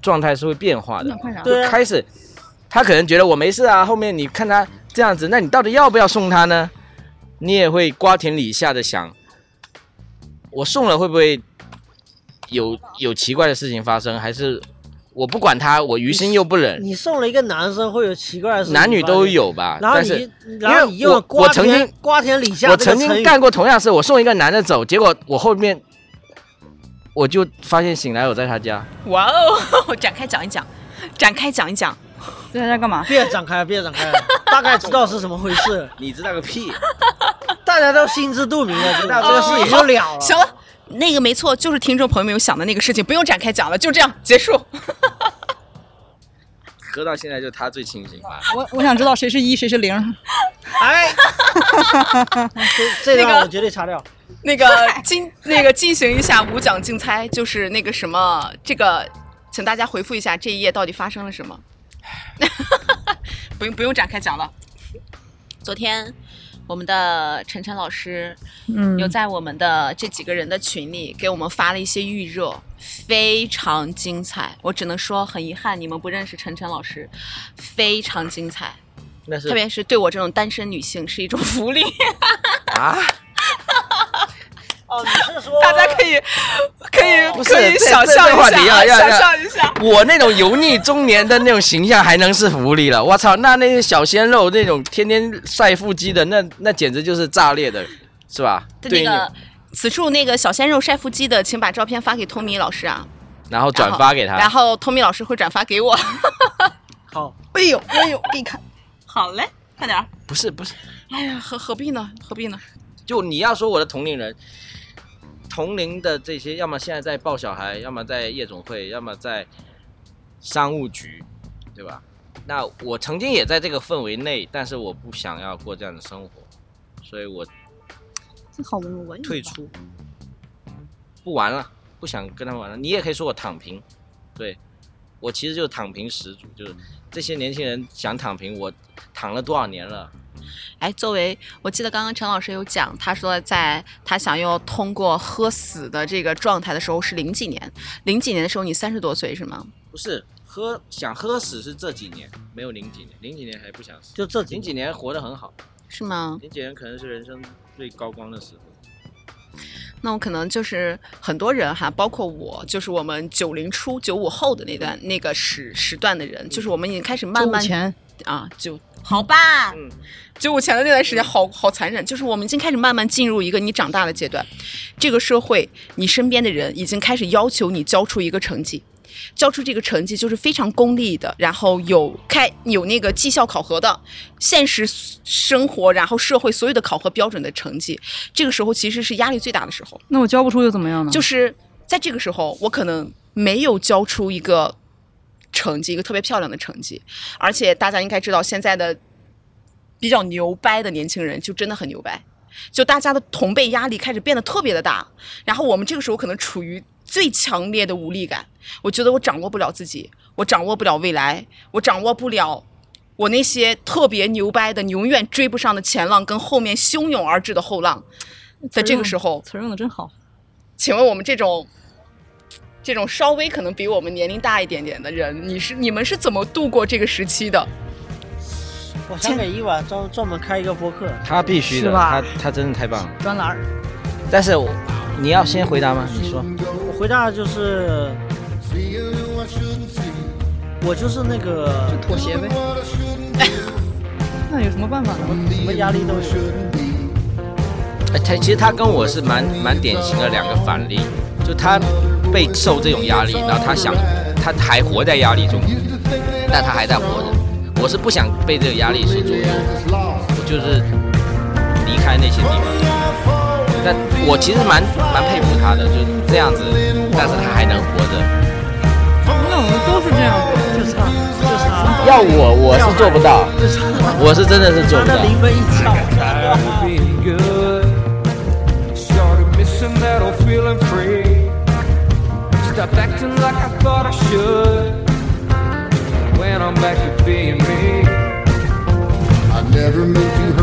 [SPEAKER 2] 状态是会变化的。
[SPEAKER 1] 看啥？
[SPEAKER 4] 对
[SPEAKER 2] 就
[SPEAKER 4] 啊
[SPEAKER 2] 开始，他可能觉得我没事啊，后面你看他这样子，那你到底要不要送他呢？你也会瓜田李下的想，我送了会不会有有奇怪的事情发生？还是我不管他，我于心又不忍，
[SPEAKER 4] 你送了一个男生会有奇怪的事，
[SPEAKER 2] 男女都。有吧？
[SPEAKER 4] 然后
[SPEAKER 2] 但是
[SPEAKER 4] 你，然后你用
[SPEAKER 2] 因为
[SPEAKER 4] 了
[SPEAKER 2] 我
[SPEAKER 4] 瓜
[SPEAKER 2] 我曾
[SPEAKER 4] 田
[SPEAKER 2] 经
[SPEAKER 4] 瓜田李下
[SPEAKER 2] 我
[SPEAKER 4] 这个
[SPEAKER 2] 曾
[SPEAKER 4] 成
[SPEAKER 2] 经
[SPEAKER 4] 语
[SPEAKER 2] 干过同样的事，我送一个男的走，结果我后面我就发现醒来我在他家，
[SPEAKER 3] 哇哦，我展开讲一讲，展开讲一讲。
[SPEAKER 1] 在家干嘛？
[SPEAKER 4] 别展开，别展开，大概知道是什么回事，
[SPEAKER 2] 你知道个屁！
[SPEAKER 4] 大家都心知肚明了，知道这
[SPEAKER 2] 哦
[SPEAKER 4] 个事情就了 了。
[SPEAKER 3] 行了，那个没错，就是听众朋友们有想的那个事情，不用展开讲了，就这样结束。
[SPEAKER 2] 喝到现在就他最清醒吧。
[SPEAKER 1] 我我想知道谁是一，谁是零。
[SPEAKER 4] 哎，这这
[SPEAKER 3] 那
[SPEAKER 4] 段
[SPEAKER 3] 个
[SPEAKER 4] 我绝对擦掉。
[SPEAKER 3] 那个进那个进行一下无奖竞猜，就是那个什么，这个请大家回复一下这一页到底发生了什么。 不用不用展开讲了。昨天我们的晨晨老师
[SPEAKER 1] 嗯
[SPEAKER 3] 有在我们的这几个人的群里给我们发了一些预热，非常精彩。我只能说很遗憾你们不认识晨晨老师，非常精彩，
[SPEAKER 2] 那是
[SPEAKER 3] 特别是对我这种单身女性是一种 福利。
[SPEAKER 2] 啊，
[SPEAKER 4] 哦，你是说
[SPEAKER 3] 大家可以可
[SPEAKER 2] 哦不
[SPEAKER 3] 以
[SPEAKER 2] 是
[SPEAKER 3] 可以
[SPEAKER 2] 这
[SPEAKER 3] 想
[SPEAKER 2] 这
[SPEAKER 3] 象
[SPEAKER 2] 这
[SPEAKER 3] 一
[SPEAKER 2] 话题
[SPEAKER 3] 下，
[SPEAKER 2] 啊要
[SPEAKER 3] 想
[SPEAKER 2] 要
[SPEAKER 3] 象一下。
[SPEAKER 2] 我那种油腻中年的那种形象还能是福利了？我操，那那些小鲜肉那种天天晒腹肌的，那那简直就是炸裂的，是吧？对
[SPEAKER 3] 那
[SPEAKER 2] 你，
[SPEAKER 3] 个此处那个小鲜肉晒腹肌的，请把照片发给托米老师啊，
[SPEAKER 2] 然后转
[SPEAKER 3] 然后
[SPEAKER 2] 发给他。
[SPEAKER 3] 然后托米老师会转发给我。
[SPEAKER 4] 好，
[SPEAKER 1] 哎呦哎呦，给你看，
[SPEAKER 3] 好嘞，快点儿。
[SPEAKER 2] 不是不是，
[SPEAKER 3] 哎呀，何何必呢？何必呢？
[SPEAKER 2] 就你要说我的同龄人，同龄的这些，要么现在在抱小孩，要么在夜总会，要么在商务局，对吧？那我曾经也在这个氛围内，但是我不想要过这样的生活，所以我
[SPEAKER 3] 这好文文
[SPEAKER 2] 退出，不玩了，不想跟他们玩了。你也可以说我躺平，对我其实就是躺平始祖，就是这些年轻人想躺平，我躺了多少年了？
[SPEAKER 3] 哎，作为我记得刚刚陈老师有讲，他说在他想要通过喝死的这个状态的时候是零几年，零几年的时候你三十多岁是吗？
[SPEAKER 2] 不是喝想喝死是这几年，没有零几年，零几年还不想死，
[SPEAKER 4] 就这几
[SPEAKER 2] 零几年活得很好，
[SPEAKER 3] 是吗？
[SPEAKER 2] 零几年可能是人生最高光的时候。
[SPEAKER 3] 那我可能就是很多人哈，包括我，就是我们九零初、九五后的那段那个时时段的人，就是我们已经开始慢
[SPEAKER 1] 五
[SPEAKER 3] 慢
[SPEAKER 1] 前
[SPEAKER 3] 啊，就好吧，
[SPEAKER 2] 嗯，
[SPEAKER 3] 九五前的那段时间好好残忍，就是我们已经开始慢慢进入一个你长大的阶段，这个社会你身边的人已经开始要求你交出一个成绩。交出这个成绩就是非常功利的，然后有开有那个绩效考核的，现实生活，然后社会所有的考核标准的成绩，这个时候其实是压力最大的时候。
[SPEAKER 1] 那我交不出又怎么样呢？
[SPEAKER 3] 就是在这个时候，我可能没有交出一个成绩，一个特别漂亮的成绩。而且大家应该知道，现在的比较牛掰的年轻人就真的很牛掰，就大家的同辈压力开始变得特别的大。然后我们这个时候可能处于最强烈的无力感，我觉得我掌握不了自己，我掌握不了未来，我掌握不了。我那些特别牛掰的、永远追不上的前浪，跟后面汹涌而至的后浪，在这个时候，
[SPEAKER 1] 词儿用的真好。
[SPEAKER 3] 请问我们这种这种稍微可能比我们年龄大一点点的人，你是你们是怎么度过这个时期的？
[SPEAKER 4] 我想给伊娃专专门开一个播客，
[SPEAKER 2] 他必须的，
[SPEAKER 1] 是吧
[SPEAKER 2] 他他真的太棒了。
[SPEAKER 1] 专栏儿，
[SPEAKER 2] 但是我你要先回答吗？你说，
[SPEAKER 4] 我回答就是，我就是那个
[SPEAKER 1] 妥协呗。那有什么办法呢？
[SPEAKER 4] 什么压力都有。
[SPEAKER 2] 哎，他其实他跟我是蛮蛮典型的两个反例，就他被受这种压力，然后他想他还活在压力中，但他还在活着。我是不想被这个压力所左右，我就是离开那些地方。但我其实蛮蛮佩服他的，就是这样子，但是他还能活着。
[SPEAKER 1] 那我们都是这样呗，就是他，就是他。
[SPEAKER 2] 要我，我是做不到， 我是真的是做不到
[SPEAKER 4] 他的。灵魂一跳，
[SPEAKER 9] Tired of being good. Started missing that old feeling free. Stopped acting like I thought I should. When I'm back to being me.
[SPEAKER 10] I never meant to